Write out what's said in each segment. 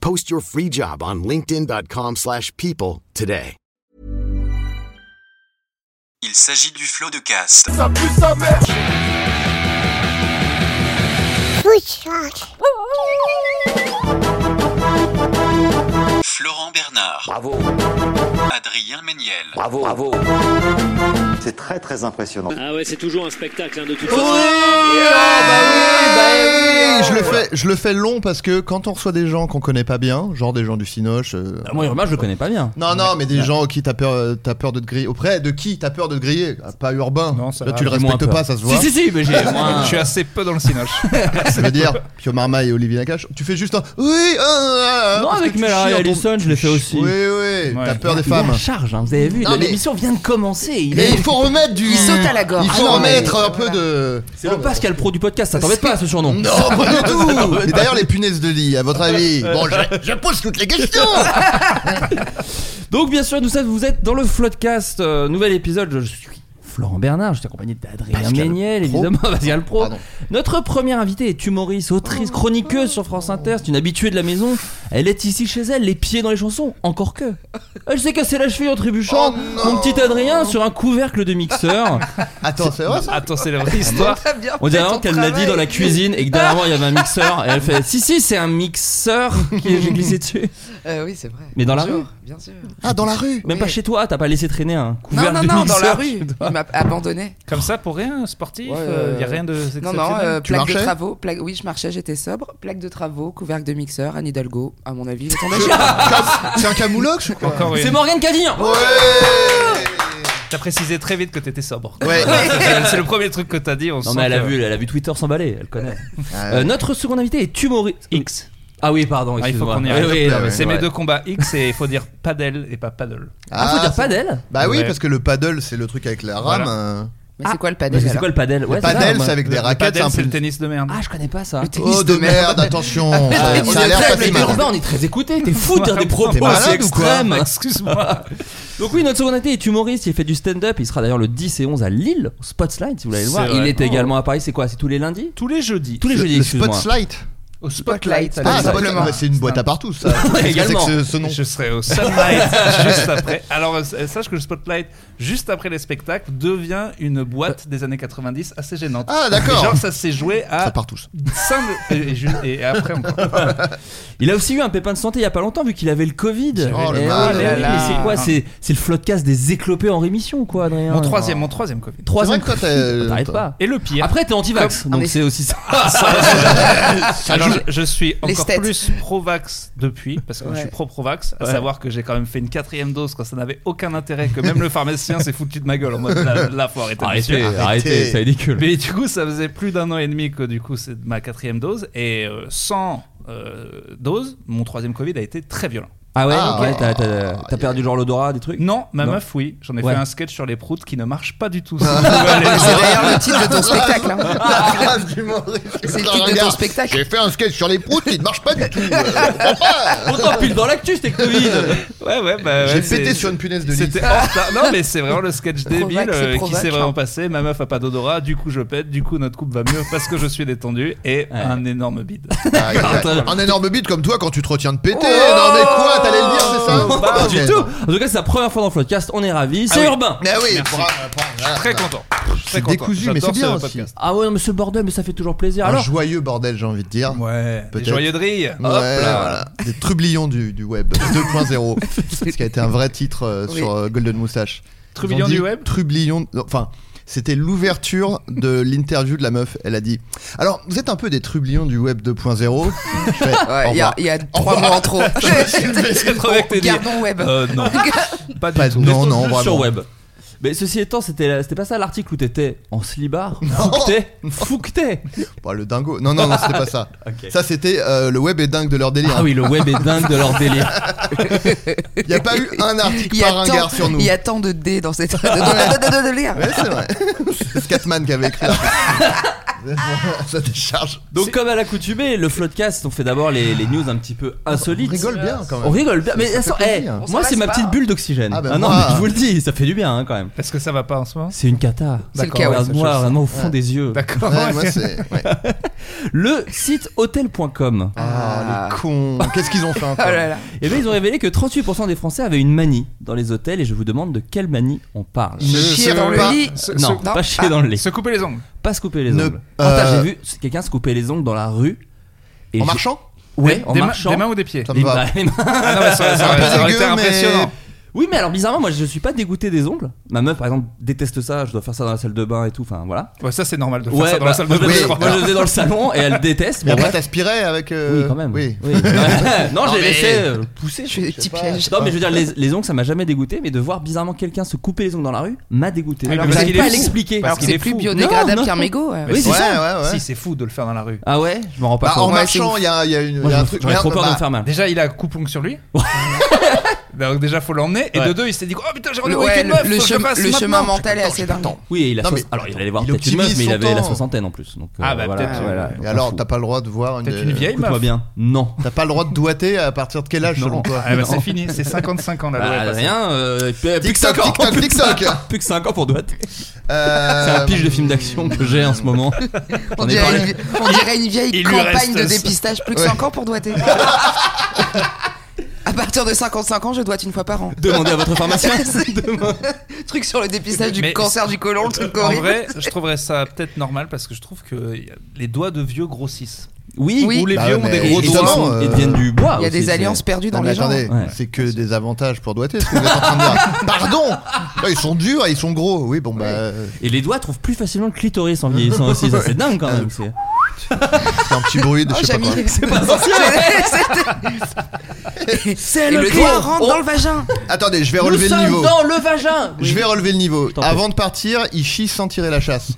Post your free job on linkedin.com/people slash people today. Il s'agit du flot de cast. Push rock. Florent Bernard, Bravo, Adrien Méniel, bravo, bravo. C'est très très impressionnant. Ah ouais, c'est toujours un spectacle hein, de toute Oui, façon. ah, bah oui, bah oui. Je le fais, je le fais long parce que quand on reçoit des gens qu'on connaît pas bien, genre des gens du Cinoche. euh, Ah, Moi, Irma, je le connais pas bien. Non, non, mais des gens qui t'as peur, euh, t'as peur de te griller. Auprès de qui t'as peur de te griller Ah, Pas urbain. Non, ça Là, va, tu le dis-moi respectes un peu. pas, ça se voit. Si, si, si, mais j'ai moins. Je suis assez peu dans le cinoche. Ça veut dire Pio Marma et Olivier Nakache. Tu fais juste un. Oui, ah, ah, ah, Non, parce avec que tu Mela chies et dans ton- Allison, je l'ai fait aussi. Oui, oui, t'as peur des Il est en femmes. charge, hein, vous avez vu. Non, mais- L'émission vient de commencer. Il Mais est. il faut remettre du. Il saute à la gorge. Il faut Ah non, remettre mais- un peu de. C'est le Pascal Pro du podcast, ça t'embête pas ce surnom Non, pas du Ah, tout Et d'ailleurs, les punaises de lit, à votre avis Euh, Bon, je, je pose toutes les questions Donc bien sûr, nous savons vous êtes dans le Floodcast, euh, nouvel épisode. Je suis Florent Bernard, je suis accompagné d'Adrien Pascal Méniel, Pro. évidemment, Pascal Pro. Pardon. Notre première invitée est humoriste, autrice, chroniqueuse sur France Inter, c'est une habituée de la maison. Elle est ici chez elle, les pieds dans les chansons, encore que. Elle s'est cassée la cheville en trébuchant, Oh non. mon petit Adrien, sur un couvercle de mixeur. Attends, c'est vrai ça Ah, Attends, c'est la vraie histoire. Très bien On fait dirait ton vraiment qu'elle l'a dit travail. dans la cuisine et que derrière il y avait un mixeur. Et elle fait Si, si, c'est un mixeur qui j'ai glissé dessus. Euh, oui, c'est vrai. Mais dans la Bien rue. sûr, Bien sûr. Ah, dans la rue Même pas Oui. chez toi, t'as pas laissé traîner un Non, couvercle non, de non, dans la mixeur. rue. Il m'a abandonné. Comme ça, pour rien, sportif, il Ouais, y a euh, rien de. Non, non, d'exceptionnel. euh, plaque de marchais travaux. plaque- Oui, je marchais, j'étais sobre. Plaque de travaux, couvercle de mixeur, Anne Hidalgo. À mon avis, il est tombé chez moi. Ah, C'est un camoulox ou quoi Encore C'est une. Morgane hein. Cadignan Ouais T'as précisé très vite que t'étais sobre. Euh, Ouais. C'est c'est le premier truc que t'as dit. On Non sent mais elle a que- Ah, vu, elle a vu Twitter s'emballer, elle connaît. Ah, Euh, notre seconde invité est humoriste. X. Ah oui, pardon, Ah, il faut excuse-moi. qu'on y Oui, arrive. oui, non, mais c'est vrai. mes deux combats X et il faut dire padel et pas paddle. Ah, faut ah, dire padel Bah oui, Ouais. parce que le paddle, c'est le truc avec la rame. Voilà. hein. Mais Ah. c'est quoi le Parce padel que C'est quoi alors le padel Ouais, le c'est ça, paddle, moi. c'est avec des Le raquettes, c'est padel, un c'est peu. le tennis de merde. Ah, je connais pas ça. tennis Oh, de merde, attention Ah, Ça mais ça a le l'air club, pas mais très Urbain, mal. on est très écouté. T'es fou de dire des propos T'es aussi malade ou quoi extrêmes. Excuse-moi. Donc oui, notre second invité est humoriste, il fait du stand-up, il sera d'ailleurs le 10 et 11 à Lille, au Spotlight, si vous voulez le C'est voir. Il vrai. Oh. est également à Paris, c'est quoi C'est tous les lundis Tous les jeudis. Tous les Le- jeudis, Le excuse-moi. spotlight Au spotlight. Ah, à c'est l'époque. pas- bah, c'est une boîte à partout, ça Qu'est-ce que également. c'est que ce- ce nom Je serai au Sunlight juste après. Alors, euh, sache que le Spotlight, juste après les spectacles, devient une boîte des années 90 assez gênante. Ah, d'accord. Et Genre, ça s'est joué Ça à. part tous. cinq- et, ju- et après encore. Il a aussi eu un pépin de santé il y a pas longtemps vu qu'il avait le Covid. Oh, le mal. Eh oui, mais Oh là oui, là. mais c'est quoi C'est c'est le floodcast des éclopés en rémission quoi, Ah, Adrien Mon troisième, mon troisième Covid. C'est vrai Troisième que toi, t'as- T'arrêtes pas. Et le pire. Après, t'es anti-vax, Ah, donc mais- c'est aussi ça. Alors, je, je suis Les encore stats. plus pro-vax depuis, parce que moi, je suis Ouais. pro-pro-vax, à savoir que j'ai quand même fait une quatrième dose quand ça n'avait aucun intérêt, que même le pharmacien s'est foutu de ma gueule en mode là, là faut arrêter. monsieur. Arrêtez, arrêtez. arrêtez, c'est ridicule. Mais du coup, ça faisait plus d'un an et demi que du coup, c'est ma quatrième dose, et euh, sans euh, dose, mon troisième Covid a été très violent. Ah ouais, Ah, ouais, ok. t'as- t'as t'as perdu genre l'odorat, des trucs Non, ma Non. meuf, oui, j'en ai Ouais. fait un sketch sur les proutes qui ne marche pas du tout. Si vous voulez aller le C'est voir. d'ailleurs le titre de ton spectacle. hein. La phrase du Maurice. C'est le Putain, titre de ton regarde, spectacle. J'ai fait un sketch sur les proutes qui ne marche pas du tout. Ah euh, comprends pas. Ah, Pourtant, pile dans l'actu, c'était Covid Ouais, ouais, bah, J'ai ouais, pété c'est- sur une punaise de lit. C'était hors ta- Non, mais c'est vraiment le sketch débile Provax, c'est euh, qui Provax, s'est hein. vraiment passé. Ma meuf a pas d'odorat, du coup je pète, du coup notre couple va mieux parce que je suis détendu et un énorme bide. Oh Ah, il y a Un énorme bide comme toi quand tu te retiens de péter. non mais quoi, t'allais le dire, c'est ça Oh, Pas Ok. du tout. En tout cas, c'est la première fois dans Floodcast. On est ravis. C'est oui. urbain. Mais oui, Merci. bravo, Je suis très content. Je suis C'est très content. décousu, mais c'est J'adore bien ce aussi. podcast. Ah ouais, non, mais ce bordel, mais ça fait toujours plaisir. Un Alors, joyeux bordel, j'ai envie de dire. Ouais, des Peut-être. joyeux de rire. Ouais, Hop là. voilà. Des trublions du, du web 2.0. ce qui a été un vrai titre euh, Oui. sur euh, Golden Moustache. Ils Trublion ont dit du web Trublion. non, Enfin. C'était l'ouverture de l'interview de la meuf. Elle a dit Alors, vous êtes un peu des trublions du web 2.0. Je fais, Au Ouais, il y a- revoir. il y, a trois mots en trop. C'est trop avec tes dires. Gardons web. Euh, non. Pas du Pas- tout. non, non, juste vraiment. sur web. Mais ceci étant, c'était c'était pas ça l'article où t'étais en slibard, fouqueté, fouqueté. Bah, le dingo. Non, non, non, c'était pas ça. Ça, c'était euh, le web est dingue de leur délire. Ah oui, le web est dingue de leur délire. Il n'y a pas eu un Il article y, a par un gars tant, sur nous. il y a tant de dés dans cette. de- de- de- de- de- de lire. Ouais, c'est vrai. c'est Scatman qui avait écrit l'article. Ça décharge. Donc comme à l'accoutumée, le floodcast, on fait d'abord les, les news un petit peu insolites. On euh, rigole bien quand même. On rigole bien, mais Ça fait attends, plaisir. eh, On s'en moi c'est lasse ma pas. petite bulle d'oxygène. Ah, bah, non, moi- mais je vous le dis, ça fait du bien hein, quand même. Est-ce que ça va pas en ce moment C'est une cata. C'est le D'accord, chaos. ouais, ça- Regarde-moi vraiment au fond des yeux. D'accord. Ouais, moi, c'est. ouais. Le site hotel.com. Ah, les cons. Qu'est-ce qu'ils ont fait Oh encore là là. Et Eh bien ils ont révélé que 38% des Français avaient une manie dans les hôtels et je vous demande de quelle manie on parle. Ne Chier dans le pas- lit. se- Non, ce- pas non. chier dans le lit. Se couper les ongles. Pas se couper les Ne- ongles. Attends, euh, j'ai vu quelqu'un se couper les ongles dans la rue. Et En j'ai- marchant Ouais, en des, ma- marchant. des mains ou des pieds Ça me Les va. mains- les mains. Ah non, mais ça, ça- Un peu ça aurait été dégueu, mais- impressionnant. Oui, mais alors bizarrement, moi je suis pas dégoûté des ongles. Ma meuf par exemple déteste ça, je dois faire ça dans la salle de bain et tout, enfin voilà. Ouais, ça, c'est normal de faire ça dans la bah, salle de moi, je bain. le je fais- crois. moi, je le faisais dans le salon et elle déteste. Mais bon, après, bref. t'aspirais avec. euh, Oui, quand même. Oui. Oui. non, je l'ai mais- laissé euh, pousser. Je fais des petits pas. pièges. Non, mais je veux dire, les, les ongles ça m'a jamais dégoûté, mais de voir bizarrement quelqu'un se couper les ongles dans la rue m'a dégoûté. Oui, Alors, parce j'arrive qu'il pas est à fou. l'expliquer. Parce Alors que qu'il c'est est plus fou. Non, biodégradable non. qu'un mégot. ouais. Mais Oui, c'est ouais, ça. Ah ouais, ouais. Si, c'est fou de le faire dans la rue. Ah ouais, je m'en rends pas Bah, en compte. marchant, il y a, il y a une- il Moi, y a un j'aurais- truc. j'aurais trop Regarde, peur de me bah, faire mal. Déjà, il a coupon sur lui. Donc, déjà, faut l'emmener. Et Ouais. de deux, il s'est dit Oh putain, j'ai Le, rendez-vous ouais, avec une le- meuf. le faut que je chemin- fasse le maintenant. chemin mental est assez dingue. Oui, et il a Non, soix- mais- alors il allait voir il peut-être une meuf, optimise mais il son avait la temps. soixantaine en plus. Donc, euh, Ah, bah, voilà, peut-être, voilà, Et on alors, s'en t'as fout. pas le droit de voir Peut-être une euh, vieille Écoute-moi meuf. bien. Non. T'as pas le droit de doigter à partir de quel âge selon toi Ah, bah, c'est fini, c'est 55 ans la loi. est Bah, passée. rien, euh, plus que Tic-tac, 5 ans. tic-tac, tic-tac. Plus que 5 ans pour doigter. Euh, C'est un pitch de film d'action que j'ai en ce moment. On est dirait, parlé. une, on dirait une vieille Il lui campagne reste de ça. dépistage plus que Ouais. 5 ans pour doigter. à partir de 55 ans, je doite une fois par an. Demandez à votre pharmacien. Demain. Truc sur le dépistage du Mais- cancer du côlon, le truc En horrible. vrai, je trouverais ça peut-être normal parce que je trouve que y a- les doigts de vieux grossissent. Oui, Oui. Ou les Bah vieux ouais, ont des gros mais ils, en doigts. évidemment, sont- euh, ils deviennent du bois. Il y a aussi, des c'est- alliances perdues Non, dans mais les gens. attendez, Ouais. c'est que des avantages pour doigter, ce que vous êtes en train de dire. Pardon Là, Ils sont durs et ils sont gros. Oui, bon, bah. euh, Et les doigts trouvent plus facilement le clitoris en vieillissant aussi. Ça, c'est dingue quand même. c'est- C'est un petit bruit de Oh, je sais pas Jamy. quoi. C'est pas censé. Et C'est le doigt rentre Oh, dans le vagin. Attendez, je vais Nous relever le sommes niveau. dans le vagin. Je vais relever le niveau. t'en prie. Avant de partir, ils chient sans tirer la chasse.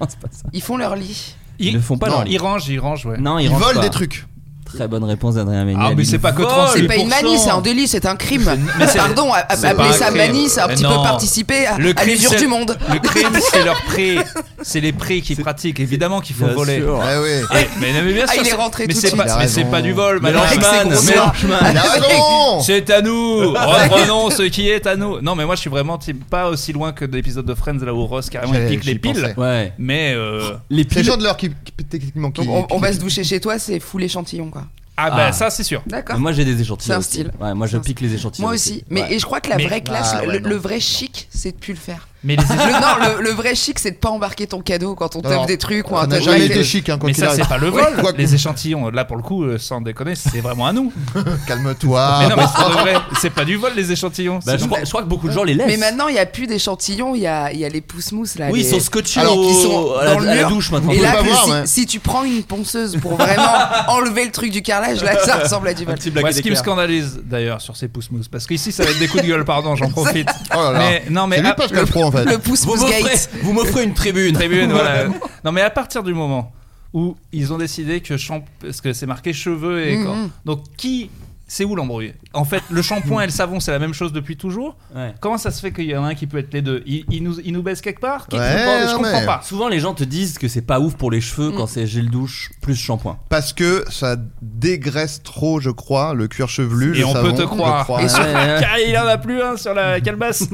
Non, c'est pas ça. Ils font leur lit. Ils le font pas non, dans les- Ils rangent, ils rangent, ouais. Non, ils, Ils rentrent volent pas. des trucs. Très bonne réponse d'Adrien Méniel. Ah, mais Ils c'est pas que volent. 36. C'est pas une manie, c'est un délit, c'est un crime. Pardon, a- a- c'est pas appeler un ça crime. manie, c'est un Mais petit non. peu participer à, Le à crime, l'usure c'est- du monde. Le crime, c'est leur prix. C'est les prix qu'ils pratiquent, évidemment qu'il faut Bien voler. sûr. Ah ouais. Eh, mais, non, mais bien Ah, sûr, il est c'est- rentré mais tout de c'est suite. Il pas, a mais c'est raison. pas du vol, madame. Mélanchman, Euh, Avec ses grosses mains. Mélanchman. Il a raison Ah, C'est à nous Reprenons ce qui est à nous Non mais moi je suis vraiment type- pas aussi loin que de l'épisode de Friends là où Ross carrément il J'y- pique j'y les piles. pensais. Ouais. Mais euh, Les C'est piles. le genre de l'heure qui, qui- techniquement qui. Donc, on, on qui- va se doucher chez toi, c'est full échantillon quoi. ah bah Ah. ça c'est sûr. D'accord. Moi j'ai des échantillons. C'est un aussi. style. Ouais, moi je C'est un pique les échantillons. Moi aussi. Mais Ouais. et je crois que la Mais- vraie classe, Ah, le, ouais, le- non. le vrai chic, c'est de plus le faire. Mais les Le, non, le, le vrai chic, c'est de pas embarquer ton cadeau quand on Non, t'offre non. des trucs ou Ça un n'a truc. jamais Ouais, été le- chic hein, quand mais il ça arrive. c'est pas le Ouais, vol. quoi que- les échantillons là pour le coup euh, sans déconner c'est vraiment à nous. Calme-toi. mais bah, non mais c'est pour de vrai, c'est pas du vol les échantillons. Bah, C'est- je, crois, je crois que beaucoup de gens les laissent. Mais maintenant, il y a plus d'échantillons, il y a, il y a les pouces mousses là. oui, les- ils sont scotchés Alors au- qui sont à, la, dans le à la mur. douche maintenant. Et peut là, pas que voir, si, ouais. si tu prends une ponceuse pour vraiment enlever le truc du carrelage, là, ça ressemble à du vol. petit Moi, ce qui me scandalise d'ailleurs sur ces pouces mousses, parce qu'ici ça va être des coups de gueule, pardon, j'en profite. Oh là là. Mais non, mais ah, C'est lui à- Pascal Pro en fait. Le pouce Vous mousse m'offrez, gate. vous m'offrez une tribune. tribune, voilà. Non, mais à partir du moment où ils ont décidé que champ... parce que c'est marqué cheveux et corps. Donc qui c'est où l'embrouille En fait, le shampoing et le savon, c'est la même chose depuis toujours. Ouais. Comment ça se fait qu'il y en a un qui peut être les deux ils, ils nous ils nous baissent quelque part Qui- Ouais, Je non, comprends mais- pas. Ah, Souvent les gens te disent que c'est pas ouf pour les Mm. cheveux quand c'est gel douche plus shampoing. Parce que ça dégraisse trop, je crois, le cuir chevelu. Et le on savon, peut te croire. je crois. Et sur- Ah, Ouais. Car Ah, il en a plus un sur la calebasse.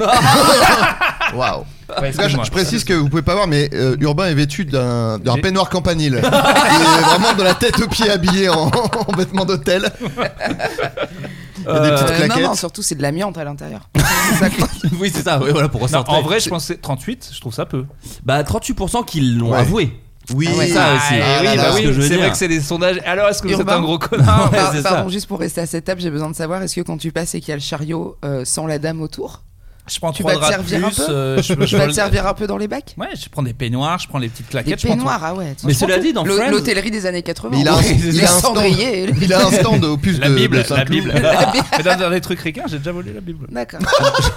Waouh. Ouais, En tout cas, je, excuse-moi. je précise que vous pouvez pas voir, mais euh, Urbain est vêtu d'un d'un J'ai- peignoir campanile. Il Euh, est vraiment de la tête aux pieds habillé en, en vêtements d'hôtel. y a des petites Euh, non, claquettes. non, surtout c'est de l'amiante à l'intérieur. oui, c'est ça, oui, voilà, pour Non, ressortir. en vrai, je pense que c'est 38, je trouve ça peu. Bah, 38% qu'ils l'ont Ouais. avoué. Oui, C'est ça aussi. Ah oui, bah là là. ce que oui, je veux c'est dire. vrai que c'est des sondages. Alors, est-ce que vous êtes Urbain un gros connard Ouais, Par- c'est ça. pardon, juste pour rester à cette table, j'ai besoin de savoir est-ce que quand tu passes et qu'il y a le chariot euh, sans la dame autour, Je prends Tu trois vas te draps de servir un plus, peu euh, je, tu je prends vas te le- servir un peu dans les bacs Ouais, je prends des peignoirs, je prends les petites Des claquettes, je prends peignoirs, ah ouais. Mais cela dit, dans Le- Friends. L'hôtellerie des années 80. Mais il a un- Ouais, il a les un stand. cendriers, les- Il a un stand au puce tout. La de, Bible, de la Saint-Cloud. Bible. Mais dans dans les trucs ricains, j'ai déjà volé la Bible. D'accord.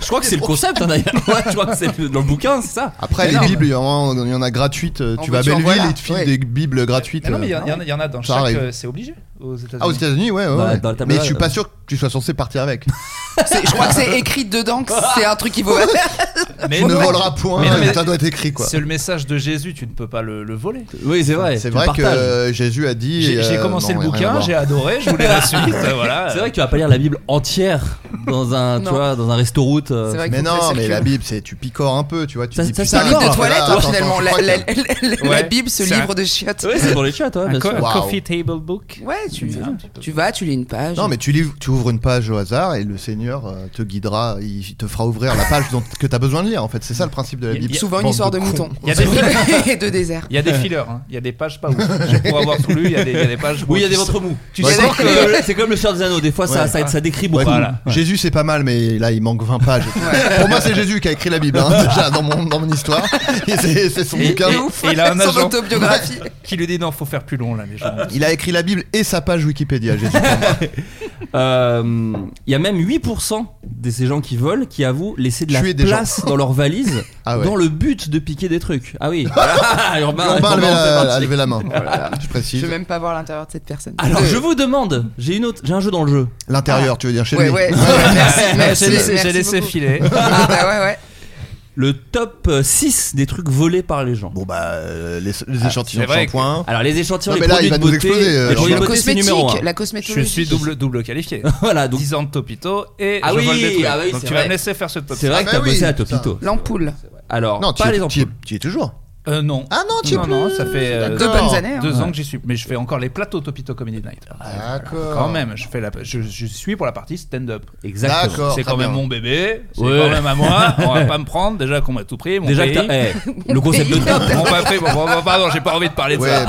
Je crois que c'est le concept hein, d'ailleurs. Ouais, je crois que c'est le- dans le bouquin, c'est ça. Après, les Énorme. Bibles, il y en a, il y en a gratuites. euh, En Tu vas à voiture, Belleville voilà. et te filent Ouais. des Bibles gratuites. Mais Ah non, mais il y, euh. en- il y en a- il y en a dans Ça chaque. arrive. euh, C'est obligé aux États-Unis. Ah, aux États-Unis, ouais, ouais. Dans- ouais. dans le tableau, mais je suis euh, pas sûr que tu sois censé partir avec. C'est- Je crois que c'est écrit dedans que c'est un truc qui vaut la peine. Mais Tu ne non, mais- voleras point, euh, mais non, mais- ça doit être écrit, quoi. C'est le message de Jésus, tu ne peux pas le, le voler. Oui, c'est vrai. C'est tu vrai que partages. euh, Jésus a dit. J'ai euh, j'ai commencé non, le rien à bouquin, voir. j'ai adoré, je voulais la suite. euh, voilà. C'est vrai que tu vas pas lire la Bible entière dans un, tu Non. vois, dans un resto route. euh. C'est vrai Mais qu'il faut que non, ça mais circule. la Bible, c'est tu picores un peu, tu vois. Tu Ça- dis, ça, C'est un c'est putain, livre d'accord. de voilà, toilette, hein, attends, finalement. je La, crois la- que- la- la Ouais. Bible, ce C'est un- livre de chiottes. Oui, c'est pour les chats, toi. Un, co- un Waouh. coffee table book. Ouais, tu, C'est un petit peu- tu vas, tu lis une page. Non, mais tu, livres- tu ouvres une page au hasard et le Seigneur euh, te guidera, il te fera ouvrir la page dont- que tu as besoin de lire en fait. C'est ça le principe de la Il y a- Bible. Souvent une Bande histoire de cons. mouton. Il y a des Et de désert. Il y a des fillers, hein. il y a des pages pas ouf. J'ai- Pour avoir tout lu, il y a des, il y a des pages. Oui, il y a où des tu ventres mous. Tu Ouais, sais d'accord. que. Euh, C'est comme le Seigneur des Anneaux, des fois ça, ça, ça décrit beaucoup. Ouais, Voilà. cool. Jésus c'est pas mal mais là il manque 20 pages. Pour moi c'est Jésus qui a écrit la Bible hein, déjà dans mon, dans mon histoire. Et c'est c'est son Et- bouquin. et- et il a un Son agent. autobiographie. Qui lui dit non, faut faire plus long là, les gens. Il a écrit la Bible et sa page Wikipédia Jésus. Euh, Il y a même 8% de ces gens qui volent qui avouent laisser de la Tuer des place dans leur valise Ah ouais. dans le but de piquer des trucs. Ah oui. Ah, Urbain, Urbain a levé comment on fait la, a partie levé la main. Je Je précise. veux même pas voir l'intérieur de cette personne. Alors Euh, je vous demande, j'ai une autre, j'ai un jeu dans le jeu. L'intérieur tu veux dire chez Ouais, lui. ouais, ouais, merci, J'ai merci, laissé- merci J'ai laissé beaucoup. filer. Ah, bah ouais, ouais. Le top euh, 6 des trucs volés par les gens. Bon bah euh, les, les échantillons c'est vrai sans que- point. Alors les échantillons, Non, mais les là, produits il va de nous beauté, exploser, euh, les produits de La beauté, c'est numéro 1. cosmétique, la Je cosmétologie. suis double, double qualifié. Voilà, donc 10 ans de Topito et Ah je oui, vole des trucs. ah oui, Donc c'est tu vas vrai. me laisser faire cette c'est podcast. vrai Ah que t'as bah bossé oui, à putain. Topito. L'ampoule. Alors Non, tu pas y- les tu y- ampoules. tu y es toujours. Euh, non. Ah non, tu y es non, plus. non, ça fait euh, Deux bonnes années. hein. deux ans que j'y suis. Mais je fais encore les plateaux Topito Comedy Night. Ah. D'accord. Quand même, je, fais la, je, je suis pour la partie stand-up. Exactement. D'accord. C'est très quand même bien. mon bébé, c'est Ouais. quand même à moi. On va pas me prendre déjà qu'on m'a tout pris. Mon Déjà que pays. t'as- eh, le concept de top. Mon papier, bon, bon, bon, pardon, j'ai pas envie de parler de Ouais, ça.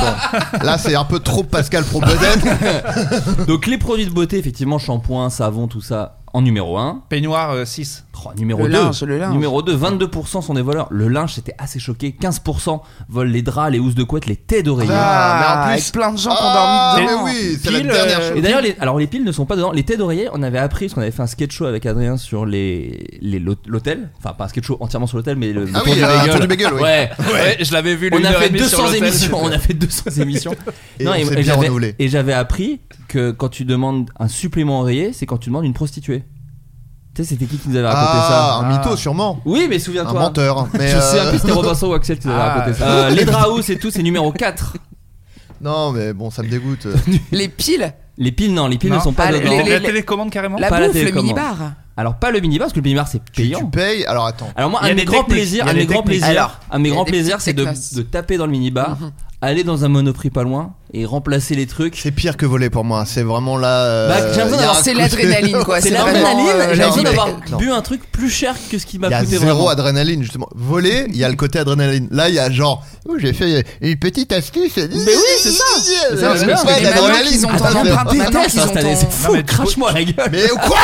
bon. Là, c'est un peu trop Pascal Probedette. Donc les produits de beauté, effectivement, shampoing, savon, tout ça, en numéro 1. Peignoir euh, 6. numéro Le 2. linge, le linge. Numéro 2, 22% sont des voleurs. Le linge, j'étais assez choqué. 15% volent les draps, les housses de couette, les têtes d'oreiller. Ah, mais en plus- avec plein de gens qui ont Ah, dormi mais dedans. oui, c'est la Pile, dernière euh, chose. Et d'ailleurs, les, alors les piles ne sont pas dedans. Les têtes d'oreiller, on avait appris, parce qu'on avait fait un sketch show avec Adrien sur les les- l'hôt- l'hôtel. Enfin, pas un sketch show entièrement sur l'hôtel, mais le, le Ah tour oui, du euh, bagel. tour du bagel, oui. Ouais. Ouais, je l'avais vu. On l'une a heure et fait demie 200 sur l'hôtel. émissions. On a fait 200 émissions. Et on s'est bien j'avais- renouvelé. et j'avais appris que quand tu demandes un supplément oreiller, c'est quand tu demandes une prostituée. Tu sais, c'était qui qui nous avait raconté ça Ah, un mytho, sûrement. Oui, mais Un souviens-toi. menteur. Mais Je sais euh, un peu, c'était Robinson ou Axel qui nous avait Ah. raconté ça. Euh, les draps et tout, c'est numéro 4. Non, mais bon, ça me dégoûte. Les piles, Les piles, non, les piles Non. ne sont pas Ah, dedans. les- les- La télécommande carrément la Pas la bouffe, le télécommande. minibar. Alors, pas le minibar, parce que le minibar c'est Tu, tu payant. payes. Alors attends. Alors, moi, Il y un a de mes des grands techniques, plaisirs, il y a un de des mes grands techniques. plaisirs, Alors, un de mes il y a grands des plaisirs, petites c'est de, technos. de taper dans le minibar, aller dans un monoprix pas loin et remplacer les trucs. C'est pire que voler pour moi. C'est vraiment là. euh, Bah, j'ai l'impression y a d'avoir- un C'est côté- l'adrénaline, quoi. C'est vraiment, euh, l'adrénaline, j'ai non, l'impression mais- d'avoir non. bu un truc plus cher que ce qui m'a Il y a coûté zéro vraiment. adrénaline justement. Voler, il y a le côté adrénaline. Là, il y a genre, oh, j'ai fait une petite astuce. Mais oui, c'est ça. C'est ça, c'est ça. Mais maintenant qu'ils ont Attends, ton mais empreinte, maintenant déteste qu'ils ont installer, c'est ton- fou, Non, mais- crache-moi la gueule. Mais quoi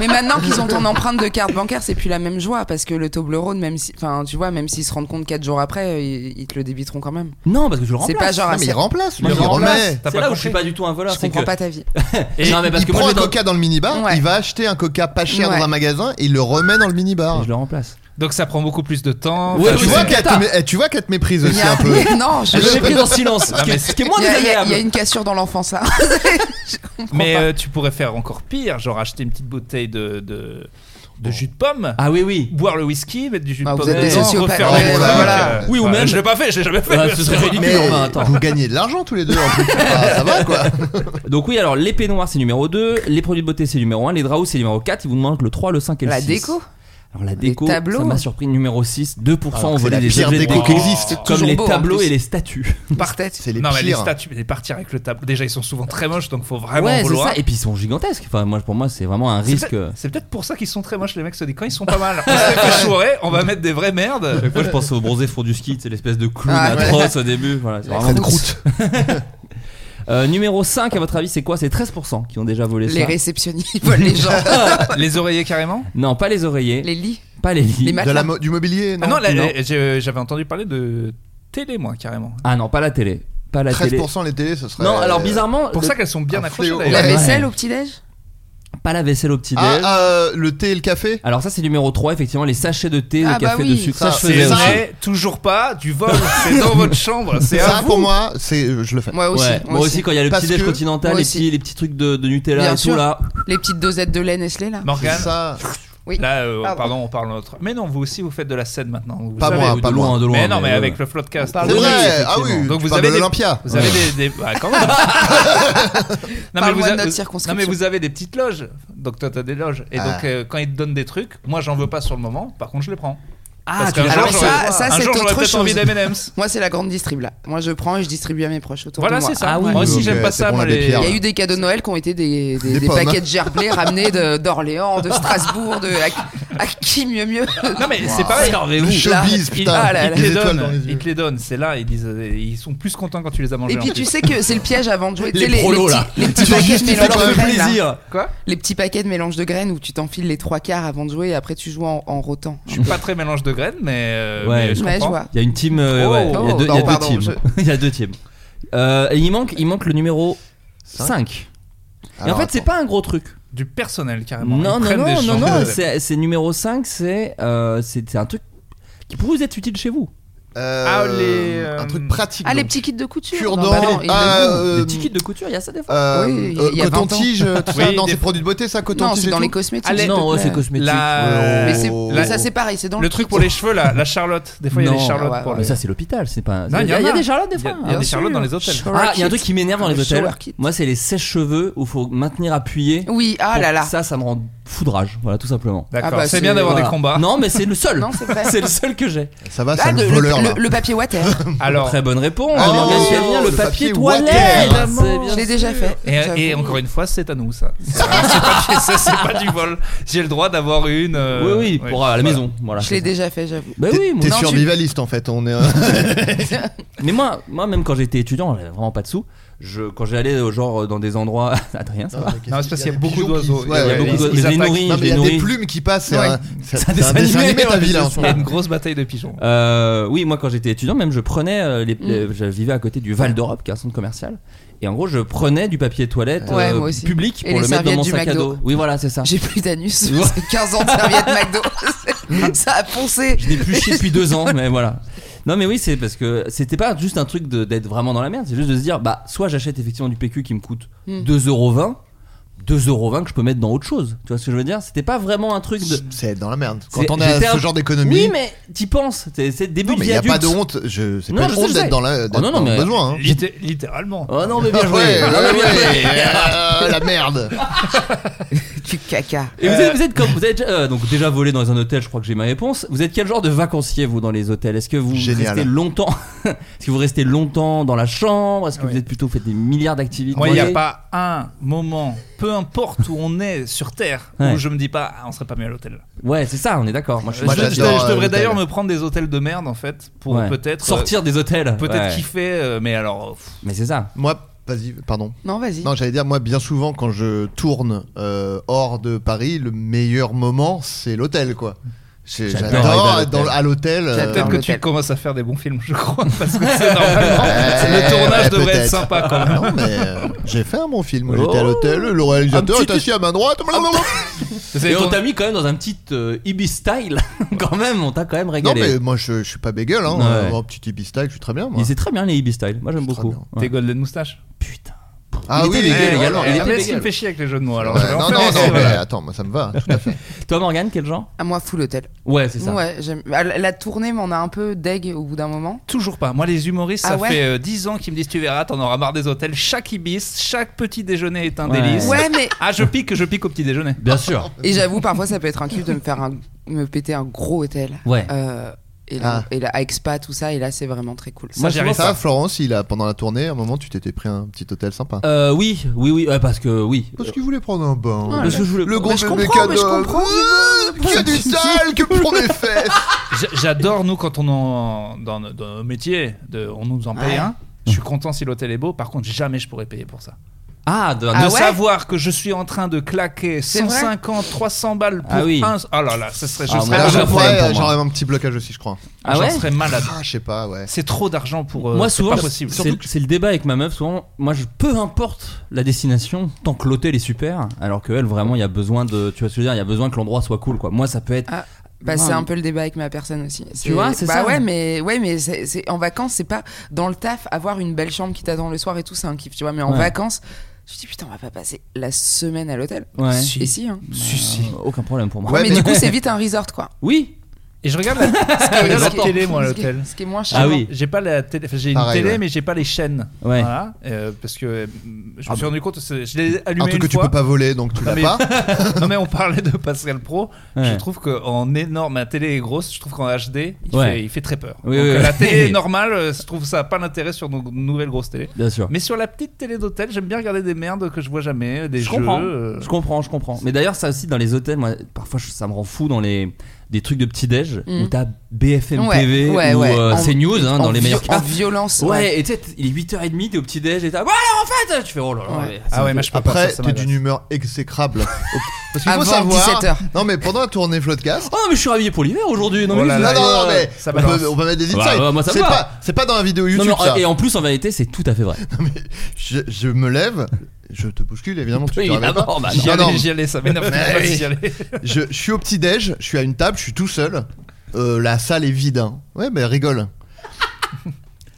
Mais maintenant qu'ils ont ton empreinte de carte bancaire, c'est plus la même joie parce que le Toblerone, même si, enfin, tu vois, même s'ils se rendent compte 4 jours après, euh, ils, ils te le débiteront quand même. Non, parce que je le C'est remplace. pas genre. Non, mais assez- il remplace, lui, Moi, il je le remplace. remet. T'as C'est pas là où je compris suis pas du tout un voleur. Je c'est comprends que- pas ta vie. Et- non, mais parce il que prend moi, je un vais dans- coca dans le minibar, Ouais. il va acheter un coca pas cher Ouais. dans un magasin et il le remet dans le minibar. Et je le remplace. Donc ça prend beaucoup plus de temps. Enfin, Ouais, tu oui, je- vois c'est qu'elle cata. te, mé- eh, tu vois qu'elle te méprise Il y aussi a- un peu. Mais non, je- Je l'ai pris dans le silence. Ce qui est- ce qui est moins Il y a- il y a- il désagréable. y a une cassure dans hein. l'enfant, ça. Mais euh, tu pourrais faire encore pire, genre acheter une petite bouteille de, de, de jus de pomme. Ah oui, oui. Boire le whisky, mettre du jus de Ah, vous pomme êtes des dedans, sociopathes. refaire Ouais, le truc, voilà. euh, Oui, ou enfin, même- Je l'ai pas fait, je l'ai jamais fait. Ah, ce serait ridicule. Mais enfin, attends. vous gagnez de l'argent tous les deux en plus. Ah, ça va quoi Donc, oui, alors les peignoirs c'est numéro 2, les produits de beauté c'est numéro 1, les draps c'est numéro 4. Ils vous demandent le 3, le 5 et le La 6. déco. Alors la déco, tableaux. ça m'a surpris numéro 6, 2% Alors ont que c'est volé la des pire objets de déco Ah, qui existe. C'est comme toujours les beau, en tableaux plus. et les statues. Par tête. C'est les non, mais les pires. statues, les partir avec le tableau. Déjà, ils sont souvent très moches, donc faut vraiment ouais, c'est vouloir. ça. Et puis ils sont gigantesques. Enfin, moi, pour moi, c'est vraiment un C'est risque. peut-être- C'est peut-être pour ça qu'ils sont très moches, les mecs se disent quand ils sont pas mal. On s'est fait chourer, on va mettre des vraies merdes. Chaque fois, je pense au bronzé fond du ski, c'est l'espèce de clown Ah, ouais. atroce au début. Voilà, c'est vraiment- Fred Croûte. Euh, numéro 5, à votre avis, c'est quoi C'est 13% qui ont déjà volé Les ça. réceptionnistes volent les gens. Les oreillers carrément Non, pas les oreillers, les lits. pas les lits. Les De matelas. la mo- du mobilier, non, Ah non, là, non. j'ai- j'avais entendu parler de télé, moi, carrément. Ah non, pas la télé. Pas la télé. 13% les télés, ce serait. euh, Non, alors bizarrement, Pour le- ça qu'elles sont bien un accrochées fléau. La d'ailleurs. Ouais. vaisselle au petit-déj pas la vaisselle au petit-déj. Ah, euh, le thé et le café Alors ça c'est numéro 3 effectivement les sachets de thé, Ah le bah café oui. de sucre, ça, Ça, je faisais C'est ça. aussi. vrai, toujours pas, du vol, c'est dans votre chambre, c'est à Ça, vous. pour moi, c'est, euh, je le fais. Moi Bah aussi. Ouais, moi aussi quand il y a le Parce petit déj que- continental, moi les aussi. petits, les petits trucs de, de Nutella Bien et sûr. tout là. Les petites dosettes de lait Nestlé Ah, là. C'est Morgane, ça. Oui. là, euh, Pardon. pardon, on parle notre. Mais non, vous aussi, vous faites de la scène maintenant. Vous Pas savez, moi, vous- pas de loin, moi. de loin. euh, mais non, mais ouais. avec le floodcast. C'est Oui, vrai. Ah effectivement. oui. Donc tu vous parles avez de des- l'Olympia. Vous avez des. des- bah, quand même. non, mais Parle-moi vous de avez- notre vous- circonscription. non, mais vous avez des petites loges. Donc toi, t'as des loges. Et donc, Ah. euh, quand ils te donnent des trucs, moi, j'en veux pas sur le moment. Par contre, je les prends. Ah, qu'un tu jour, Alors j'aurais- ça- ça, un c'est jour, j'aurais autre peut-être envie chose. d'M&M's. Moi, c'est la grande distrib là. Moi, je prends et je distribue à mes proches autour Voilà, de moi. c'est ça. Ah oui, moi aussi, ok, j'aime pas c'est ça. bon, moi, la les- pierre. Il y a eu des cadeaux de Noël qui ont été des, des, Des des pommes. paquets de gerblés ramenés de- d'Orléans, de, Strasbourg, de à, à qui mieux mieux. Non, mais c'est pareil. Le showbiz, Ils, putain. Ah là ils là. te les Des étoiles dans donnent, les yeux. ils te les donnent, c'est là, ils disent, euh, ils sont plus contents quand tu les as mangés. Et puis en tu plus. sais que c'est le piège avant de jouer. Tu sais, les prolos petits, là. les petits paquets de mélange de graines. là. quoi Les petits paquets de mélange de graines où tu t'enfiles les trois quarts avant de jouer et après tu joues en, en rotant. Je suis pas très mélange de graines, mais, euh, Ouais. mais je Ouais, je comprends. vois. Il y a une team. euh, Oh. ouais, il y a deux, Oh, il y a non, deux pardon, teams. il y a deux teams. Euh, et il manque, il manque le numéro 5. Et en Alors, fait, c'est attends. pas un gros truc. Du personnel carrément. Non, Ah, Ils non, prennent non, des non, gens. non, c'est c'est numéro 5, c'est euh, c'est- c'est un truc qui pourrait vous être utile chez vous. Euh, Ah, les, euh, Un truc pratique. Ah, les donc. petits kits de couture. Cure-dents. Non, bah non, il y a Ah, des- euh, Des tickets de couture, il y a ça des fois. Euh, Oui, euh, il y a 20 ans. coton-tige, euh, tout ça. Oui, non, des- c'est produits de beauté, ça, non, coton-tige. c'est et dans tout les cosmétiques. Allez, s'il non, te ouais, plaît. c'est cosmétique. La- Mais, c'est- Oh. mais ça c'est pareil, c'est dans le, Le truc pour les cheveux, la, la Charlotte. Des fois, il y a Non. des Charlottes Ah ouais, pour ouais. Mais les. ça, c'est l'hôpital, c'est Non, pas. Il y, a- il y a des charlottes des Il y a- fois. il y a Bien des sûr. charlottes dans les hôtels. Shower Ah, il y a un kit. truc qui m'énerve dans les Le hôtels. shower kit. Moi, c'est les sèches-cheveux où faut maintenir appuyé. Oui, ah Pour- là là. Ça, ça me rend foudrage. Voilà, tout simplement. D'accord, Ah bah, c'est c'est- bien d'avoir Voilà. des combats. Non, mais c'est le seul. Non, c'est vrai. c'est le seul que j'ai. Ça va, Ah, ça le, le le- voleur, là. le- le papier water. Alors, Très bonne réponse. Oh, Morgane Gagnon, le, le papier, papier toilette. water. C'est bien Je l'ai déjà sûr. fait. et, j'avoue. et encore une fois, c'est à nous ça. C'est pas, ça, c'est pas du vol. J'ai le droit d'avoir une. euh, oui, oui, pour euh, à voilà. la maison. Voilà. Je l'ai déjà fait, j'avoue. Bah T'es- oui, moi T'es aussi. survivaliste, en fait. On est. euh, Mais moi, moi même quand j'étais étudiant, j'avais vraiment pas de sous. Je, quand j'allais euh, genre dans des endroits, Adrien, Ah, ça va. Non, c'est parce qu'il y a beaucoup d'oiseaux. Ouais, Il y a ouais, beaucoup ils- ils d'oiseaux. Je les attaquent. nourris, Non, je mais il y les a des nourris. plumes qui passent. C'est Ouais. un c'est- C'est un c'est un dessin dessin animé, animé, ta hein. ouais, vie, là, en c'est ce Il sûr. y a moment. une grosse bataille de pigeons. Euh, oui, moi quand j'étais étudiant, même je prenais euh, Mm. les, les- je vivais à côté du Val d'Europe, qui est un centre commercial. Et en gros, je prenais du papier toilette Ouais, euh, moi aussi. public Et pour les le mettre dans serviettes mon du sac à McDo. dos. Oui, voilà, c'est ça. J'ai plus d'anus, Ouais. c'est 15 ans de serviette McDo. ça a poncé. Je n'ai plus chié depuis deux ans, mais voilà. Non, mais oui, c'est parce que c'était pas juste un truc de- d'être vraiment dans la merde, c'est juste de se dire, bah, soit j'achète effectivement du PQ qui me coûte Mm. 2,20€. 2,20€ que je peux mettre dans autre chose. Tu vois ce que je veux dire C'était pas vraiment un truc de. C'est être dans la merde. Quand C'est- on a j'étais ce un- genre d'économie. Oui, mais t'y penses. C'est c'est début Non, mais de il vie n'y a pas adulte. de honte. Je... C'est Non, pas je une sais, honte je sais. d'être dans, la... d'être non, dans non, mais- le besoin. hein. Litté- Littéralement. Oh non, mais bien Ah joué. ouais, Ah, ouais, bien joué. ouais, euh, la merde. Tu caca. Et vous êtes, vous êtes comme vous êtes euh, donc déjà volé dans un hôtel, je crois que j'ai ma réponse. Vous êtes quel genre de vacancier vous dans les hôtels Est-ce que vous Génial. restez longtemps Est-ce que vous restez longtemps dans la chambre Est-ce que Oui. vous êtes plutôt vous faites des milliards d'activités Moi, il n'y a pas un moment, peu importe où on est sur Terre, Ouais. où je me dis pas, ah, on serait pas mieux à l'hôtel. Ouais, c'est ça, on est d'accord. Moi, je suis Moi, je, je- je- j'adore, je euh, devrais l'hôtel. d'ailleurs me prendre des hôtels de merde en fait, pour ouais. peut-être sortir des hôtels. euh, peut-être Ouais. kiffer, euh, mais alors pff, Mais c'est ça. Moi, vas-y, pardon. Non, vas-y. Non, j'allais dire, moi, bien souvent, quand je tourne euh, hors de Paris, le meilleur moment, c'est l'hôtel, quoi. C'est- J'adore J'adore aller à être dans- à l'hôtel. euh, peut-être que tu l'hôtel. commences à faire des bons films, je crois, parce que c'est normalement Ouais, le tournage devrait ouais, être Euh, peut-être. sympa quand même. Non, mais euh, j'ai fait un bon film. où J'étais à Oh. l'hôtel, le Un réalisateur petit- est assis à ma droite. blablabla. Vous avez Et on tourné- t'a mis quand même dans un petit euh, Ibis style. quand même, on t'a quand même Non, régalé. mais moi je, je suis pas bégueule. Hein. Ouais. Euh, bon, petit hippie style, je suis très bien. Moi. Il c'est très bien les Ibis style. Moi, j'aime Très beaucoup. bien. Ouais. Tes golden moustaches. Putain. Ah il oui, était oui, légal oui, également, oui, il oui. était mais ce qui légal. me fait chier avec les jeux de mots, alors. Ouais, je vais en euh, non, faire non, aussi, non, mais voilà. attends, moi ça me va. tout à fait. Toi, Morgane, quel genre À moi, full hôtel. Ouais, c'est ça. Ouais, j'aime. Ah, La la tournée m'en a un peu deg au bout d'un moment. Toujours pas. Moi, les humoristes, ça Ah ouais fait euh, 10 ans qu'ils me disent Tu verras, t'en auras marre des hôtels. Chaque ibis, chaque petit déjeuner est un Ouais. délice. Ouais, mais Ah, je pique, je pique au petit déjeuner. Bien sûr. et j'avoue parfois ça peut être un kiff de me faire un me péter un gros hôtel. Ouais. Euh, et, là, Ah. et là, à Expa, tout ça, et là, c'est vraiment très cool. Ça, Moi, j'y arrive Ça, pas. Florence, il a, pendant la tournée, à un moment, tu t'étais pris un petit hôtel sympa. Euh, oui, oui, oui, ouais, parce que oui. Parce qu'il voulait prendre un bain. Ouais. Parce que je voulais- Le gros Mais je bébé comprends, mais je cadeau. comprends, Ouh, Qu'il y a du sale que pour mes fesses. J'a- J'adore, nous, quand on en, dans, nos- dans nos métiers, de, on nous en paye Ouais. un. Je suis content si l'hôtel est beau. Par contre, jamais je pourrais payer pour ça. Ah, de, de ouais savoir que je suis en train de claquer C'est vrai 150, 300 balles pour Ah oui. un. Oh là là, ça serait, je Ah, serais mais là, Là, j'ai un malade. problème pour j'aurais moi. j'aurais un petit blocage aussi, je crois. Ah J'en ouais serais malade. Ah, je sais pas, ouais. C'est trop d'argent pour. euh, moi c'est souvent pas possible. c'est c'est le débat avec ma meuf souvent moi je peu importe la destination tant que l'hôtel est super alors que elle vraiment il y a besoin de tu vois ce que je veux dire il y a besoin que l'endroit soit cool quoi moi ça peut être Ah, Bah, c'est Ouais. un peu le débat avec ma personne aussi. vois, c'est bah ça. Ouais, mais, ouais, mais c'est, c'est- en vacances, c'est pas dans le taf, avoir une belle chambre qui t'attend le soir et tout, c'est un kiff, tu vois. Mais en Ouais. vacances, je me dis putain, on va pas passer la semaine à l'hôtel. Ouais. Et si, hein. Si, si. Euh, aucun problème pour moi Ouais, mais, du coup, c'est vite un resort, quoi. oui Et je regarde la, je regarde la télé, moi, à l'hôtel. Ce qui est moins cher. Ah oui. J'ai pas la télé, enfin, j'ai une Pareil, télé, ouais. mais j'ai pas les chaînes. Ouais. Voilà. Euh, parce que euh, je me suis rendu compte, c'est- je l'ai allumé Ah Un truc une que tu fois. peux pas voler, donc tu Non l'as mais, pas. non mais on parlait de Pascal Pro. Je Ouais. trouve qu'en énorme, ma télé est grosse. Je trouve qu'en HD, il, Ouais. fait, il fait très peur. Oui, Donc, oui, euh, oui. La télé normale, euh, je trouve ça a pas d'intérêt sur nos nouvelles grosses télé. bien sûr Mais sur la petite télé d'hôtel, j'aime bien regarder des merdes que je vois jamais, des je jeux. comprends euh, je comprends je comprends mais d'ailleurs ça aussi dans les hôtels moi parfois je- ça me rend fou dans les des trucs de petit déj où t'as BFM Ouais, TV Mm. ouais, ou ouais. euh, En- CNews hein, dans en les vi- meilleurs cas En violence. ouais, ouais. et tu sais t- il est 8h30 t'es au petit déj et t'as ouais alors en fait tu fais oh là là Ouais. ouais, ça Ah me ouais, fait- mais je peux pas, Après, ça, ça t'es d'une m'agace. humeur exécrable. Parce qu'il faut Avant savoir. 17h. Non, mais pendant la tournée Floodcast. oh non, mais je suis habillé pour l'hiver aujourd'hui non Oh mais là je- Non, là, non, euh, non, mais ça on, balance. peut, on peut mettre des Bah, insides. ouais, moi, ça me c'est va. pas, c'est pas dans la vidéo Non, YouTube. mais en- ça. et en plus en vérité c'est tout à fait vrai Je, je me lève, je te bouscule évidemment. Tu te Oui, rappelles pas. évidemment, bah J'y Non, allais, non, j'y allais, ça m'énerve. Mais pas oui. d'y aller. je, je suis au petit déj, je suis à une table, je suis tout seul. Euh, la salle est vide. hein. Ouais, mais rigole.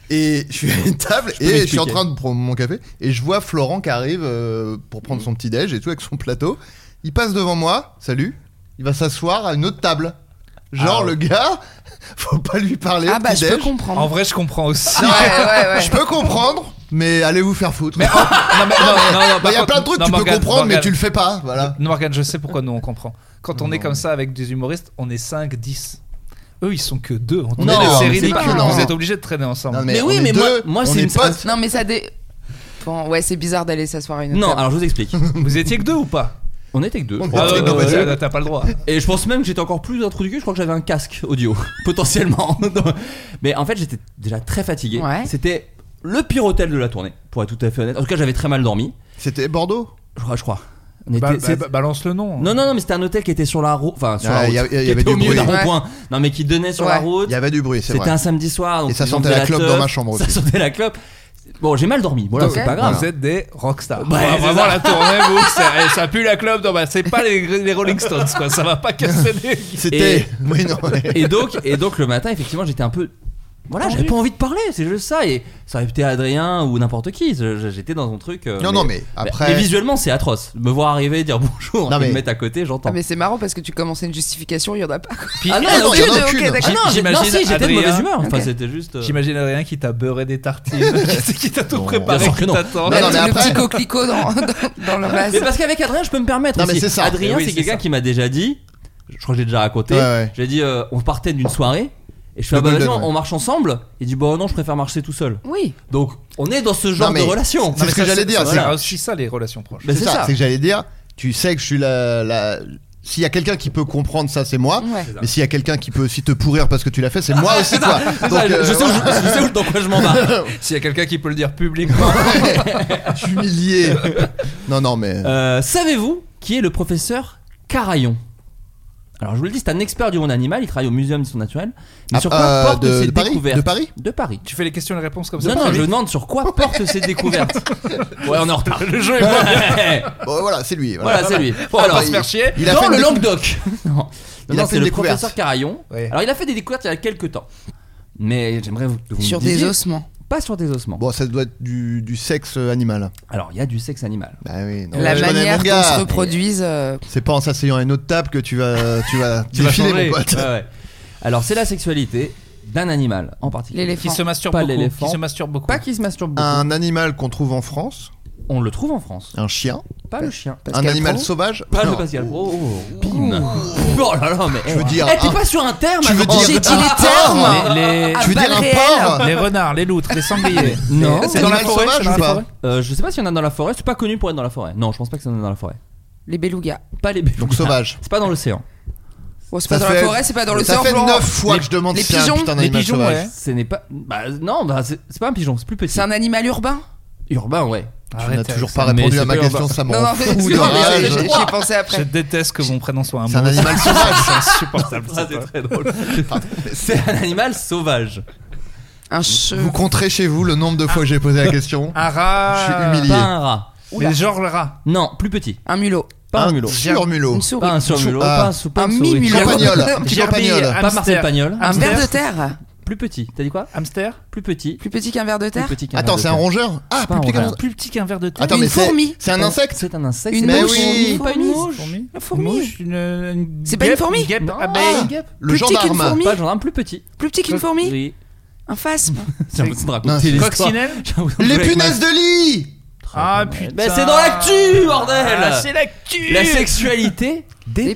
Et je suis à une table peux et je suis l'expliquer. en train de prendre mon café et je vois Florent qui arrive euh, pour prendre son petit déj et tout avec son plateau. Il passe devant moi, salut. Il va s'asseoir à une autre table. Genre Ah ouais. le gars, faut pas lui parler. Ah au bah, petit je peux déj. comprendre. En vrai, je comprends aussi. Non, Ouais, ouais, ouais. Je peux comprendre, mais allez vous faire foutre. Il Non, mais- non, non, non, par y a contre- plein de trucs que non, tu peux Morgane, comprendre, mais Morgane. tu le fais pas. Voilà. Non, Morgane, je sais pourquoi nous on comprend. Quand on est comme ça avec des humoristes, on est 5, 10. Eux, ils sont que deux. en tournée. Non, c'est c'est ridicule. pas- non. Vous êtes obligés de traîner ensemble. Non, Mais oui, on est mais moi- deux, moi, on c'est est une- potes. Non, mais ça dé. Bon, ouais, c'est bizarre d'aller s'asseoir à une autre Non, table. alors je vous explique. Vous étiez que deux ou pas Ah, On était que deux. On je crois. était que deux, Euh, mais ouais. t'as- t'as pas le droit. Et je pense même que j'étais encore plus introduit. Je crois que j'avais un casque audio, potentiellement. Donc, Mais en fait, j'étais déjà très fatigué. Ouais. C'était le pire hôtel de la tournée, pour être tout à fait honnête. En tout cas, j'avais très mal dormi. C'était Bordeaux. Je crois, je crois. On était- Bah, Ba- ba- c'est- ba- balance le nom. hein. non, non, non, mais c'était un hôtel qui était sur la route. Enfin, sur Ah, la route. il y avait- il y qui avait était du au milieu d'un bruit. rond-point. Non, mais qui donnait sur Ouais. la route. Il y avait du bruit, c'est C'était vrai. un samedi soir. donc Et ça ils ont sentait fait la clope teuf, dans ma chambre aussi. Ça sentait la clope. Bon, j'ai mal dormi. Voilà, Ok. c'est pas grave. Vous êtes des rockstars. Bah, Ouais, c'est vraiment ça. la tournée, vous, ça, eh, ça pue la club. Non, bah, c'est pas les, les Rolling Stones, quoi. Ça va pas casser les. C'était. Et- Oui, non. ouais. et donc et donc le matin effectivement j'étais un peu voilà j'avais pas envie de parler c'est juste ça et ça aurait été Adrien ou n'importe qui je- je- j'étais dans un truc euh, Non, non, mais après- mais visuellement c'est atroce me voir arriver dire bonjour Non, et mais- me mettre à côté j'entends Ah, mais c'est marrant parce que tu commençais une justification, il y en a pas. quoi. Ah non, Ah non, ok, il y en a de- aucune. ok, ah d'accord. non, j'ai- J'imagine non, si j'étais de Adrien- mauvaise humeur enfin Ok. c'était juste euh, J'imagine Adrien qui t'a beurré des tartines, qui- qui t'a tout préparé, Bien sûr que qui non. t'attend. Non, non, mais le après- petit coquelicot dans, dans, dans le vase. mais parce qu'avec Adrien je peux me permettre Non, mais aussi. c'est ça. Adrien Eh oui, c'est c'est quelqu'un ça. qui m'a déjà dit je crois que j'ai déjà raconté Ouais, ouais. j'ai dit euh, on partait d'une soirée et je fais Le ah bah vas-y Golden, on ouais. on marche ensemble il dit bah non je préfère marcher tout seul Oui. donc on est dans ce genre mais de relation c'est ce que Ça, j'allais dire, C'est c'est- aussi ça, les relations proches. Bah, C'est ça, c'est que j'allais dire. Tu sais que je suis la. la- S'il y a quelqu'un qui peut comprendre ça, c'est moi. Ouais. Mais s'il y a quelqu'un qui peut aussi te pourrir parce que tu l'as fait, c'est moi aussi, quoi. C'est Donc, ça, je- euh, je, sais où, je- je sais où- dans quoi je m'en bats. S'il y a quelqu'un qui peut le dire publiquement. voilà. Humilié. Non, non, mais. Euh, Savez-vous qui est le professeur Carayon Alors je vous le dis, c'est un expert du monde animal, il travaille au Muséum d'histoire naturelle. Mais Ah, sur quoi euh, portent de- ses de Paris découvertes De Paris De Paris. tu fais les questions et les réponses comme ça. Non, non, je demande sur quoi portent ses découvertes. Ouais, on est en retard. Le jeu est bon. Ouais. Bon, Oh, voilà, c'est lui. Voilà. voilà, c'est lui. On va Alors, pas se faire chier. il a fait une dans le décou- Languedoc. Non, Non, Il non, a fait c'est une le découverte. professeur Carayon. Ouais. Alors il a fait des découvertes il y a quelques temps. Mais j'aimerais vous- que vous me Sur des disiez- ossements. Pas sur des ossements. Bon, ça doit être du, du sexe euh, animal. Alors il y a du sexe animal. Bah oui, non. La je connais manière dont mon se gars. reproduisent. euh, C'est pas en s'asseyant à une autre table que tu vas, tu vas tu vas défiler, changer. mon pote. Ouais, ouais. Alors c'est la sexualité d'un animal en particulier. Qui se masturbe Pas beaucoup. l'éléphant. Qui se masturbe beaucoup. Pas qui se masturbe beaucoup. Un animal qu'on trouve en France. On le trouve en France. Un chien. Pas le chien. un animal sauvage. Pas Non. le Pascal Pro. Oh, oh, bim. Oh là là, mais. Je veux dire. Eh, t'es un- pas sur un terme Tu veux avant. dire- J'ai dit les termes. Les, Ah, Tu veux pas dire un réel. porc les renards, les loutres, les sangliers. Non. C'est dans la ah, animal forêt, sauvage c'est dans ou la pas forêt Euh, je sais pas s'il y en a dans la forêt. C'est pas connu pour être dans la forêt. Non, je pense pas que ça en a dans la forêt. Les belugas. Pas les Donc sauvage. C'est pas dans l'océan. Bon, c'est pas Ça dans la fait- forêt, c'est pas dans le Ça fait Florent. 9 fois que je demande les si c'est un pigeons, putain les d'animal pigeons, sauvage. ouais. Ce n'est pas. Bah non, bah, c'est c'est pas un pigeon, c'est plus petit. C'est un animal urbain urbain, ouais. Tu n'as Arrête, toujours Alex. pas Mais répondu c'est à ma pas question, urbain. ça Non, m'en non, fout de excuse-moi, mais rage. j'ai- j'y ai pensé Je après. déteste que mon prénom soit un C'est un mot. animal sauvage. C'est insupportable. Ça, cette c'est phrase. très drôle. c'est un animal sauvage. Un cheveu. Vous compterez chez vous le nombre de fois que j'ai posé la question Un Je suis rat. humilié. Pas un rat. Mais genre le rat. Non, plus petit. Un mulot. Pas un, Un mulot. surmulot. Une souris. Pas un surmulot. Ah. Pas un sou- pas Un souris. mi-mulot. Campagnol. Un petit Gerbille, campagnol. Pas hamster. Marcel Pagnol. Un Hamster. ver de terre. Plus petit. T'as dit quoi Hamster. Plus petit. Plus petit qu'un ver de Plus terre. petit qu'un ver Attends, de c'est un terre. rongeur Ah, pas plus un petit rongeur. qu'un- Plus petit qu'un verre de terre. Attends, Une mais c'est fourmi. c'est un insecte C'est un insecte. Une mais mouche. oui. Une Pas une fourmi. mouche. Une fourmi. mouche, une- une C'est pas une guêpe, fourmi Une guêpe, Non. abeille. Ah. Une guêpe. Le Plus petit qu'une gendarme. fourmi. Pas le gendarme, plus petit. Plus petit qu'une fourmi. Oui. Un phasme. J'ai envie de Non, raconter l'histoire. Coccinelle J'ai envie de Les raconter punaises de lit Ah ma- putain. Mais c'est dans l'actu, bordel Ah, C'est l'actu. La sexualité des Des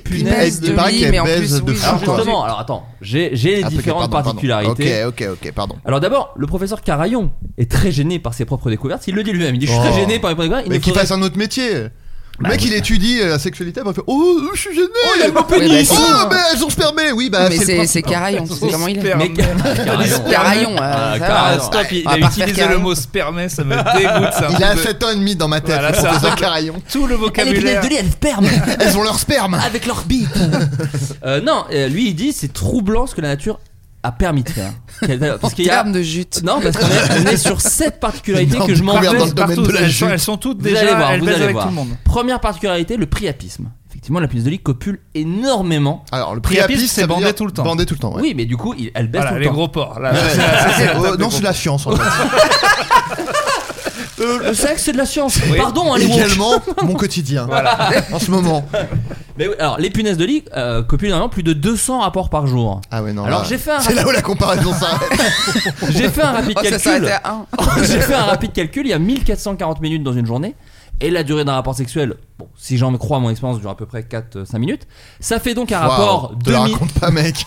punaises. punaises. de lit, mais en plus, oui, Alors Encore. justement, alors attends, j'ai Ah, j'ai les peut-être, différentes pardon, pardon. particularités. Ok, ok, ok, pardon. Alors d'abord, le professeur Carayon est très gêné par ses propres découvertes. Il le dit lui-même. Il dit Je suis Oh. très gêné par mes propres découvertes. Il Mais ne qu'il faudrait- fasse un autre métier. Le Bah, mec, oui. il étudie euh, la sexualité, après il fait Oh, je suis gêné Oh, il y a le mot pénis. Oh, mais elles ont spermé Oui, bah, Mais c'est le c'est principe. c'est Carayon, tu sais comment il est. Sperme. Mais Carayon. Carayon, euh, Ah, ça va, Carayon. stop. Stop, il On va a Ah, pas refaire utilisé le Carayon. mot spermé, ça me dégoûte ça. Il Un a peu. 7 ans et demi dans ma tête, Voilà, le ça. professeur Carayon. tout le Ah, les punaises vocabulaire. de lit, elles sperment Elles ont leur sperme avec leur bite. Euh, non, euh, lui il dit c'est troublant ce que la nature a permis de faire. Qu'elle- En Parce qu'il y a termes de jute. non parce qu'on est, on est sur cette particularité Non, que je mais m'en combien vais. dans le domaine Partout, de la elles, sont, jute. elles sont toutes Vous déjà, allez voir, elles vous baisent allez avec voir. tout le monde. Première particularité, le priapisme. Effectivement, la punaise de lit copule énormément. Alors, le Priapisme, priapisme, c'est ça veut bandé dire tout le temps. Bandé tout le temps, ouais. Oui, mais du coup, il- elle baisse Voilà, tout le les temps. gros porcs. là. Ouais, Ça, c'est- Euh, non, c'est la science en fait. Euh, le sexe, c'est de la science. Oui. Pardon, hein, les woke. Également, mon quotidien. En ce moment. Mais oui, alors, les punaises de lit euh, copulent normalement plus de 200 rapports par jour. Ah ouais, non. Alors, là- j'ai fait un C'est là où la comparaison s'arrête. J'ai fait un rapide Oh, ça calcul. s'arrêtait à 1. J'ai fait un rapide calcul. Il y a 1440 minutes dans une journée. Et la durée d'un rapport sexuel, bon, si j'en crois à mon expérience, dure à peu près 4-5 minutes. Ça fait donc un rapport Waouh, te de la raconte pas, mec.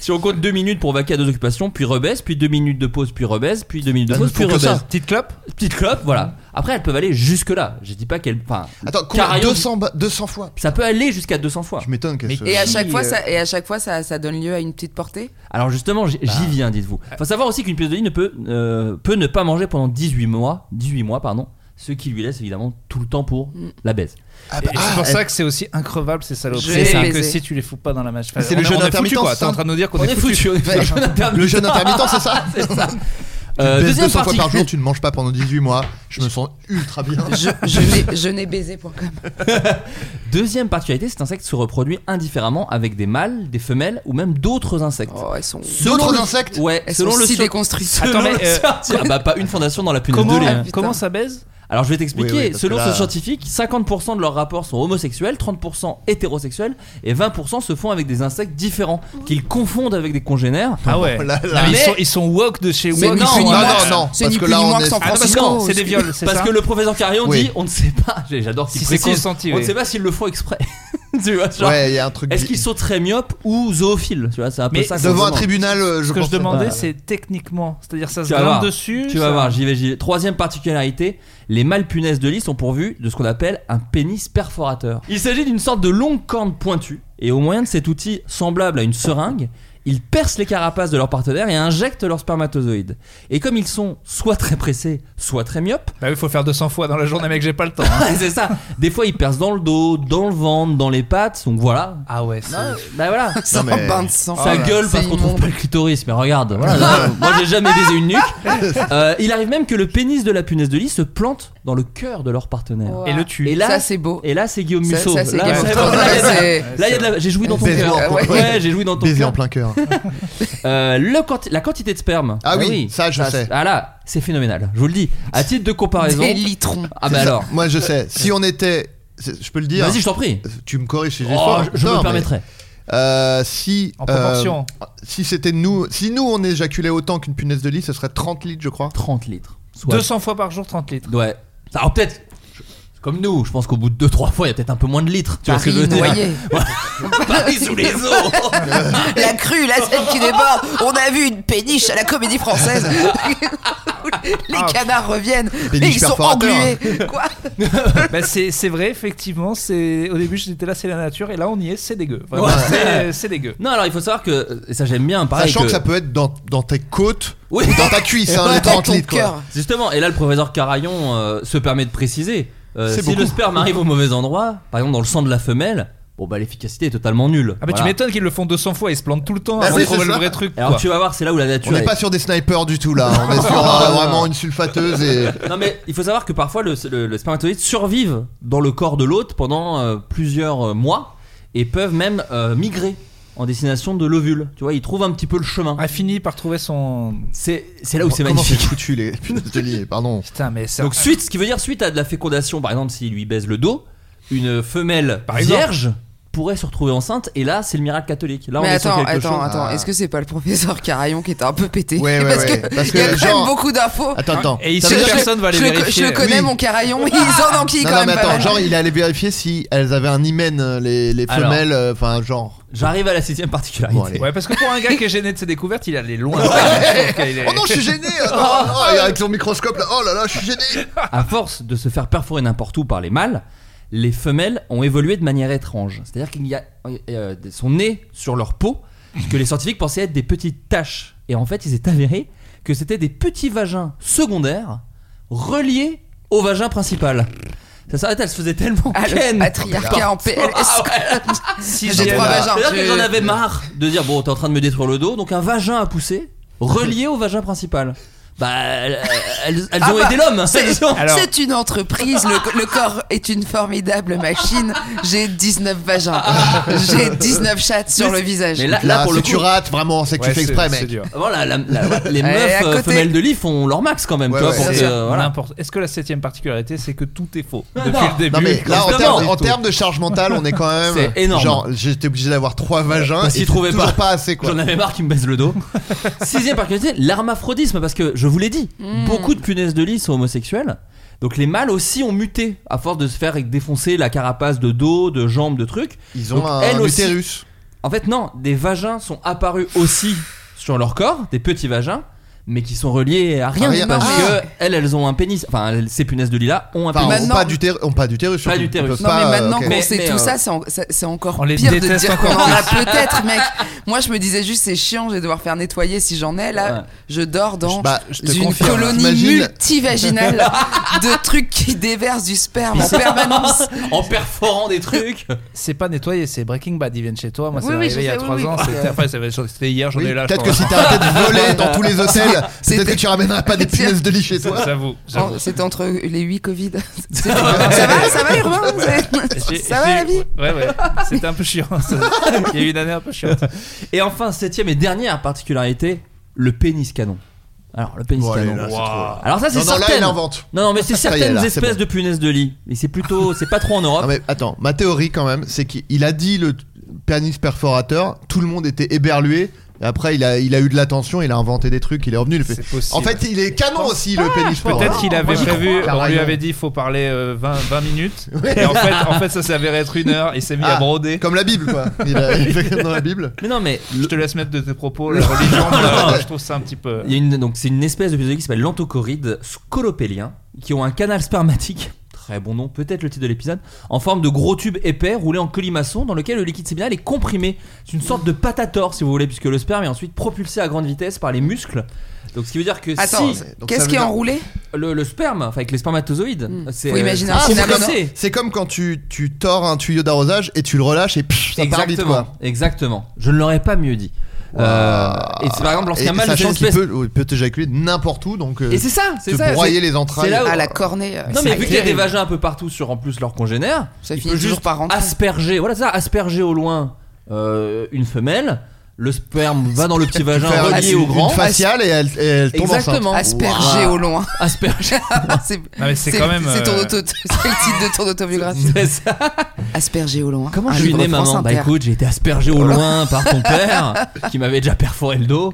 Si on compte 2 minutes pour vaquer à deux occupations, puis rebaisse, puis 2 minutes de pause, puis rebaisse, puis 2 minutes de Ah, Elles pause, ne puis font que rebaisse. baise. Petite clope Petite clope, voilà. Après, elles peuvent aller jusque-là. Je dis pas qu'elles. Enfin, Attends, combien Carayon- 200, ba- 200 fois ça peut aller jusqu'à 200 fois. Je m'étonne qu'elle Mais- se. Et à chaque Qui, fois, euh, ça, et à chaque fois, ça, ça donne lieu à une petite portée. Alors justement, j'y Ah. j'y viens, dites-vous. Faut savoir aussi qu'une pièce de lit ne peut, euh, peut ne pas manger pendant 18 mois, 18 mois pardon, ce qui lui laisse évidemment tout le temps pour la baise. Ah bah, Et c'est ah, pour elle- ça que c'est aussi increvable ces saloperies. Je l'ai C'est que baisé. si tu les fous pas dans la match, c'est on le est- jeu on est foutu, d'intermittence, hein. quoi. T'es en ça. train de nous dire qu'on On est est foutu. foutu, on est Ouais. foutu. Le jeune intermittent, c'est ça C'est ça. Tu Euh, baisses deuxième 200 fois par partie. jour, tu ne manges pas pendant 18 mois. Je me sens ultra bien. Je, je n'ai- je n'ai baisé pour comme. Deuxième particularité, cet insecte se reproduit indifféremment avec des mâles, des femelles ou même d'autres insectes. Oh, elles sont. Selon D'autres le- insectes Ouais, Elles selon sont le si sur- déconstruites. selon Attends, mais, le euh, sorti- Ah bah pas une fondation dans la punaise Comment, de lit. Ah, hein. putain. comment ça baise Oh Alors je vais t'expliquer, Oui, oui, parce selon que là- ce scientifique, 50% de leurs rapports sont homosexuels, 30% hétérosexuels et 20% se font avec des insectes différents qu'ils confondent avec des congénères. Ah ouais. Oh là là. Non, mais Ils Mais- sont- ils sont woke de chez C'est woke. ni non, plus ni non, moins. non, non, C'est parce ni que plus là, ni on moins est- que San Ah non, parce Francisco. que c'est des viols, c'est ça Parce que le professeur Carion Oui. dit on ne sait pas, J'ai- j'adore qu'il Si c'est précise, consenti, on ne oui. sait pas s'ils le font exprès. tu vois, genre, Ouais, il y a un truc. Est-ce qu'ils sont très myopes ou zoophiles Tu vois, c'est un peu Mais ça. qu'on Devant un demande. tribunal, euh, je Ce que je pense. demandais, Ouais. c'est techniquement. C'est-à-dire, ça se Tu vas voir. glande dessus. Tu vas ça- voir, j'y vais, j'y vais. Troisième particularité, les mâles punaises de lit sont pourvus de ce qu'on appelle un pénis perforateur. Il s'agit d'une sorte de longue corne pointue, et au moyen de cet outil semblable à une seringue, ils percent les carapaces de leurs partenaires et injectent leurs spermatozoïdes. Et comme ils sont soit très pressés, soit très myopes, Bah oui, faut faire 200 fois dans la journée, mec, j'ai pas le temps. hein. c'est ça, des fois ils percent dans le dos, dans le ventre, dans les pattes, donc voilà. Ah ouais, c'est- Bah voilà. C'est Non, mais- un bain de sang. Ça gueule C'est parce qu'on trouve immonde. pas le clitoris, mais regarde, voilà, là, moi j'ai jamais baisé une nuque. Euh, il arrive même que le pénis de la punaise de lit se plante dans le cœur de leur partenaire. Wow. Et le tue. Et là, Ça, c'est beau. Et là, c'est Guillaume Ça- Musso. ça, c'est là, Guillaume c'est- Musso. là, il y a de la- C'est- là, il y a de la. J'ai joué dans ton Baiser cœur. en Ouais, plein- ouais. j'ai joué dans ton Baiser cœur. en plein cœur. Euh, le quanti- la quantité de sperme. Ah oui, ça, je sais. Ah là, c'est phénoménal. Je vous le dis. À titre de comparaison. Des litrons. Ah bah C'est ça. alors. Moi, je sais. Si on était. c'est- Je peux le dire. Euh, Vas-y, je t'en prie. Tu me corriges si j'ai Oh, tort. je je Non, me mais permettrai. Euh, si En proportion. euh, si c'était nous, si nous on éjaculait autant qu'une punaise de lit, ce serait 30 litres, je crois. 30 litres. Soit- 200 fois par jour, 30 litres. Ouais. Alors peut-être. je- Comme nous, je pense qu'au bout de 2-3 fois, il y a peut-être un peu moins de litres. Tu vois ce que je veux Paris dire noyé. Paris sous les eaux La crue, la scène qui déborde. On a vu une péniche à la comédie française. Les canards reviennent. mais Péniche ils sont perforateur. englués. Quoi Bah, c'est c'est vrai, effectivement. c'est- Au début, j'étais là, c'est la nature. Et là, on y est, c'est dégueu. Vraiment, Ouais. c'est- C'est dégueu. Non, alors il faut savoir que. Et ça, j'aime bien. Pareil Sachant que... ça peut être dans, dans tes côtes Oui. ou dans ta cuisse, hein, les 30 ton litres. quoi. cœur. Justement, et là, le professeur Carayon euh, se permet de préciser euh, C'est si beaucoup. le sperme arrive au mauvais endroit, par exemple dans le sang de la femelle, bon bah l'efficacité est totalement nulle. Ah, bah, tu Voilà. m'étonnes qu'ils le font 200 fois. Ils se plantent tout le temps Bah avant oui, de trouver c'est le ça. vrai truc. Alors quoi. tu vas voir, c'est là où la nature. On n'est est- pas sur des snipers du tout là, on est sur euh, vraiment une sulfateuse et. Non mais il faut savoir que parfois le, le- le spermatozoïde survive dans le corps de l'hôte pendant euh, plusieurs euh, mois et peuvent même euh, migrer en destination de l'ovule. Tu vois, ils trouvent un petit peu le chemin. a fini Ah, par trouver son. C'est c'est là où c'est Ah. Comment magnifique. c'est foutu les punaises de lit, pardon. Putain, mais ça. Donc suite, ce qui veut dire suite à de la fécondation, par exemple, s'il lui baise le dos, une femelle Par exemple. vierge pourrait se retrouver enceinte et là c'est le miracle catholique. Là on Mais est sur attends, quelque attends, chose. attends. Ah. Est-ce que c'est pas le professeur Carayon qui était un peu pété Ouais, ouais, Parce ouais. que Parce il y a que, quand genre- même beaucoup d'infos. Attends, attends. Et il Ça sait veut dire que que- personne va aller je, le- vérifier. je le connais Oui. Ah. mon Carayon, ils en enquillent Non, quand non, même mais pas attends, mal. genre il est allé vérifier si elles avaient un hymen, euh, les, les Alors. femelles, euh, enfin, genre. J'arrive à la sixième particularité. Bon, allez. Ouais, parce que pour un gars qui est gêné de ses découvertes, il allait loin. Oh non, je suis gêné! euh, non, non, avec son microscope là, oh là là, je suis gêné! À force de se faire perforer n'importe où par les mâles, les femelles ont évolué de manière étrange. C'est-à-dire qu'il y a euh, des- sont nés sur leur peau ce que les scientifiques pensaient être des petites taches. Et en fait, il s'est avéré que c'était des petits vagins secondaires reliés au vagin principal. Ça s'arrête, elle se faisait tellement Ah, le ken. patriarcat en PLS. Ah ouais. Si J'ai j'ai trois là. vagins. C'est-à-dire tu- que j'en avais marre de dire bon, t'es en train de me détruire le dos, donc un vagin a poussé relié au vagin principal. Bah, elles, elles- elles Ah ont bah, aidé hein, l'homme. hein. c'est- elles ont- Alors- C'est une entreprise, le, le corps est une formidable machine. J'ai 19 vagins, j'ai 19 chattes sur le visage. Mais là, Ah. Là, pour le si tu coup, rates, vraiment, c'est que tu fais exprès, mec. Avant, la- la- la- les Elle est meufs à euh, côté. femelles de lit font leur max quand même, Ouais, tu vois, ouais, pour c'est que, euh, voilà. Est-ce que la septième particularité, c'est que tout est faux Non, depuis non. le début Non mais là en Justement. termes, en termes de charge mentale on est quand même C'est énorme. genre j'étais obligé d'avoir trois vagins Parce et qu'ils trouvaient toujours pas. pas. assez quoi. J'en avais marre qu'il me baise le dos. Sixième par curiosité, l'hermaphrodisme, parce que je vous l'ai dit, Hmm. beaucoup de punaises de lit sont homosexuelles. Donc les mâles aussi ont muté à force de se faire défoncer la carapace de dos, de jambes, de trucs. Ils ont Donc, un elle aussi- utérus. En fait, non, des vagins sont apparus aussi sur leur corps, des petits vagins, mais qui sont reliés à rien, À rien. parce Ah. que elles, elles ont un pénis. Enfin, elles- ces punaises de lit-là ont un Enfin, pénis. on Maintenant- pas d'utérus, on pas d'utérus. Pas surtout. d'utérus. Ils peuvent Non pas, mais maintenant euh, ok. qu'on Mais- sait mais, tout euh, ça, c'est en- c'est c'est encore On les pire de déteste dire qu'on encore en a plus. peut-être, mec. Moi, je me disais juste, c'est chiant, je vais devoir faire nettoyer si j'en ai. Là, Ouais. je dors dans Bah, je te une confirme. colonie T'imagines- multivaginale de trucs qui déversent du sperme en permanence. en perforant des trucs. C'est pas nettoyé, c'est Breaking Bad. Ils viennent chez toi. Moi, Oui, c'est oui, arrivé je il y a sais, oui, 3 oui. ans. C'était enfin, ça- c'était hier, j'en Oui, ai là. je peut-être que crois. si t'arrêtais de voler dans tous les hôtels, C'était- peut-être que tu ramènerais pas des punaises de lit chez toi. J'avoue, j'avoue. En- C'était entre les 8 Covid. ça va, ça va, Urbain J'ai- Ça va, la j'ai- vie Ouais, ouais. C'était un peu chiant. ça. Il y a eu une année un peu Ah, chiante. Et enfin, septième et dernière particularité, le pénis canon. Alors, le pénis Bon, allez, canon. là, c'est trop. Alors ça, c'est Non, non, là, certaines. il invente. Non, non, mais c'est Ça y est, certaines là, c'est espèces bon. de punaises de lit. Et c'est plutôt, c'est pas trop en Europe. Non, mais attends, ma théorie quand même, c'est qu'il a dit le pénis perforateur, tout le monde était éberlué. Et après, il a, il a eu de l'attention, il a inventé des trucs, il est revenu. Il fait- C'est possible. En fait, il est canon aussi, le pénis Peut-être perforateur. qu'il avait Moi, j'y prévu, crois. on lui Carayon. avait dit il faut parler euh, 20, 20 minutes. Et en fait, en fait ça s'est avéré être une heure. Il s'est mis à Ah, broder. Comme la Bible, quoi. Il a il fait comme dans la Bible. Mais non, mais Je te laisse mettre de tes propos la religion. Non, euh, non. je trouve ça un petit peu. il y a une, donc c'est une espèce de punaises de lit qui s'appelle l'antocoride scolopélien, qui ont un canal spermatique. Très bon nom, peut-être le titre de l'épisode, en forme de gros tube épais roulé en colimaçon dans lequel le liquide séminal est comprimé. C'est une sorte de patator, si vous voulez, puisque le sperme est ensuite propulsé à grande vitesse par les muscles. Donc ce qui veut dire que Attends, donc si ça qu'est-ce veut qui est dire- enroulé le, le sperme, enfin avec les spermatozoïdes, Hmm. c'est Faut imaginer un c'est cinéma, propulsé. non C'est comme quand tu, tu tords un tuyau d'arrosage et tu le relâches et pff, Ah, ça part vite, Exactement, quoi. exactement. Je ne l'aurais pas mieux dit. Euh, et c'est par Et exemple lorsqu'un mâle de cette sachant qu'il espèce- peut, il peut t'éjaculer n'importe où, donc euh, Et c'est ça, c'est te ça. broyer c'est- les entrailles. Ah, c'est là où- À la cornée. euh, Non c'est mais vu qu'il y a des terrible. vagins un peu partout sur en plus leurs congénères, Ça il finit peut toujours juste par rentrer. asperger, voilà c'est ça, asperger au loin euh, une femelle. le sperme va dans le petit vagin Faire relié une- au grand. Une faciale et elle, et elle tombe Exactement. enceinte. Aspergé Wow. au loin. Asperger. c'est mais c'est quand même, C'est ton euh, auto- c'est le titre de ton autobiographie. C'est ça. Aspergé au loin. Comment Un je suis livre né, de France maman Bah Inter. écoute, j'ai été aspergé au loin par ton père, qui m'avait déjà perforé le dos.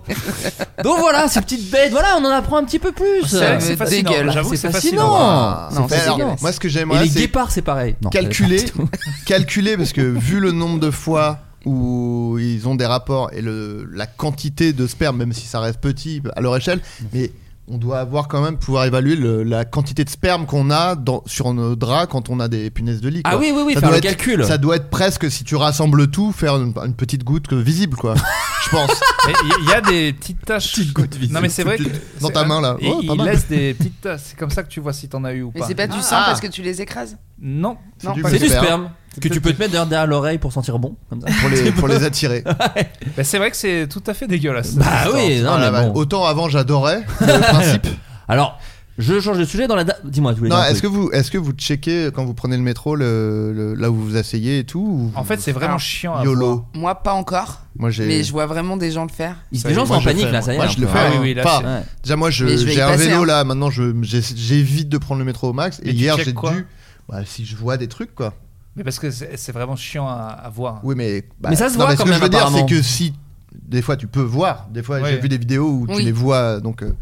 Donc voilà, ces petites bêtes, voilà, on en apprend un petit peu plus. Euh, C'est c'est me fascinant. dégueule. J'avoue que C'est c'est fascinant. fascinant. Non, Mais c'est alors, dégueulasse. moi, ce que Et j'aimerais, les c'est guépards, c'est pareil. Non, calculer, pas du tout. calculer, parce que vu le nombre de fois où ils ont des rapports et le, la quantité de sperme, même si ça reste petit à leur échelle, mais on doit avoir quand même pouvoir évaluer le- la quantité de sperme qu'on a dans- sur nos draps quand on a des punaises de lit. Ah quoi. oui, oui, oui, Ça faire doit le être- calcul. Ça doit être presque, si tu rassembles tout, faire une, une petite goutte que- visible, quoi. Je pense. Mais Il y- y a des petites taches. non mais c'est vrai que Dans c'est- ta main, là. Et Oh, pas il mal. laisse des petites taches. C'est comme ça que tu vois si t'en as eu ou Mais pas. c'est Bah, pas du sang Ah. parce que tu les écrases Non, C'est non, du pas C'est du sperme. sperme que tu peux te mettre derrière- derrière l'oreille pour sentir bon, comme ça. Pour les, pour les attirer. Bah, c'est vrai que c'est tout à fait dégueulasse. Bah oui, non, Ah, mais la vache. bon. Autant avant j'adorais le principe. Alors, je change de sujet dans la. da- Dis-moi, tu voulais non, dire un est-ce que truc. vous, est-ce que vous checkez euh, quand vous prenez le métro le, le- là où vous vous asseyez et tout ou En fait, c'est vraiment chiant. à voir. Ah, yolo. Moi, pas encore. Moi j'ai. Mais je vois vraiment des gens le faire. Ils- Les gens sont Moi, en je le panique fais, là, ça y est. hein. moi, un je le peu. fais. hein. Ah oui, oui, là, Enfin, c'est- Ouais. Déjà moi je- Mais je vais y j'ai un passer, vélo hein. là maintenant je j'ai- j'évite de prendre le métro au max et Mais tu hier checkes j'ai quoi dû bah, si je vois des trucs quoi. Mais parce que c'est c'est vraiment chiant à, à voir. Oui mais bah, Mais ça se non, voit ce quand que même, je veux dire c'est apparemment. que si des fois tu peux voir des fois j'ai Ouais. vu des vidéos où tu Oui. les vois donc euh,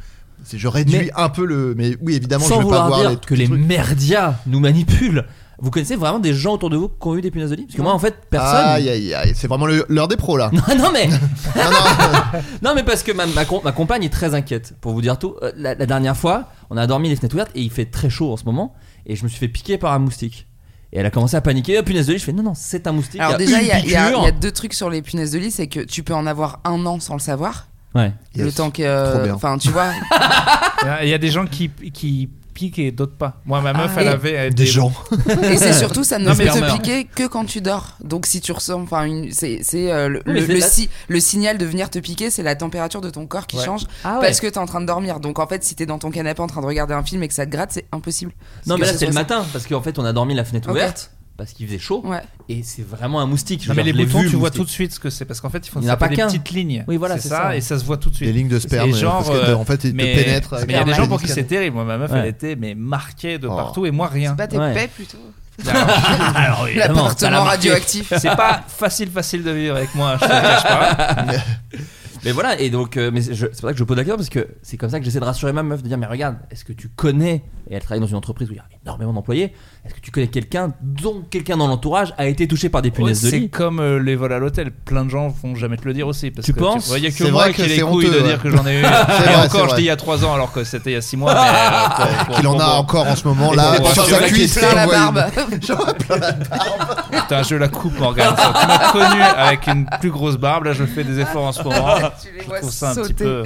c'est- je réduis Mais- un peu le mais oui évidemment Sans je veux pas vouloir voir dire les que les trucs. merdias nous manipulent. Vous connaissez vraiment des gens autour de vous qui ont eu des punaises de lit Parce que moi, en fait, personne. Aïe aïe aïe c'est vraiment le- l'heure des pros là. Ah, non mais Non, non, non mais parce que ma, ma, com- ma compagne est très inquiète pour vous dire tout Euh, la, la dernière fois on a dormi les fenêtres ouvertes et il fait très chaud en ce moment et je me suis fait piquer par un moustique et elle a commencé à paniquer oh, punaise de lit je fais non non c'est un moustique Alors, il y déjà, a une il y, a- il y a- piqûre. il y a deux trucs sur les punaises de lit c'est que tu peux en avoir un an sans le savoir. ouais Le Yes. temps que. euh, Trop bien. Enfin, tu vois. Il y a- Il y a des gens qui, qui piquent et d'autres pas. Moi, ma meuf, Ah. elle Et- avait elle des était- gens. Et c'est surtout, ça ne Non, peut mais te Spermer. piquer que quand tu dors. Donc si tu ressens, enfin, une- c'est c'est, euh, le, Oui, le- mais c'est le la- si- le signal de venir te piquer, c'est la température de ton corps qui Ouais. change ah ouais parce que t'es en train de dormir. Donc en fait, si t'es dans ton canapé en train de regarder un film et que ça te gratte, c'est impossible. non que mais là ce c'est le soit matin parce qu'en fait on a dormi la fenêtre Ok. ouverte parce qu'il faisait chaud Ouais. et c'est vraiment un moustique Non, mais les Je l'ai boutons, vu, tu le vois moustique. tout de suite ce que c'est. Parce qu'en fait, ils font Il y en a ça pas des qu'un. petites lignes. Oui, voilà, c'est c'est ça. ça. Et ça se voit tout de Des suite. lignes de sperme. Et genre, parce que, euh, en fait, ils mais- te pénètrent. Mais avec il y a leur des gens petite pour qui c'est canette. terrible. Moi, ma meuf, Ouais. elle était mais marquée de Oh. partout et moi rien. C'est pas tes Ouais. paix plutôt. Alors, évidemment, ça l'a L'appartement marqué. radioactif. C'est pas facile, facile de vivre avec moi. Je te le cache pas. Mais voilà, et donc, euh, mais je- c'est pour ça que je pose la question parce que c'est comme ça que j'essaie de rassurer ma meuf de dire mais regarde, est-ce que tu connais et elle travaille dans une entreprise où il y a énormément d'employés, est-ce que tu connais quelqu'un dont quelqu'un dans l'entourage a été touché par des punaises de c'est lit comme euh, les vols à l'hôtel. Plein de gens vont jamais te le dire aussi. Parce Tu que penses Il y a que C'est moi vrai qui que ai les c'est couilles honteux, de ouais. dire que j'en ai eu. et vrai, c'est encore, je vrai. dis il y a 3 ans alors que c'était il y a 6 mois. mais, euh, pour- pour- Qu'il en pour a moi. encore en ce moment là. pour sur moi, sa la cuisse, Plein la on voit une- barbe. Putain, je la coupe, Morgane. ça. Tu m'as connu avec une plus grosse barbe. Là, je fais des efforts en ce moment. Euh, Tu les Je vois trouve ça un petit sauter. peu.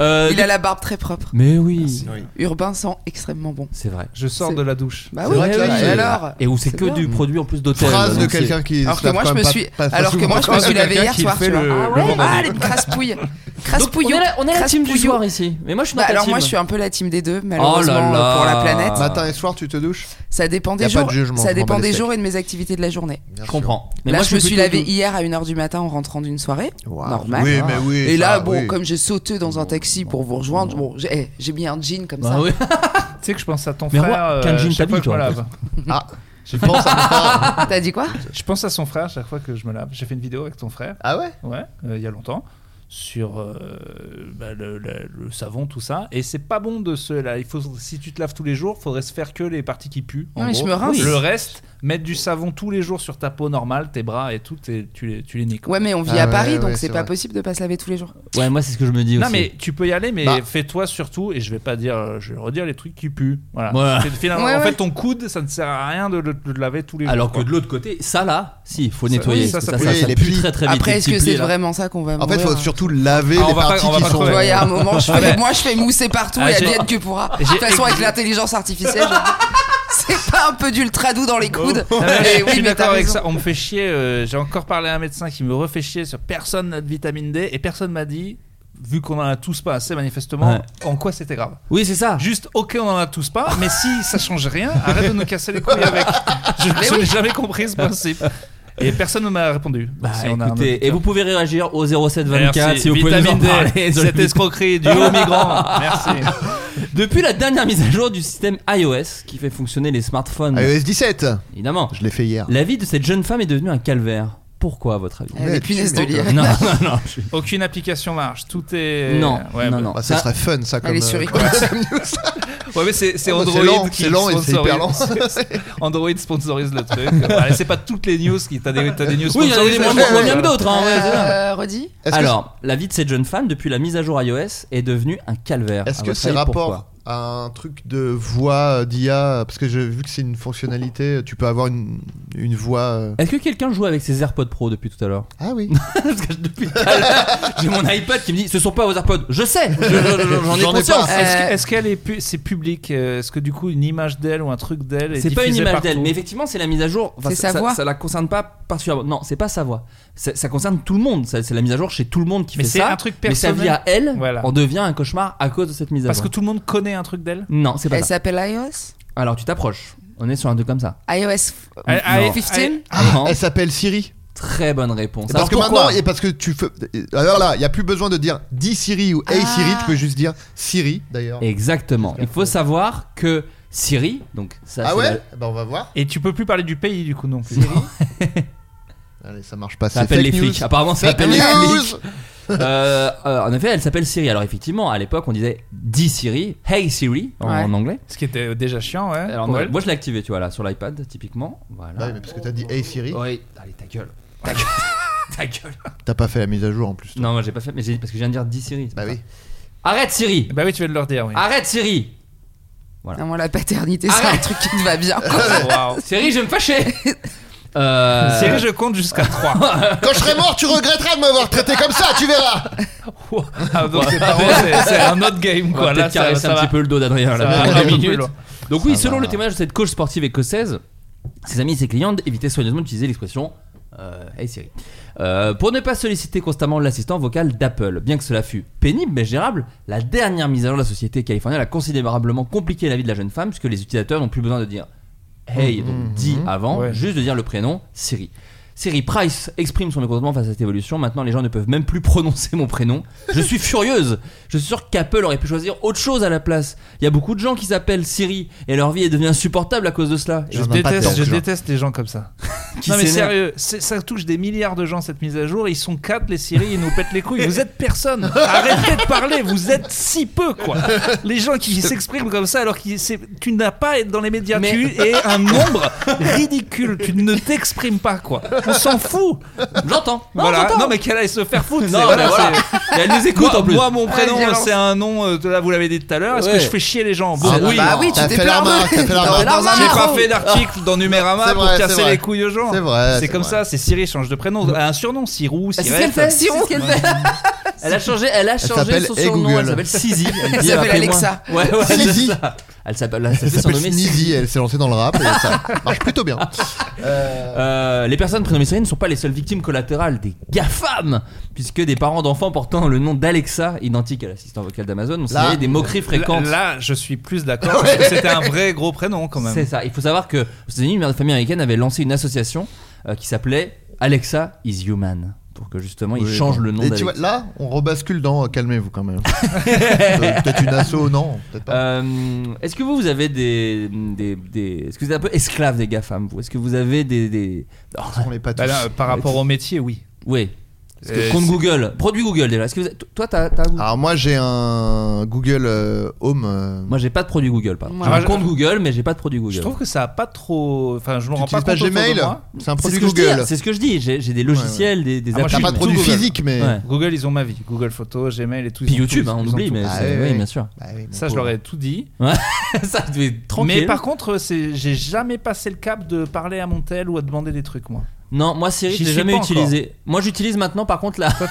Euh, Il a la barbe très propre. Mais oui, Urbain sent extrêmement bon. c'est vrai. Je sors C'est- de la douche. Bah C'est oui. vrai que là, Et c'est- alors Et où c'est que bien. du produit en plus d'hôtel. Phrase de donc c'est- quelqu'un qui. Alors se que lave moi quand je me même pas- suis, pas- pas alors que souvent. moi je me Encore suis lavé quelqu'un hier qui soir, fait tu vois. le- ah le ouais, vendredi. ah, les crasse-pouilles, Donc, on est la, on est la team du Crasse-pouillot. soir ici. Mais moi je suis dans Bah, ta alors team. moi je suis un peu la team des deux malheureusement Oh là là. euh, pour la planète. Matin et soir, tu te douches Ça dépend Bah, des Y a pas jours. de jugement, ça je m'en dépend bats les des steaks. jours et de mes activités de la journée. je comprends. Mais là moi je me suis plutôt lavé du- hier à 1h du matin en rentrant d'une soirée, Waouh. normal. Oui, mais oui. Bah, et ça, là bon Ah oui. comme j'ai sauté dans un taxi pour vous rejoindre, bon j'ai eh, j'ai mis un jean comme Bah ça. oui. Tu sais que je pense à ton Mais frère. Roi, euh, Kanjin chaque fois que je t'habille, me toi, en lave. Ah, je pense à mon frère. T'as dit quoi Je pense à son frère chaque fois que je me lave. J'ai fait une vidéo avec ton frère. Ah ouais Ouais, euh, il y a longtemps. Sur euh, bah, le, le- le savon, tout ça. Et c'est pas bon de se. Là, il faut, si tu te laves tous les jours, faudrait se faire que les parties qui puent. en Ouais, gros. je me rince. Le reste, mettre du savon tous les jours sur ta peau normale, tes bras et tout, t'es- tu les, tu les niques. Ouais mais on vit Ah à ouais, Paris ouais, donc c'est c'est pas vrai. possible de pas se laver tous les jours. Ouais, moi c'est ce que je me dis Non aussi. mais tu peux y aller mais Bah. fais-toi surtout et je vais pas dire euh, je vais redire les trucs qui puent voilà. Voilà. C'est- Finalement Ouais, en ouais. fait ton coude ça ne sert à rien de le, de le laver tous les jours. Alors que quoi. de l'autre côté, ça là, si, il faut nettoyer. oui, ça, parce que ça ça, peut- ça- ça les pue plis. très très vite. Après les est-ce que petits c'est plis, là. vraiment ça qu'on va En fait, il faut mourir surtout laver Ah, on les va pas- parties on va qui pas sont. crever. Ouais, il y a un moment, je fais, mais- moi je fais mousser partout Ah, et j'ai- advienne que pourra. De j'ai- toute façon, avec l'intelligence artificielle, je- c'est pas un peu d'ultradou dans les coudes. Non, Eh mais Et je oui, suis mais d'accord t'as avec raison. ça. On me fait chier. euh, J'ai encore parlé à un médecin qui me refait chier sur personne n'a de vitamine D et personne m'a dit, vu qu'on en a tous pas assez manifestement, Ouais. Ah. en quoi c'était grave. Oui, c'est ça. Juste, ok, on en a tous pas, mais si ça change rien, arrête de nous casser les couilles avec. Je je n'ai jamais compris ce principe. Et personne ne m'a répondu. Bah, Si on a un écoutez, et vous pouvez réagir au 0724 Merci. si vous pouvez nous en Vitamine D, parler. cette escroquerie du haut migrant. Merci. Depuis la dernière mise à jour du système iOS qui fait fonctionner les smartphones, iOS 17 évidemment, Je l'ai fait hier. la vie de cette jeune femme est devenue un calvaire. Pourquoi, à votre avis Elle est Mais punaise de tu lire. m'étonnes. Non, non, non. je- Aucune application marche. Tout est. Non, Ouais, non, bah- non. Bah, ça Ça- serait fun ça comme Ah, est euh, suricotée. comme news. Ouais, mais c'est c'est Oh, bah, c'est Android lent, qui c'est lent et c'est sponsorise- hyper lent. Android sponsorise le truc. Voilà, c'est pas toutes les news qui. T'as des, t'as des news Oui, il y en a des sponsorisées. moins, fait, moins bien ouais. que d'autres. hein, ouais, c'est ça. Euh, redis Est-ce que- Alors, la vie de cette jeune femme depuis la mise à jour iOS est devenue un calvaire. Est-ce À que votre c'est avis, rapport pourquoi à un truc de voix euh, d'IA Parce que j'ai vu que c'est une fonctionnalité, tu peux avoir une, une voix. euh, Est-ce que quelqu'un joue avec ses AirPods Pro depuis tout à l'heure Ah oui Parce que depuis tout à l'heure, j'ai mon iPad qui me dit ce sont pas vos AirPods. Je sais, je- je- je- j'en ai J'en ai conscience. pas. Est-ce Euh, que- est-ce qu'elle est, pu- c'est public euh, Est-ce que du coup une image d'elle ou un truc d'elle est Euh, C'est pas une diffusée image partout d'elle, mais effectivement, c'est la mise à jour. C'est ça, sa ça- voix. ça la concerne pas particulièrement. Non, c'est pas sa voix. Ça, ça concerne tout le monde. Ça- C'est la mise à jour chez tout le monde qui Mais fait c'est ça. un truc mais sa personnel. vie à elle, Voilà. on devient un cauchemar à cause de cette mise à Parce jour. que tout le monde connaît un truc d'elle Non, c'est pas Elle ça. s'appelle iOS Alors tu t'approches. On est sur un truc comme ça. iOS Euh, Ah, ah, Non. 15 Non. Elle s'appelle Siri. Très bonne réponse. parce Alors que pourquoi maintenant, et parce que tu fais. Alors là, il n'y a plus besoin de dire dis Siri ou Hey Ah. Siri, tu peux juste dire Siri d'ailleurs. Exactement. Il faut savoir que Siri, donc ça Ah c'est ouais la- Bah on va voir. Et tu peux plus parler du pays du coup non plus. Allez, ça marche pas. ça c'est appelle fake les news. flics. Apparemment, ça Fake appelle les news. flics. Euh, euh, en effet, elle s'appelle Siri. Alors effectivement, à l'époque, on disait dis Siri, Hey Siri en, Ouais. en anglais. Ce qui était euh, déjà chiant, ouais. Alors pour moi, elle. moi, je l'ai activé, tu vois là, sur l'iPad, typiquement. Voilà. Bah oui, mais parce que t'as dit Hey Siri, Ouais, allez, ta gueule. Ta gueule. Ta gueule. t'as pas fait la mise à jour en plus. toi. Non, moi j'ai pas fait, mais j'ai dit parce que je viens de dire dis Siri. c'est Bah pas oui. ça. Arrête Siri. Bah oui, tu viens de leur dire, oui. Arrête Siri. Ah, moi, la paternité, c'est un Arrête. truc qui te va bien. Waouh. Siri, je vais me fâcher. Euh, Siri, je compte jusqu'à 3. Quand je serai mort, tu regretteras de m'avoir traité comme ça, tu Ah verras. Ah, donc c'est pas vrai, c'est- c'est un autre game, On va quoi. Là, peut-être ça, caresser ça un va. petit peu le dos d'Adrien là, Ça va pendant aller un deux peu plus minutes. loin. Donc oui, Ça selon va. le témoignage de cette coach sportive écossaise, ses amis et ses clientes évitaient soigneusement d'utiliser l'expression euh, Hey Siri Euh, pour ne pas solliciter constamment l'assistant vocal d'Apple. Bien que cela fût pénible mais gérable, la dernière mise à jour de la société californienne a considérablement compliqué la vie de la jeune femme puisque les utilisateurs n'ont plus besoin de dire Hey, donc dit avant, Mmh, Ouais. juste de dire le prénom Siri. Siri Price exprime son mécontentement face à cette évolution. Maintenant, les gens ne peuvent même plus prononcer mon prénom. Je suis furieuse. Je suis sûr qu'Apple aurait pu choisir autre chose à la place. Il y a beaucoup de gens qui s'appellent Siri et leur vie est devenue insupportable à cause de cela. Et Je Non, non, pas déteste, tant, je genre. déteste les gens comme ça. qui non mais s'énerve. sérieux, c'est- ça touche des milliards de gens cette mise à jour. Ils sont quatre les séries, ils nous pètent les couilles. Vous êtes personne. Arrêtez de parler. Vous êtes si peu quoi. Les gens qui s'expriment comme ça alors que c'est- tu n'as pas à être dans les médias. Mais- Tu es un nombre ridicule. Tu ne t'exprimes pas quoi. On s'en fout. J'entends. Non, voilà. j'entends. Non mais qu'elle aille se faire foutre. Non, c'est- mais voilà, voilà. c'est- Et elle nous écoute moi, en plus. moi, mon prénom Ouais, violence. c'est un nom. euh, là vous l'avez dit tout à l'heure. Est-ce Ouais. que je fais chier les gens Bon, Ah, oui. bah oui, tu t'as t'es fait plein, la remarque, ouais. t'as fait la T'as fait la remarque. remarque. J'ai Ah, pas oh. fait d'article dans Numérama C'est pour vrai, c'est casser vrai. les couilles aux gens. C'est vrai, C'est c'est comme vrai. ça, Mmh. c'est Siri change de prénom. Elle a un surnom, Sirou, Bah, C'est ce qu'elle Sirette. fait. C'est ce qu'elle fait. Elle a changé, elle a changé s'appelle son Hey surnom. Google. Elle s'appelle Sisi. Elle, Elle dit, s'appelle appelez-moi. Alexa. Ouais, ouais, c'est Sisi. ça. Elle s'appelle, elle Elle s'appelle s'appelle surnommée Sisi. Sneezy, elle s'est lancée dans le rap et ça marche plutôt bien. Euh, les personnes prénommées Siri ne sont pas les seules victimes collatérales des GAFAM, puisque des parents d'enfants portant le nom d'Alexa, identique à l'assistant vocal d'Amazon, ont signalé des moqueries fréquentes. Là, là, je suis plus d'accord. parce que C'était un vrai gros prénom quand C'est même. ça. Il faut savoir que aux États-Unis, une mère de famille américaine avait lancé une association euh, qui s'appelait Alexa is Human, pour que justement ils changent le nom Et tu vois, d'Alexa. là, on rebascule dans euh, calmez-vous quand même. Euh, peut-être une asso, non Peut-être pas. Euh, est-ce que vous, vous avez des, des, des- est-ce que vous êtes un peu esclave des GAFAM vous Est-ce que vous avez des, des... Oh, on n'est pas tous. Bah là, par rapport au métier, oui. oui. Parce que Euh, compte c'est- Google, produit Google déjà. Est-ce que vous êtes- toi t'as, t'as un Google Alors moi j'ai un Google euh, Home. euh, Moi j'ai pas de produit Google pardon. Moi, J'ai un je- compte Google mais j'ai pas de produit Google. Je trouve que ça a pas trop. Enfin, je me tu rends pas n'utilises compte. pas autour de Gmail moi. C'est un C'est ce produit que je Google. dis, C'est ce que je dis. J'ai j'ai des logiciels, des, des Ah, moi, je T'as applis. suis pas de tout produit Google. physique mais. Ouais. Google, ils ont ma vie. Google Photos, Gmail et tout. ils Puis ont tout, YouTube, ils hein, ont on tout. oublie, mais Ah, c'est- ouais, oui, ouais. bien sûr. Bah oui, mon Ça, je pauvre. leur ai tout dit. ça, tu es tranquille. Mais par contre, c'est- j'ai jamais passé le cap de parler à mon tel ou à demander des trucs, moi. Non, moi Siri, je J'y l'ai suis jamais pas utilisé. Moi, j'utilise maintenant, par contre, la. Toi,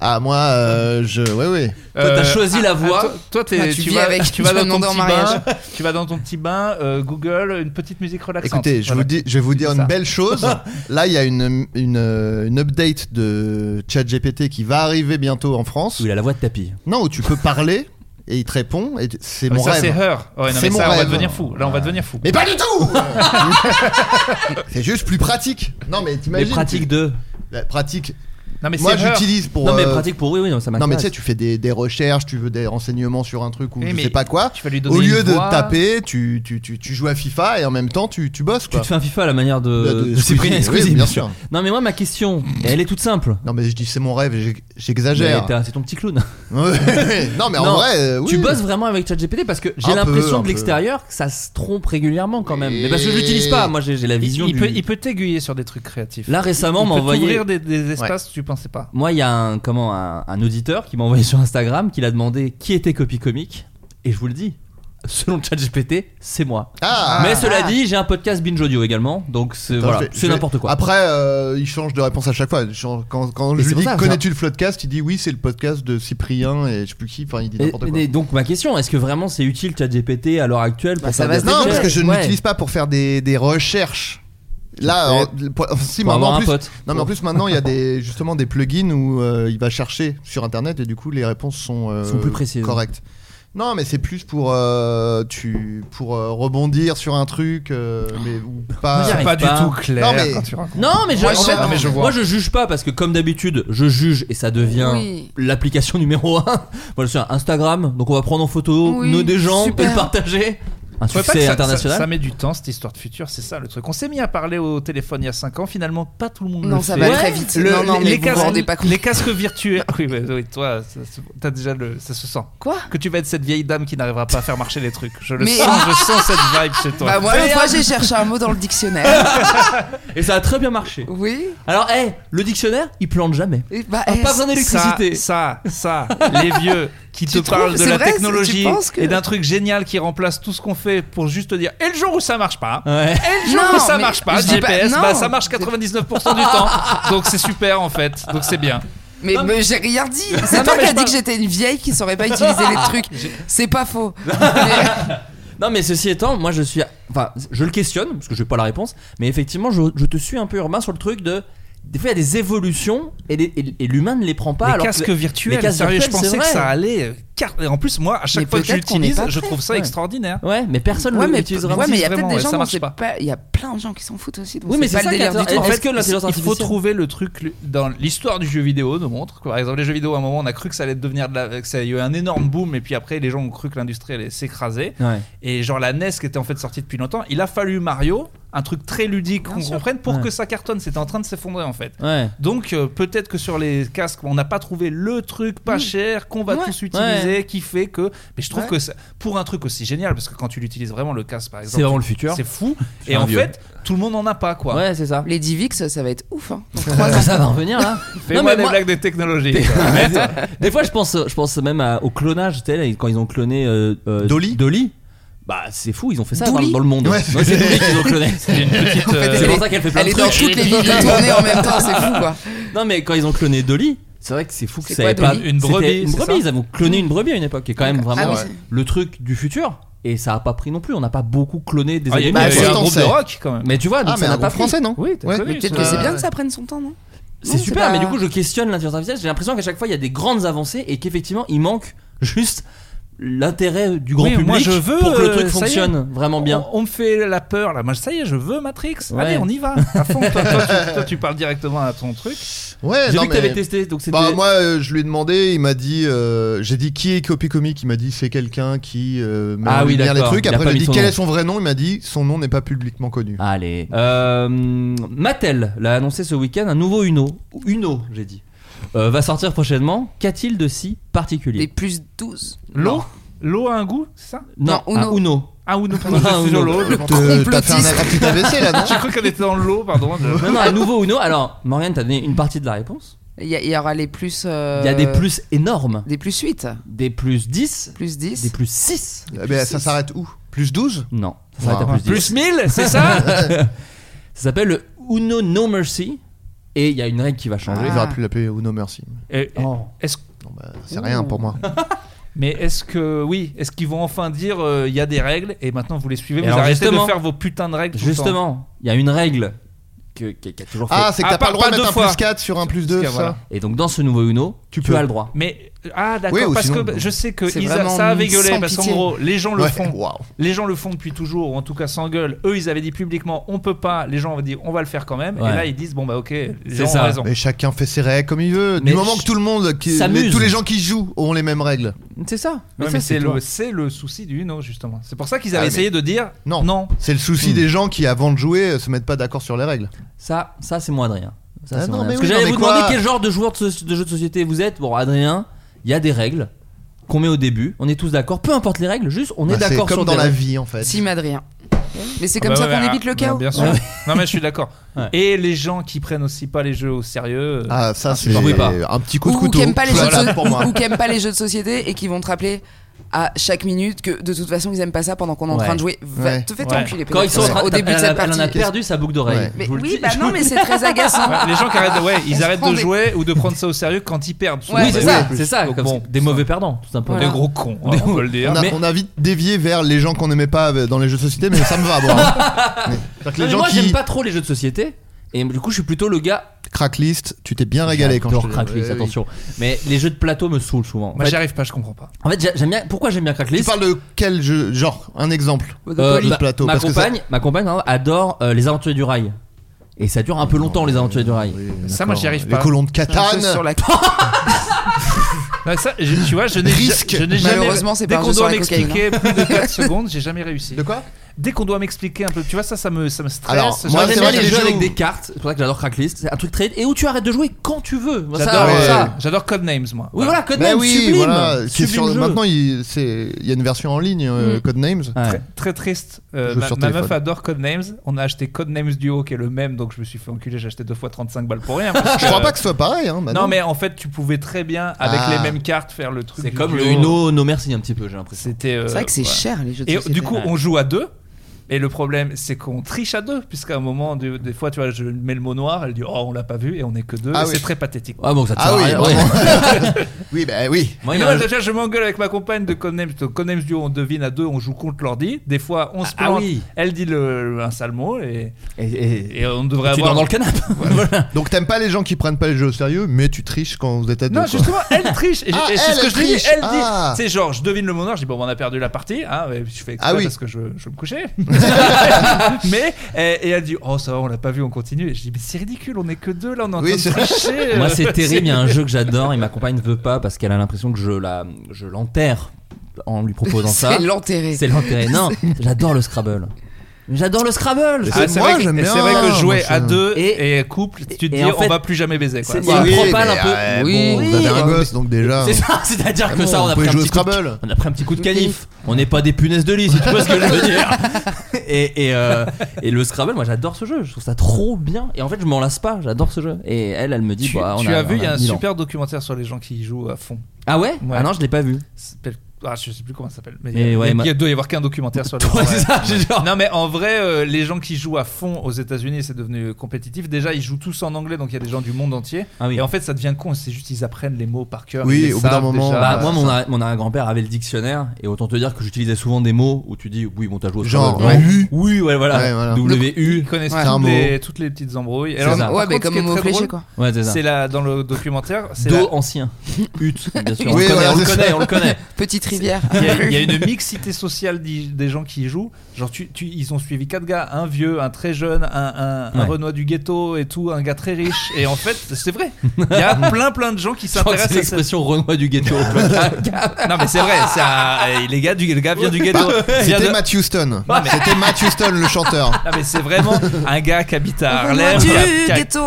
Ah moi euh, je ouais ouais. t'as Euh, choisi la voix. Toi, toi, t'es- Ah, tu tu, vis vas, avec, tu tu vas vas dans ton demander en petit mariage. bain, tu vas dans ton petit bain, euh, Google, une petite musique relaxante. Écoutez, je Voilà. vous dis je vais vous dire C'est ça. une belle chose. Là, il y a une une, euh, une update de ChatGPT qui va arriver bientôt en France. Oui, il a la voix de tapis. Non, où tu peux parler et il te répond. Et tu- c'est Ah, mais mon ça, rêve. c'est Her. Ouais, non, mais C'est mon ça, on va rêve. devenir fou. Là, on va devenir fou. Mais pas du tout C'est juste plus pratique. Non mais Mais t'imagines. pratique tu- de. La pratique. Non, mais Moi c'est Her. j'utilise pour. non, mais euh, pratique pour oui, oui, non, ça Non m'intéresse. mais tu sais, tu fais des, des recherches, tu veux des renseignements sur un truc ou Oui, je mais sais pas quoi. tu vas lui donner Au lieu une de voix. taper, tu, tu, tu, tu joues à FIFA et en même temps tu, tu bosses Tu quoi. te fais un FIFA à la manière de, De- de de Squeezie, Cyprien oui, Squeezie, bien bien sûr. sûr. Non, mais moi, ma question, elle est toute simple. Non mais je dis c'est mon rêve, j'ex- Mais j'exagère. t'as- C'est ton petit clown. Ouais. non mais en Non, vrai, euh, oui. Tu bosses vraiment avec ChatGPT parce que j'ai Un peu, l'impression un de peu. l'extérieur que ça se trompe régulièrement quand même. Oui. Mais parce que je l'utilise pas, moi j'ai j'ai la Il, vision il du- peut, il peut t'aiguiller sur des trucs créatifs. Là récemment, on il m'a peut envoyé. t'ouvrir des, des espaces que tu pensais pas. Moi, il y a un comment un, un auditeur qui m'a envoyé sur Instagram qui l'a demandé qui était Copy Comique et je vous le dis, selon ChatGPT, c'est moi. Ah. Mais cela dit, j'ai un podcast binge audio également, donc c'est Attends, voilà, je vais- je c'est vais- n'importe quoi. Après, euh, il change de réponse à chaque fois. Il change- Quand, quand Mais je lui c'est pour dis ça, connais-tu le Floodcast, il dit oui, c'est le podcast de Cyprien et je sais plus qui. Enfin, il dit Et- n'importe quoi. et donc ma question, est-ce que vraiment c'est utile ChatGPT à l'heure actuelle pour Bah, ça faire va des se Non, recherches développer. parce que je ne Ouais. l'utilise pas pour faire des, des recherches. Là, Ouais. en- pour- si Pour maintenant avoir en un plus, pote. non mais en plus maintenant il y a des justement des plugins où euh, il va chercher sur internet et du coup les réponses sont, euh, Sont plus précises. correctes. Non mais c'est plus pour euh, tu pour euh, rebondir sur un truc euh, mais ou pas. J'y arrive Pas du pas. tout clair Non, mais- quand tu racontes. Non, mais je, Moi, en je- fait, non, mais je vois. Ah. moi je juge pas parce que comme d'habitude, je juge et ça devient Oui. l'application numéro 1. Moi je suis un Instagram, donc on va prendre en photo Oui, nos des gens super. et le partager. Un Ouais, pas que succès ça- international. Ça, ça met du temps cette histoire de futur, c'est ça le truc. On s'est mis à parler au téléphone il y a 5 ans, finalement pas tout le monde Non, le ça fait. va très vite. non, non, mais les, vous vous rendez pas compte. les casques virtuels. oui, mais, oui, toi, ça, se- t'as déjà le, ça se sent. Quoi Que tu vas être cette vieille dame qui n'arrivera pas à faire marcher les trucs. Je le Mais- sens, je sens cette vibe chez toi. Bah moi, une fois, j'ai cherché un mot dans le dictionnaire. Et ça a très bien marché. Oui. Alors, hey, le dictionnaire, il plante jamais. Et bah, Ah, eh, pas besoin ça, d'électricité. ça, ça, les vieux qui te Tu trouves parlent de C'est la vrai, c'est- tu technologie penses que- et d'un truc génial qui remplace tout ce qu'on fait pour juste te dire et le jour où ça marche pas, Ouais. et le jour Non, où ça mais marche pas, je dis GPS, pas- bah, non. ça marche 99% du temps, donc c'est super en fait, donc c'est bien. Mais, Non, mais- mais j'ai rien dit. Non, C'est toi mais qui je as dit parle- que j'étais une vieille qui saurait pas utiliser les trucs. C'est pas faux. Mais- Non, mais ceci étant, moi je suis. Enfin, je le questionne, parce que je n'ai pas la réponse, mais effectivement, je, je te suis un peu urbain sur le truc de. Des fois, il y a des évolutions et, les- et- et l'humain ne les prend pas. les alors que- casques virtuels, les casques sérieux, je virtuels, pensais c'est que vrai. ça allait. euh, car- et En plus, moi, à chaque Mais fois que je peut-être qu'on n'est l'utilise, pas je prêt, trouve ça ouais. extraordinaire. Ouais, mais personne ne ouais, mais l'utilisera. ouais, mais il y a peut-être Vraiment, ça des gens dont marche c'est pas. pas. Il y a plein de gens qui s'en foutent aussi. donc Oui, c'est mais c'est pas ça le qui est délire du intéressant. tout. Est-ce que l'intelligence Il faut artificielle- trouver le truc le- dans l'histoire du jeu vidéo nous montre. que, Par exemple, les jeux vidéo à un moment on a cru que ça allait devenir de la, que ça a eu un énorme boom et puis après les gens ont cru que l'industrie allait s'écraser. Ouais. Et genre la NES qui était en fait sortie depuis longtemps, il a fallu Mario, un truc très ludique qu'on comprenne pour Ouais. que ça cartonne. C'était en train de s'effondrer en fait. Ouais. Donc euh, peut-être que sur les casques, on n'a pas trouvé le truc pas cher qu'on va Ouais. tous utiliser, qui fait que. Mais je trouve que ça- pour un truc aussi génial, parce que quand tu l'utilises vraiment le casque, par C'est exemple, vraiment le futur. c'est fou. suis Et un en vieux. fait, tout le monde en a pas quoi. Ouais, c'est ça. Les Divix, ça va être ouf. Hein. Ça, ça va en venir là. Non, Fais-moi mais des moi- blagues de technologie. Des fois, je pense, je pense même à- au clonage, tu sais, là, quand ils ont cloné euh, euh, Dolly Bah, c'est fou, ils ont fait ça dans, Dooley dans le monde. Ouais. Non, c'est Dolly qu'ils ont cloné. C'est une petite. euh, C'est pour ça qu'elle fait plein Elle de est dans trucs. toutes les villes de tournée en même temps, c'est fou quoi. Non, mais quand ils ont cloné Dolly, c'est vrai que c'est fou que C'est ça quoi, ait pas. Dolly Une C'était brebis, Une c'est brebis, ça ils avaient cloné une brebis à une époque, qui est quand même D'accord. vraiment Ah oui, euh, le truc du futur. Et ça a pas pris non plus, on n'a pas beaucoup cloné des ah, il y a animaux. il y a eu Bah, un c'est- groupe de rock quand même. Mais tu vois, donc Ah, mais ça un n'a pas groupe français, pris. non Oui, t'as Ouais. connu, Mais Peut-être ça. que c'est bien que ça prenne son temps, non C'est Non, c'est super, pas- mais du coup, je questionne l'intelligence artificielle. J'ai l'impression qu'à chaque fois, il y a des grandes avancées et qu'effectivement, il manque juste l'intérêt du grand Oui, public moi, je veux, pour que le euh, truc ça y est. fonctionne vraiment bien. On, on me fait la peur là. Moi, ça y est, je veux Matrix. Ouais. Allez, on y va. À fond. Toi, toi, tu, toi, tu parles directement à ton truc. Ouais, J'ai non, vu que t'avais mais- testé, donc c'était. Bah moi euh, je lui ai demandé, il m'a dit, euh, j'ai dit qui est Copy Comic, il m'a dit c'est quelqu'un qui euh, met Ah en oui, lumière les d'accord. trucs. Il a Après pas j'ai mis dit son quel nom. est son vrai nom, il m'a dit son nom n'est pas publiquement connu. Allez. Euh, Mattel l'a annoncé ce week-end, un nouveau Uno. Uno, j'ai dit. Euh, va sortir prochainement. Qu'a-t-il de si particulier Les plus 12. L'eau, l'eau a un goût, c'est ça non, un Uno. Ah ou non, Ah, pardon, je suis Uno. dans l'eau. Te- complotiste. euh, T'as fait un petit AVC là non J'ai cru qu'on était dans l'eau, pardon. Je- Non, non, un nouveau Uno. Alors, Morgane, t'as donné une partie de la réponse. Il y, a- il y aura les plus. euh, Il y a des plus énormes, Des plus 8, des plus 10, plus 10. des plus 6. Eh ben, Ça s'arrête où Plus 12 Non, ça s'arrête à Wow. plus Plus 10. 1000, c'est ça Ça s'appelle le Uno No Mercy. Et il y a une règle qui va changer. Ils auraient pu l'appeler Uno Mercy. Et- et- Oh. est-ce- Non, bah, c'est rien pour moi. Mais est-ce que, oui, est-ce qu'ils vont enfin dire euh, il y a des règles et maintenant vous les suivez, Et vous alors, arrêtez de justement- faire vos putains de règles tout le temps Justement, il y a une règle que- qui a qui a toujours fait. Ah, c'est que Ah, t'as pas pas- le droit pas de deux mettre un fois. plus 4 sur un plus 2, Parce que ça voilà. Et donc dans ce nouveau Uno, tu, peux. as le droit. Mais ah d'accord Oui, ou parce sinon- que je sais que C'est ils a- vraiment ça avait gueulé sans parce qu'en pitié. gros les gens le Ouais, font. waouh. Les gens le font depuis toujours, ou en tout cas sans gueule. Eux, ils avaient dit publiquement, on peut pas. Les gens ont dit, on va le faire quand même. Ouais. Et là, ils disent, bon bah ok, les C'est gens ça. ont raison. Mais chacun fait ses règles comme il veut. Mais du moment ch- que tout le monde, qui, s'amuse. les- tous les gens qui jouent ont les mêmes règles. C'est ça. Ouais, ça, mais c'est toi. le, c'est le souci du Uno justement. C'est pour ça qu'ils Ah, avaient mais- essayé de dire Non. non. C'est le souci des gens qui, avant de jouer, euh, se mettent pas d'accord sur les règles. Ça, ça c'est moi Adrien. Ça, Ah c'est non, moi, Adrien. mais Parce oui, que non, j'allais mais vous quoi demander quel genre de joueur de, so- de jeu de société vous êtes. Bon Adrien, il y a des règles qu'on met au début. On est tous d'accord. Peu importe les règles, juste on est Bah, c'est d'accord comme sur dans des la règles. vie en fait. Si, Madrien. Mais c'est comme Ah, ça bah, qu'on ouais, évite le ah, chaos. Bien sûr. Ouais. non mais je suis d'accord. Ouais. Et les gens qui prennent aussi pas les jeux au sérieux. euh, Ah, ça c'est je jouais pas. un petit coup de Ou couteau. qui aiment pas les jeux de Voilà so- pour moi. ou qui aiment pas les jeux de société et qui vont te rappeler à chaque minute que de toute façon ils aiment pas ça pendant qu'on est en Ouais. train de jouer. Va- Ouais. Te fais Ouais. t'enculer. Quand ils sont en Pénélope, train- au début elle de a- cette Elle en partie. a perdu sa boucle d'oreille. Ouais. Je Mais vous le oui, dis. bah non, mais c'est très agaçant. Ouais, les gens qui arrêtent, de- ouais, ils arrêtent de rendait- jouer ou de prendre ça au sérieux quand ils perdent. souvent. Ouais, Oui, c'est oui, en ça, plus. c'est ça. Donc comme bon, des mauvais perdants, tout simplement. Voilà. Des gros cons, hein, on peut le dire. On a, Mais- on a vite dévié vers les gens qu'on aimait pas euh, dans les jeux de société, mais ça me va. Bon, hein. C'est-à-dire que Non, les mais gens moi, qui j'aime pas trop les jeux de société. Et du coup, je suis plutôt le gars. Cracklist, tu t'es bien régalé quand je J'adore te Cracklis, Ouais, attention. Mais les jeux de plateau me saoulent souvent. En Moi, fait, j'y arrive pas, je comprends pas. en fait, j'a- j'aime bien. Pourquoi j'aime bien oui. Tu Cracklis parles de quel jeu Genre, un exemple. Euh, Jeu de ma- plateau, ma, parce que ça- compagne, ma compagne, par exemple, adore euh, les aventuriers du rail. Et ça dure un peu longtemps les aventuriers du rail. Ça, moi, j'y arrive Les pas. colons de Un jeu sur Catane. la- Ouais, bah, ça, je- tu vois, je n'ai Risque. je n'ai jamais. Malheureusement, c'est Dès pas un qu'on jeu sur doit la cocaïne, m'expliquer plus de 4 secondes, j'ai jamais réussi. De quoi Dès qu'on doit m'expliquer un peu, tu vois, ça, ça me, ça me stresse. Alors, j'ai- moi, Moi, c'est j'aime vrai bien que les les jeux jeux avec où- des cartes. C'est pour ça que j'adore Cracklist. C'est un truc trade et où tu arrêtes de joueux quand tu veux. Moi, ça, j'adore, alors, ouais. ça- j'adore Codenames, moi. Oui, voilà, Codename Bah ben, oui, sublime. voilà. qui est Sublime sur- jeu. Maintenant, il c'est- il y a une version en ligne, Mm. euh, Codenames. Ouais. Très, très triste. Euh, Jeu ma sur ma téléphone. meuf adore Codenames. On a acheté Codenames Duo qui est le même, donc je me suis fait enculer. J'ai acheté deux fois 35 balles pour rien. parce Je crois pas que ce soit pareil. Hein, maintenant. Non, mais en fait, tu pouvais très bien, avec Ah. les mêmes cartes, faire le truc. C'est du comme le duo. Uno, no merci un petit peu, j'ai l'impression. C'était. euh, C'est vrai que c'est ouais. cher les jeux de Et société. du coup, on joue à deux. Et le problème, c'est qu'on triche à deux, puisqu'à un moment, du- des fois, tu vois, je mets le mot noir, elle dit Oh, on l'a pas vu, et on est que deux. Ah Et oui. C'est très pathétique. Ah bon, ça te Ah sert oui, à rien. vraiment. ouais. oui, bah oui. Moi, Et il moi, m'a- déjà, je m'engueule avec ma compagne de Codenames. Donc, Codenames Duo, on devine à deux, on joue contre l'ordi. Des fois, on se Ah, ah plante. oui. Elle dit le, le- un sale mot, et, Et- et- et on devrait tu avoir. dors dans le canapé. Voilà. Donc t'aimes pas les gens qui prennent pas les jeux au sérieux, mais tu triches quand vous êtes à deux. Non, quoi. justement, elle triche. Et, Ah, et c'est elle, ce que elle je dis. triche. Elle Ah. dit C'est genre, je devine le mot noir, je dis Bon, bah, on a perdu la partie. Hein, mais je fais exprès Ah oui. parce que je, je me couchais. mais, et, et elle dit Oh, ça va, on l'a pas vu, on continue. Et je dis Mais c'est ridicule, on est que deux là, on est en Oui, train de tricher. Moi, c'est terrible. Il y a un jeu que j'adore et ma compagne ne veut pas parce qu'elle a l'impression que je la, je l'enterre en lui proposant ça. c'est l'enterré. C'est l'enterré. Non, j'adore le Scrabble. J'adore le Scrabble. Ah, C'est c'est moi, vrai, que- j'aime et bien, c'est vrai que moi, jouer je- à deux Et- et, couple, tu te et dis en fait, on va plus jamais baiser. Quoi. c'est- Voilà. il y a un mais, propane un peu. euh, Oui, bon, oui. vous avez un Ouais. gosse, donc déjà. C'est ça, c'est-à-dire que Bon, ça, on vous a pouvez pris un jouer au petit coup de- Scrabble. on a pris un petit coup de canif. On n'est pas des punaises de lit, si tu vois ce que je veux dire. Et, et, euh, et le Scrabble, moi j'adore ce jeu, je trouve ça trop bien. Et en fait, je m'en lasse pas, j'adore ce jeu. Et elle, elle me dit, Tu, bah, on tu a- as vu, on il y a un mille ans. super documentaire sur les gens qui y jouent à fond. Ah ouais, Ouais. Ah non, je l'ai pas vu. Ça s'appelle- Ah, je sais plus comment ça s'appelle. Mais Mais il, y a- ouais, il y a- ma- il doit y avoir qu'un documentaire sur les Ouais, gens, c'est ouais. ça, j'ai genre. Non mais en vrai, euh, les gens qui jouent à fond aux États-Unis, c'est devenu compétitif. Déjà, ils jouent tous en anglais, donc il y a des gens du monde entier. Ah oui. Et en fait, ça devient con. C'est juste ils apprennent les mots par cœur. Oui, ils les au bout d'un savent moment, déjà. Bah, Ah, moi, c'est mon, ça. arri- mon arrière-grand-père avait le dictionnaire, et autant te dire que j'utilisais souvent des mots où tu dis, oui, bon, t'as joué au Genre, ouais. Scrabble. U. Oui, ouais, voilà. Ouais, voilà. W-U. ils connaissent Ouais. toutes, C'est un mot. les, toutes les petites embrouilles. Et alors, ça. par Ouais, mais contre, ce comme qui est homo très fléché drôle, quoi. Ouais, c'est ça. C'est là dans le documentaire, c'est Do la- ancien. Ut, bien Oui, sûr. on, le connaît, voilà, on le c'est connaît, ça. on le connaît. Petite rivière. Il y, a, il y a une mixité sociale d'i- des gens qui y jouent. Genre, tu, tu- ils ont suivi quatre gars, un vieux, un très jeune, un, un, un Ouais. Renoir du ghetto et tout, un gars très riche. Et en fait, c'est vrai. Il y a plein plein de gens qui Je crois que s'intéressent c'est à cette- l'expression Renoir du ghetto. euh, Non mais c'est vrai, c'est un- les gars du le gars vient du ghetto. Il vient C'était de- Matt Houston. Non, mais- C'était Matt Houston, le chanteur. Non mais c'est vraiment un gars qui habite à Harlem. Dieu, qui a- qui a- ghetto.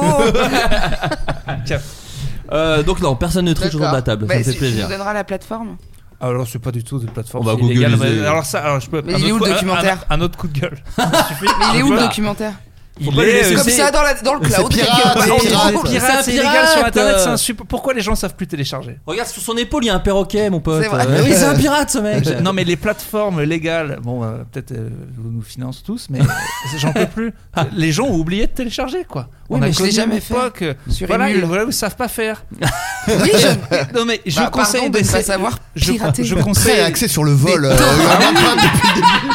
Euh, donc non, personne ne triche autour de la table. Bah, ça me tu- fait plaisir. Tu nous donneras la plateforme. Ah, Alors c'est pas du tout de plateforme. On va c'est illégal, googliser. mais- Alors ça, alors je peux. Mais un il est autre où coup- le un- documentaire un, un autre coup de gueule. Mais Mais il est où le documentaire Il pas le est laisser euh, Comme ça dans, la, dans le cloud. pirate, quelque part. c'est pirate. drôle. pirate, pirate, c'est c'est illégal sur pirate, internet. euh. C'est insupportable. Pourquoi les gens savent plus télécharger Regarde sur son épaule, il y a un perroquet, mon pote. C'est vrai. Euh, oui, c'est un pirate, ce mec. Je- Non mais les plateformes légales, bon euh, peut-être euh, vous nous financent tous, mais j'en peux plus. Les gens ont oublié de télécharger quoi. Oui, mais je l'ai jamais fait. Sur voilà, Emule. ils- voilà, ils savent pas faire. Oui, je. Non mais je Bah, pardon conseille de ne d'essayer- pas savoir Je, pirater. je Très conseille. axé sur le vol. euh, Ah oui, vraiment. oui, oui.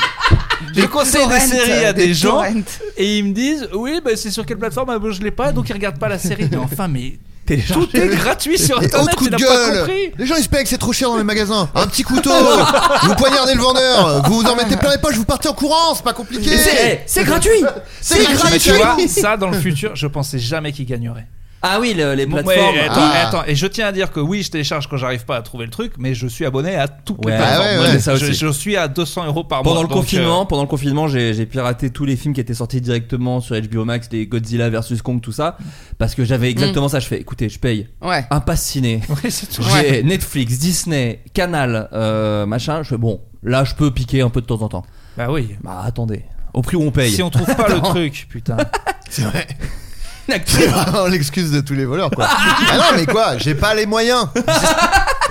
je conseille des torrents, séries euh, à des, des gens torrents. et ils me disent oui bah, c'est sur quelle plateforme ah, bon, je l'ai pas donc ils regardent pas la série mais enfin mais tout est gratuit sur Et internet autre coup tu de n'as pas gueule compris Les gens ils se plaignent que c'est trop cher dans les magasins. Un petit couteau Vous poignardez le vendeur Vous vous en mettez plein les poches, vous partez en courant, c'est pas compliqué Mais c'est- eh, c'est gratuit C'est mais gratuit tu vois ça dans le futur je pensais jamais qu'ils gagneraient Ah oui, le- les Bon, plateformes. ouais, attends, Ah. attends, et je tiens à dire que oui, je télécharge quand j'arrive pas à trouver le truc, mais je suis abonné à toutes Ouais, les plateformes. ouais, Moi, ouais. je- Ça aussi. je, je suis à 200 euros par Ah, Pendant mois. le donc, euh, confinement, pendant le confinement, j'ai j'ai piraté tous les films qui étaient sortis directement sur HBO Max, les Godzilla versus Kong, tout ça, parce que j'avais exactement ça. Je fais, écoutez, je paye Ouais. un pass ciné, euh, ouais, c'est tout. j'ai Netflix, Disney, Canal, euh, machin. Je fais bon, là, je peux piquer un peu de temps en temps. Bah oui. Bah attendez, au prix où on paye. Si on trouve pas le truc, putain. C'est vrai. C'est vraiment l'excuse de tous les voleurs quoi. ah non mais quoi, j'ai pas les moyens.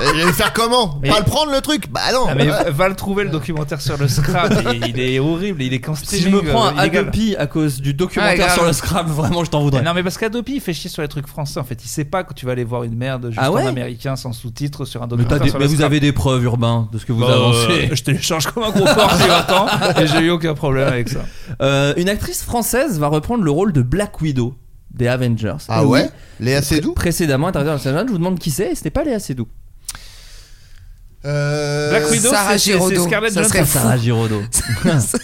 Euh, Je vais faire comment Mais- Pas le prendre le truc Bah non. Ah, mais va- va le trouver le documentaire sur le scrap. il, il est horrible, il est qu'en Si je me streaming, prends euh, un illégal. Adopi à cause du Ah, documentaire grave. sur le Scrabble, vraiment, je t'en voudrais. Non mais parce qu'Adopi il fait chier sur les trucs français en fait il sait pas que tu vas aller voir une merde juste Ah ouais en américain sans sous-titres sur un mais t'as documentaire des- sur mais le vous Scrabble. avez des preuves, Urbain, de ce que vous Bah, avancez. euh, je télécharge comme un gros porc j'ai 20 ans et j'ai eu aucun problème avec ça Euh, une actrice française va reprendre le rôle de Black Widow des Avengers. Ah Et oui, ouais Léa Seydoux Précédemment, interview dans le Saint-Jean, je vous demande qui c'est, et c'était pas Léa Seydoux. Euh, Black Widow c'est- Sarah c'est c'est Giraudot, Scarlett ça Johansson serait fou. Sarah Giraudot.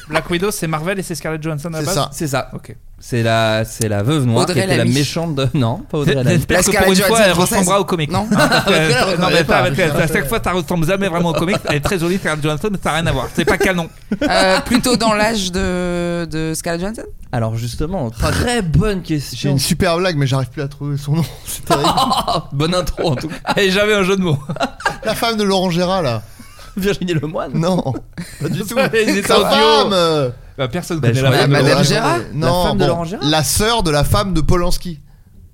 Black Widow c'est Marvel et c'est Scarlett Johansson à la C'est base ça. c'est ça. ok C'est la, c'est la veuve noire Audrey qui était la Lamy. méchante de. Non, pas Audrey Lamy. J'espère que Parce pour qu'elle une a fois, dû être elle française. ressemblera au comique. Non. Hein, parce que- Parce qu'elle non, mais ressemble pas pas. avec elle. À chaque fois, tu ressembles jamais vraiment au comique. Elle est très jolie, Scarlett Johansson, mais ça n'a rien à voir. C'est pas canon. Euh, plutôt dans l'âge de, de Scarlett Johansson Alors justement, très bonne J'ai question. une super blague mais j'arrive plus à trouver son nom. C'est terrible. Oh, bonne intro en tout cas. Et j'avais un jeu de mots. La femme de Laurent Gérard là. Virginie Lemoine. Non. Pas du tout. Ils étaient Sa en duo. femme euh, Bah, personne Bah, connaît je la croyais femme de Madame Laurent. Gérard. Non, La femme de bon, Laurent Gérard La sœur de la femme de Polanski.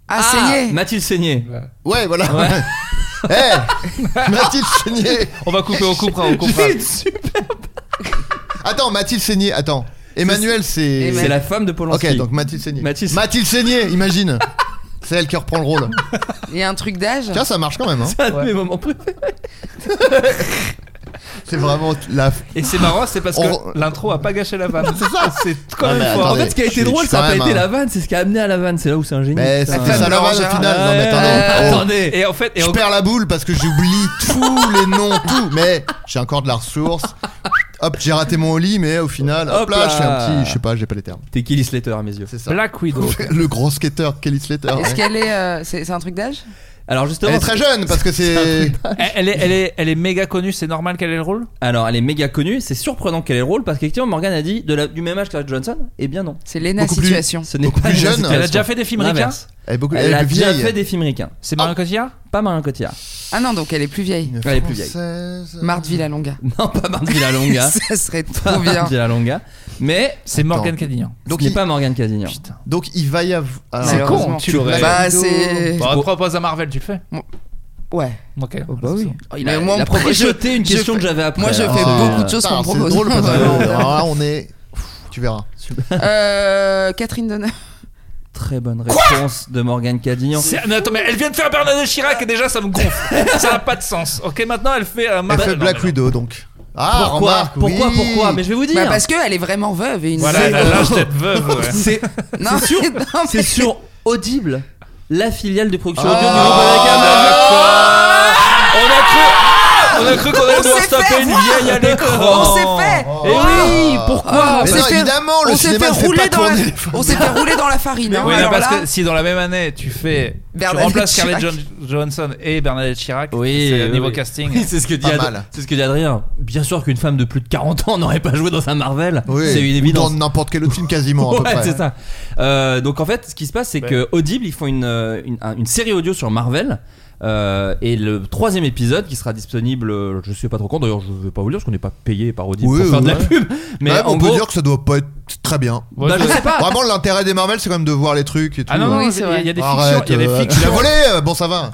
Ah, saigné Eh. Mathilde Seigné. Ouais, voilà. Ouais. Eh, Mathilde Seigné. On va couper, on coupera, on coupera. J'ai une super- Attends, Mathilde Seigné, attends. Emmanuel, c'est. C'est la femme de Polanski. Ok, donc Mathilde Seigné. Mathilde- Seigné, imagine. C'est elle qui reprend le rôle. Il y a un truc d'âge Tiens, ça marche quand même. hein. C'est un de mes moments préférés. C'est vraiment la. Et c'est marrant, c'est parce On- que l'intro a pas gâché la vanne. C'est ça, c'est quand Ah, même mais fort. En Attendez, fait, ce qui a je été suis- drôle, je suis ça quand n'a pas même été un- la vanne, c'est ce qui a amené à la vanne. C'est là où c'est un génie. Mais putain. c'était ça la vanne au Gérard. final. Non, mais Euh, attendez. Oh. Attendez. Et en fait, et Je en- perds la boule parce que j'oublie tous les noms, tout. Mais j'ai encore de la ressource. Hop, j'ai raté mon Oli, mais au final, hop, Hop là, là. je fais un petit. Je sais pas, j'ai pas les termes. T'es Kelly Slater à mes yeux. C'est ça. Black Widow. Le grand skater, Kelly Slater. Est-ce ouais. qu'elle est. euh, c'est c'est un truc d'âge Alors justement, Elle est très jeune parce que c'est. Elle elle est, elle est, elle est méga connue, c'est normal qu'elle ait le rôle alors elle est méga connue. C'est surprenant qu'elle ait le rôle parce qu'effectivement Morgan a dit de la- du même âge que Scarlett Johnson. Eh bien non. C'est Lena Beaucoup plus- Situation. Ce n'est Beaucoup pas plus une jeune. situation. Elle a déjà fait des films ricains L'inverse. Elle est beaucoup Elle, a est plus déjà vieille. fait des films ricains. Oh. C'est Marion Cotillard Pas Marion Cotillard. Ah non, donc elle est plus vieille. Une Elle est plus vieille. Française. Marthe Villalonga. Non, pas Marthe Villalonga. Ça serait trop Pas bien. Marthe Villalonga. Mais C'est Morgan Cadignan. donc Donc ce n'est il- pas Morgan Cadignan. Putain. Donc il va y avoir. Alors, C'est con, tu l'aurais- Bah, c'est. Bah, on te propose à Marvel, tu le fais Ouais. Ok. bah oui. Oh, il Mais a, moi, on il a me- projeté une je- question que j'avais après. Moi, je Ah, fais c'est- beaucoup de choses qu'on putain, me propose. C'est drôle parce que alors là, on est. Tu verras. Euh, Catherine Deneuve. Très bonne réponse de Morgan Cadignan. C'est- non, attends, mais elle vient de faire Bernadette Chirac et déjà ça me gonfle. ça n'a pas de sens. Ok, maintenant elle fait euh, un Bah, Elle fait Black Widow donc. Ah, Pourquoi remarque, Pourquoi oui. Pourquoi Mais je vais vous Bah, dire. parce qu'elle est vraiment veuve et une Voilà, elle a veuve. l'âge d'être veuve. ouais. Ah, C'est Non, sûr non, mais- c'est sur Audible, la filiale de production Ah, audio du groupe bah, American. On a cru, Ah. on a cru qu'on allait On devoir s'est se taper fait une voir. vieille à l'écran. On s'est fait. Eh Et oui, Ah, pourquoi on Oh. Mais s'est non, fait- évidemment, Oh, le on s'est cinéma fait ne fait rouler pas dans la- tourner les femmes. On s'est fait rouler dans la farine. hein, Oui, mais alors parce là- que si dans la même année tu fais, Bernadette tu remplaces Scarlett Chirac. Johan- Johansson et Bernadette Chirac, Oui, c'est oui, au euh, niveau oui. casting. Oui, c'est ce que dit Pas Ad- mal. c'est ce que dit Adrien. Bien sûr qu'une femme de plus de 40 ans n'aurait pas joué dans un Marvel. Oui, C'est une ou évidence. Dans n'importe quel autre film quasiment à peu Ouais, près. c'est ça. Euh, donc en fait, ce qui se passe, c'est Ouais. que Audible, ils font une, euh, une, un- une série audio sur Marvel. euh, et le troisième épisode qui sera disponible, euh, je sais pas trop quand. D'ailleurs, je vais pas vous le dire parce qu'on n'est pas payé par Audible Oui, pour faire de la ouais. pub. Mais Même, en on peut gros, dire que ça doit pas être Très bien. Ouais, Bah, je- je sais pas. Vraiment, l'intérêt des Marvel, c'est quand même de voir les trucs et tout. Ah non, non, Euh, il y a- il y a des fictions- Arrête, il y a des euh, tu l'as fictions- volé euh, Bon, ça va.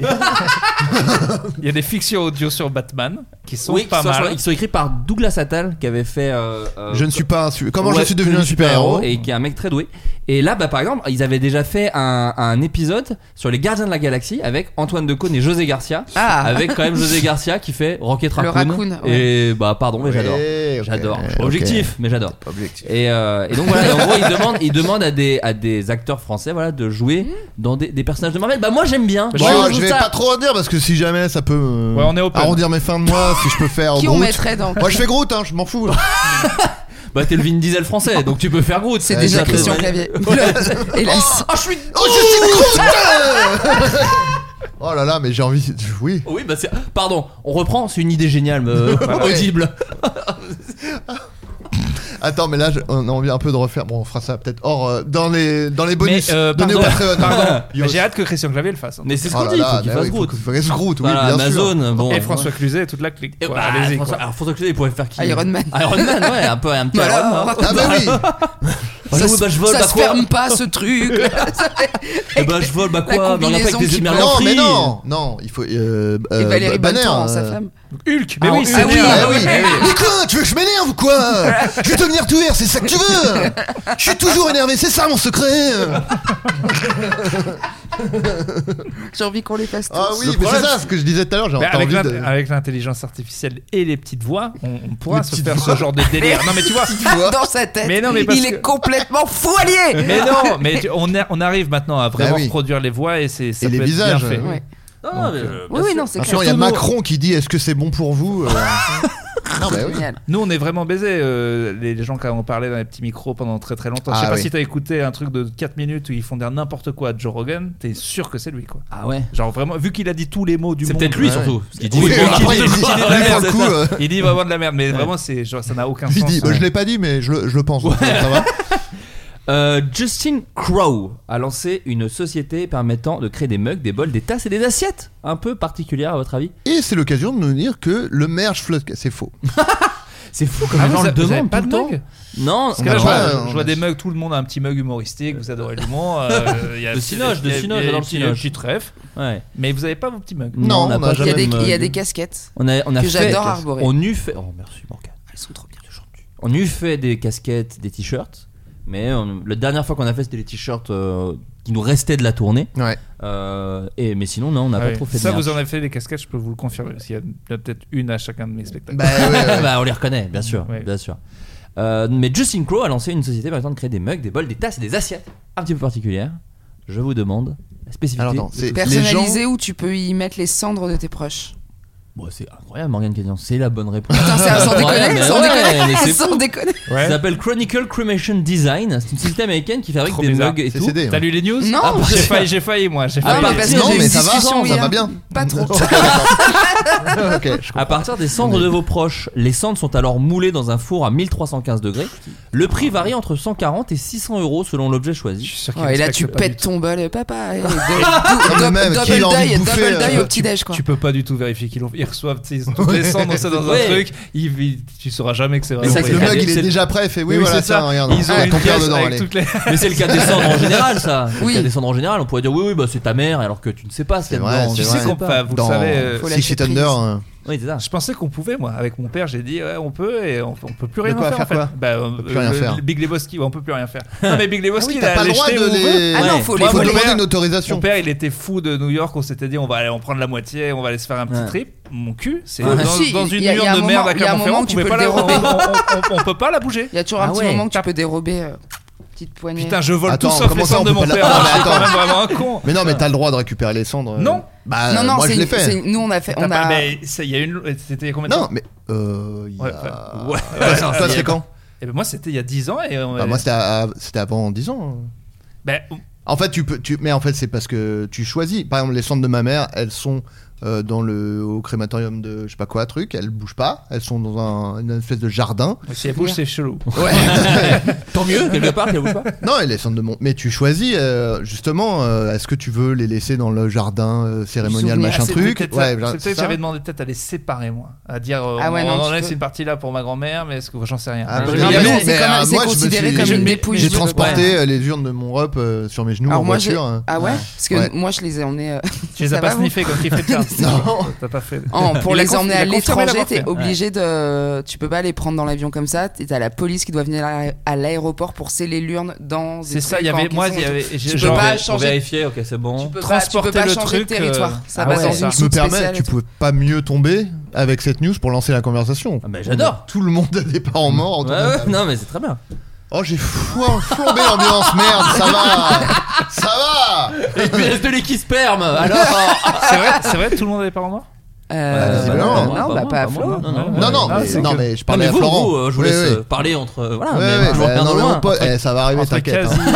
Il y a des fictions audio sur Batman qui sont Oui, pas qui sont, mal. qui sont écrits par Douglas Attal qui avait fait. euh, euh, Je ne suis pas un su- Comment je Ouais, suis devenu un super-héros et qui est un mec très doué. Et là, bah, par exemple, ils avaient déjà fait un, un épisode sur les Gardiens de la Galaxie avec Antoine Decaune et José Garcia. Ah. Avec quand même José Garcia qui fait Rocket Le Raccoon. raccoon, ouais. Et bah, pardon, mais j'adore. Ouais, Eh, ok, J'adore. Je suis ok. pas objectif, mais j'adore. Pas objectif. Et, euh, et donc voilà, et en gros, ils demandent, ils demandent à, des, à des acteurs français voilà, de Mmh. jouer dans des, des personnages de Marvel. Bah, moi j'aime bien. Bon, Moi, je trouve vais ça- pas trop en dire parce que si jamais ça peut euh, Ouais, on est open. arrondir mes fins de mois, si je peux faire Qui on Groot. mettrait dans- Moi je fais Groot, hein, je m'en fous. Bah, t'es le Vin Diesel français, donc tu peux faire Groot. C'est déjà Ça fait- Christian Clavier. Hélas. Ah, je suis. Oh, je suis Groot Oh là là, mais j'ai envie. Oui. Oui, bah c'est. Pardon, on reprend, c'est une idée géniale, euh, audible. Attends, mais là je- on a envie un peu de refaire. Bon, on fera ça peut-être. Or, euh, dans les dans les bonus, Mais, euh, donnez au pardon, Patreon. pardon. Yo. Mais j'ai hâte que Christian Clavier le fasse. hein. Mais c'est ce Oh qu'on là dit, il là, faut qu'il bah fasse oui, Groot. Faut qu'il fasse Groot, oui, Voilà, bien sûr. Amazon, bon. Et François Cluzet et toute la clique. Eh quoi. bah, Allez-y, François- quoi. alors François Cluzet, il pourrait faire qui Ah, Iron Man. Iron Man, ouais, un peu un petit Voilà. Iron Man. hein. Ah bah oui. Oh, Ah, Ça, oui, se- bah, je vole, ça bah se quoi ferme pas ce truc. Eh bah je vole, bah La quoi Mais regarde pas avec combinaison des yeux de qui Merlin Non, pris. mais non, non, il faut. Euh, Et euh, Valérie Banner, Bonneton, sa euh, femme. Hulk. Mais oui, Ah, eh Hulk. c'est Ah oui, bien. Ah oui, Ah oui. Mais quoi Tu veux que je m'énerve ou quoi Je vais te venir tout vert, c'est ça que tu veux Je suis toujours énervé, c'est ça mon secret J'ai envie qu'on les fasse tous. Ah oui, mais c'est problème, ça ce que je disais tout à l'heure, j'ai Mais entendu avec l'int- de... avec l'intelligence artificielle et les petites voix, on, on pourra Les se petites faire voix. ce genre de délire. Non, mais tu vois. Dans sa tête. Mais non, mais parce il que- est complètement foilier. Mais non, mais tu- on, a- on arrive maintenant à vraiment Bah oui. produire les voix et c'est ça Et les peut être visages. euh, bien fait. Ouais. Non, non, mais, euh, Oui, oui, non, c'est Maintenant, clair. il y a Macron qui dit est-ce que c'est bon pour vous Euh, Non, bah oui. Génial. Nous, on est vraiment baisés. euh, les, les gens qui ont parlé dans les petits micros pendant très très longtemps. Je sais Ah pas oui. si t'as écouté un truc de 4 minutes où ils font dire n'importe quoi à Joe Rogan. T'es sûr que c'est lui, quoi. Ah ouais. Genre vraiment, vu qu'il a dit tous les mots du C'est monde. peut-être lui Ouais. surtout. Parce qu'il dit Oui, oui, bon, bon, après, il il dit- dit- il dit de lui, la pour merde, le c'est coup, ça. euh, Il dit vraiment de la merde, mais vraiment, c'est genre, ça n'a aucun il sens. dit, bah, je l'ai pas dit, mais je, le- je le pense. Ça va Euh, Justin Crow a lancé une société permettant de créer des mugs, des bols, des tasses et des assiettes un peu particulières à votre avis Et c'est l'occasion de nous dire que le merge flotte, c'est faux. C'est fou comme Ah, les vous gens a- le vous avez demandent pas tout le de temps. mug Non, Parce que là, je Ouais, vois, on je vois a- des mugs, tout le monde a un petit mug humoristique, vous adorez l'humour. euh, il y a- De Cinoche, de il y a- Cinoche, il y a j'adore un le petit- Cinoche. un petit trèfle. ouais. euh, Mais vous avez pas vos petits mugs. Non, on a pas Il y jamais a de des, mug. il y a des casquettes. On a, on a que fait- j'adore arborer. On eut fait. Oh, merci, Morgane. Elles sont trop bien. On eut fait des casquettes, des t-shirts. Mais on- la dernière fois qu'on a fait, c'était les t-shirts euh, qui nous restaient de la tournée. Ouais. Euh, et, mais sinon, non, on n'a Ah pas oui. trop fait Ça, de merch. vous en avez fait des casquettes, je peux vous le confirmer. Parce qu'il y en a peut-être une à chacun de mes spectacles. Bah ouais, ouais. Bah, on les reconnaît, bien sûr. Ouais. Bien sûr. Euh, mais Justin Crow a lancé une société permettant de créer des mugs, des bols, des tasses et des assiettes un petit peu particulières. Je vous demande la spécificité. Alors attends, de c'est tout ça. Personnalisé où tu peux y mettre les cendres de tes proches. Bon, c'est incroyable, Morgan Cadian, c'est la bonne réponse. Putain, c'est sans Ouais, déconner, mais sans ouais, mais déconner, c'est sans fou. déconner. Ça Ouais. s'appelle Chronicle Cremation Design. C'est une société américaine qui fabrique Trop des bizarre. mugs et C'est tout. CD. T'as lu les news Non, Ah, je- j'ai failli, j'ai failli moi. J'ai Ah, failli. bah, parce que non, j'ai eu mais une ça va, discussion hein. ça va hier. bien. Pas trop. Ok, d'accord. Ok, je À comprends. partir des cendres de vos proches, les cendres sont alors moulées dans un four à 1315 degrés. Le prix varie entre 140 et 600 euros selon l'objet Je suis choisi. sûr qu'il Ouais, et là, respecte tu pas du pètes tout. ton bol, papa. et do- mais do- même, qui a Double envie de deuil, bouffer, double deuil euh, au petit-déj, quoi. Tu peux pas du tout vérifier qu'ils l'ont- ils reçoivent, tu sais, ils ont des cendres ça dans un Ouais. truc. Ils, ils- tu sauras jamais que c'est vrai. ça, Le c'est mug il c'est- est déjà prêt, fait oui, Oui, voilà, c'est ça. tiens, regarde. Ils ont Ah, une ton père pièce dedans, avec allez. toutes les. Mais c'est le cas des cendres en général, ça. C'est Oui. Le cas des cendres en général, on pourrait dire oui, oui, bah c'est ta mère. Alors que tu ne sais pas ce qu'il y a C'est vrai, dedans. c'est tu vrai. sais qu'on pas. peut- vous Dans le savez, euh, Faut Six lâcher Feet Under, prise. euh, Oui, c'est ça. Je pensais qu'on pouvait, moi. Avec mon père, j'ai dit, ouais, on peut et on, on peut plus rien quoi, en faire. faire en fait. quoi Bah, on peut plus rien faire. Big Lebowski, on peut plus rien faire. Non, mais Big Lebowski, Ah oui, il t'as a pas le les droit jeter de où on les- veut. Ah non, Ouais. faut les Moi, faut mon faut les- demander père- une Mon autorisation. père, il était fou de New York. On s'était dit, on va aller en prendre la moitié, on va aller se faire un petit Ouais. trip. Mon cul, c'est Ouais. dans, Ah, Si, dans il une y a- il y a urne un de merde à moment- il y a un Clermont-Ferrand. moment On où tu pouvait peux pas le la- on- dérober. on- on- on peut pas la bouger. Il y a toujours un Ah petit ouais. moment que tu peux dérober. euh, Petite poignée. Putain, je vole Attends, tout sauf comment les ça, on cendres de mon peut pas la- père. Ah, Je mais suis quand attends. même vraiment un con. Mais non, mais t'as le droit de récupérer les cendres. euh. Non. Bah, non, non, moi c'est je l'ai une- c'est fait. une- Nous, on a fait. T'as On pas- a... mais ça, il y a une. C'était il y a combien de Non, temps mais. Euh. il y Ouais, a- ouais. Toi, c'est- Toi, c'est quand Eh ben, Moi, c'était il y a 10 ans. et on- Bah, Moi, c'était à- c'était avant 10 ans. hein. Ben, En fait, tu peux. Tu... Mais en fait, c'est parce que tu choisis. Par exemple, les cendres de ma mère, elles sont euh, dans le, au crématorium de je sais pas quoi, truc. Elles bougent pas. Elles sont dans un, une espèce de jardin. Si elle bouge, c'est chelou. Tant mieux, quelque part, qu'elle bouge pas. Non, elles sont de mon. Mais tu choisis euh, justement. euh, Est-ce que tu veux les laisser dans le jardin euh, cérémonial, Souvenir. machin Ah, c'est truc peut-être Ouais, ça. genre, C'est c'est peut-être ça. j'avais demandé peut-être à les séparer moi, à dire euh, Ah ouais, on non, en tu laisse peux- une partie là pour ma grand-mère, mais est-ce que j'en sais rien. Ah, mais mais- non, mais- mais mais, c'est comme- euh, c'est moi, je me considéré suis- comme une j'ai- dépouille. J'ai Je- transporté euh, les urnes de mon rep euh, sur mes genoux en moi, j'ai- voiture. hein. Ah ouais Parce que Ouais. moi, je les ai emmenés. euh, tu les ça as pas va, vous sniffés comme Clifford Chance. Non. T'as pas fait. En- pour Il a les confi- emmener il a à confirmé l'étranger, l'avoir t'es fait. obligé de. Tu peux pas les prendre dans l'avion comme ça. Et T'as la police qui doit venir à- à l'aéroport pour sceller l'urne dans. des C'est ça, trucs il y en avait moi caisson il y et avait peux j'ai- pas genre Ah, On changer- vérifier, ok, c'est tout. bon. Tu peux pas, tu peux transporter pas le changer truc. de territoire. euh, Ça ah va ouais, dans ça. une Je me soupe permets, spéciale, tu pouvais pas mieux tomber avec cette news pour lancer la conversation. Ah, mais j'adore. Tout le monde a des parents morts. autour Ouais, de la ouais, table. non, mais c'est très bien. Oh, j'ai fou- flambé l'ambiance, merde, ça va Ça va Et puis, reste de l'équisperme, alors. C'est vrai, c'est vrai, tout le monde avait pas en moi. Bah, Euh, visiblement. non, Pas bah, moi, pas à pas moi. Flo. Non, non, Non, non, Ah, mais, c'est non, que- mais je Non, parlais mais vous, à Florent. vous, euh, je vous Oui, laisse oui. euh, parler entre. euh, Voilà, Ouais, mais ouais, moi, je vous bah, regarde non, de mais on loin. hein. peut- eh, ça va arriver, Entre t'inquiète. quasi, hein.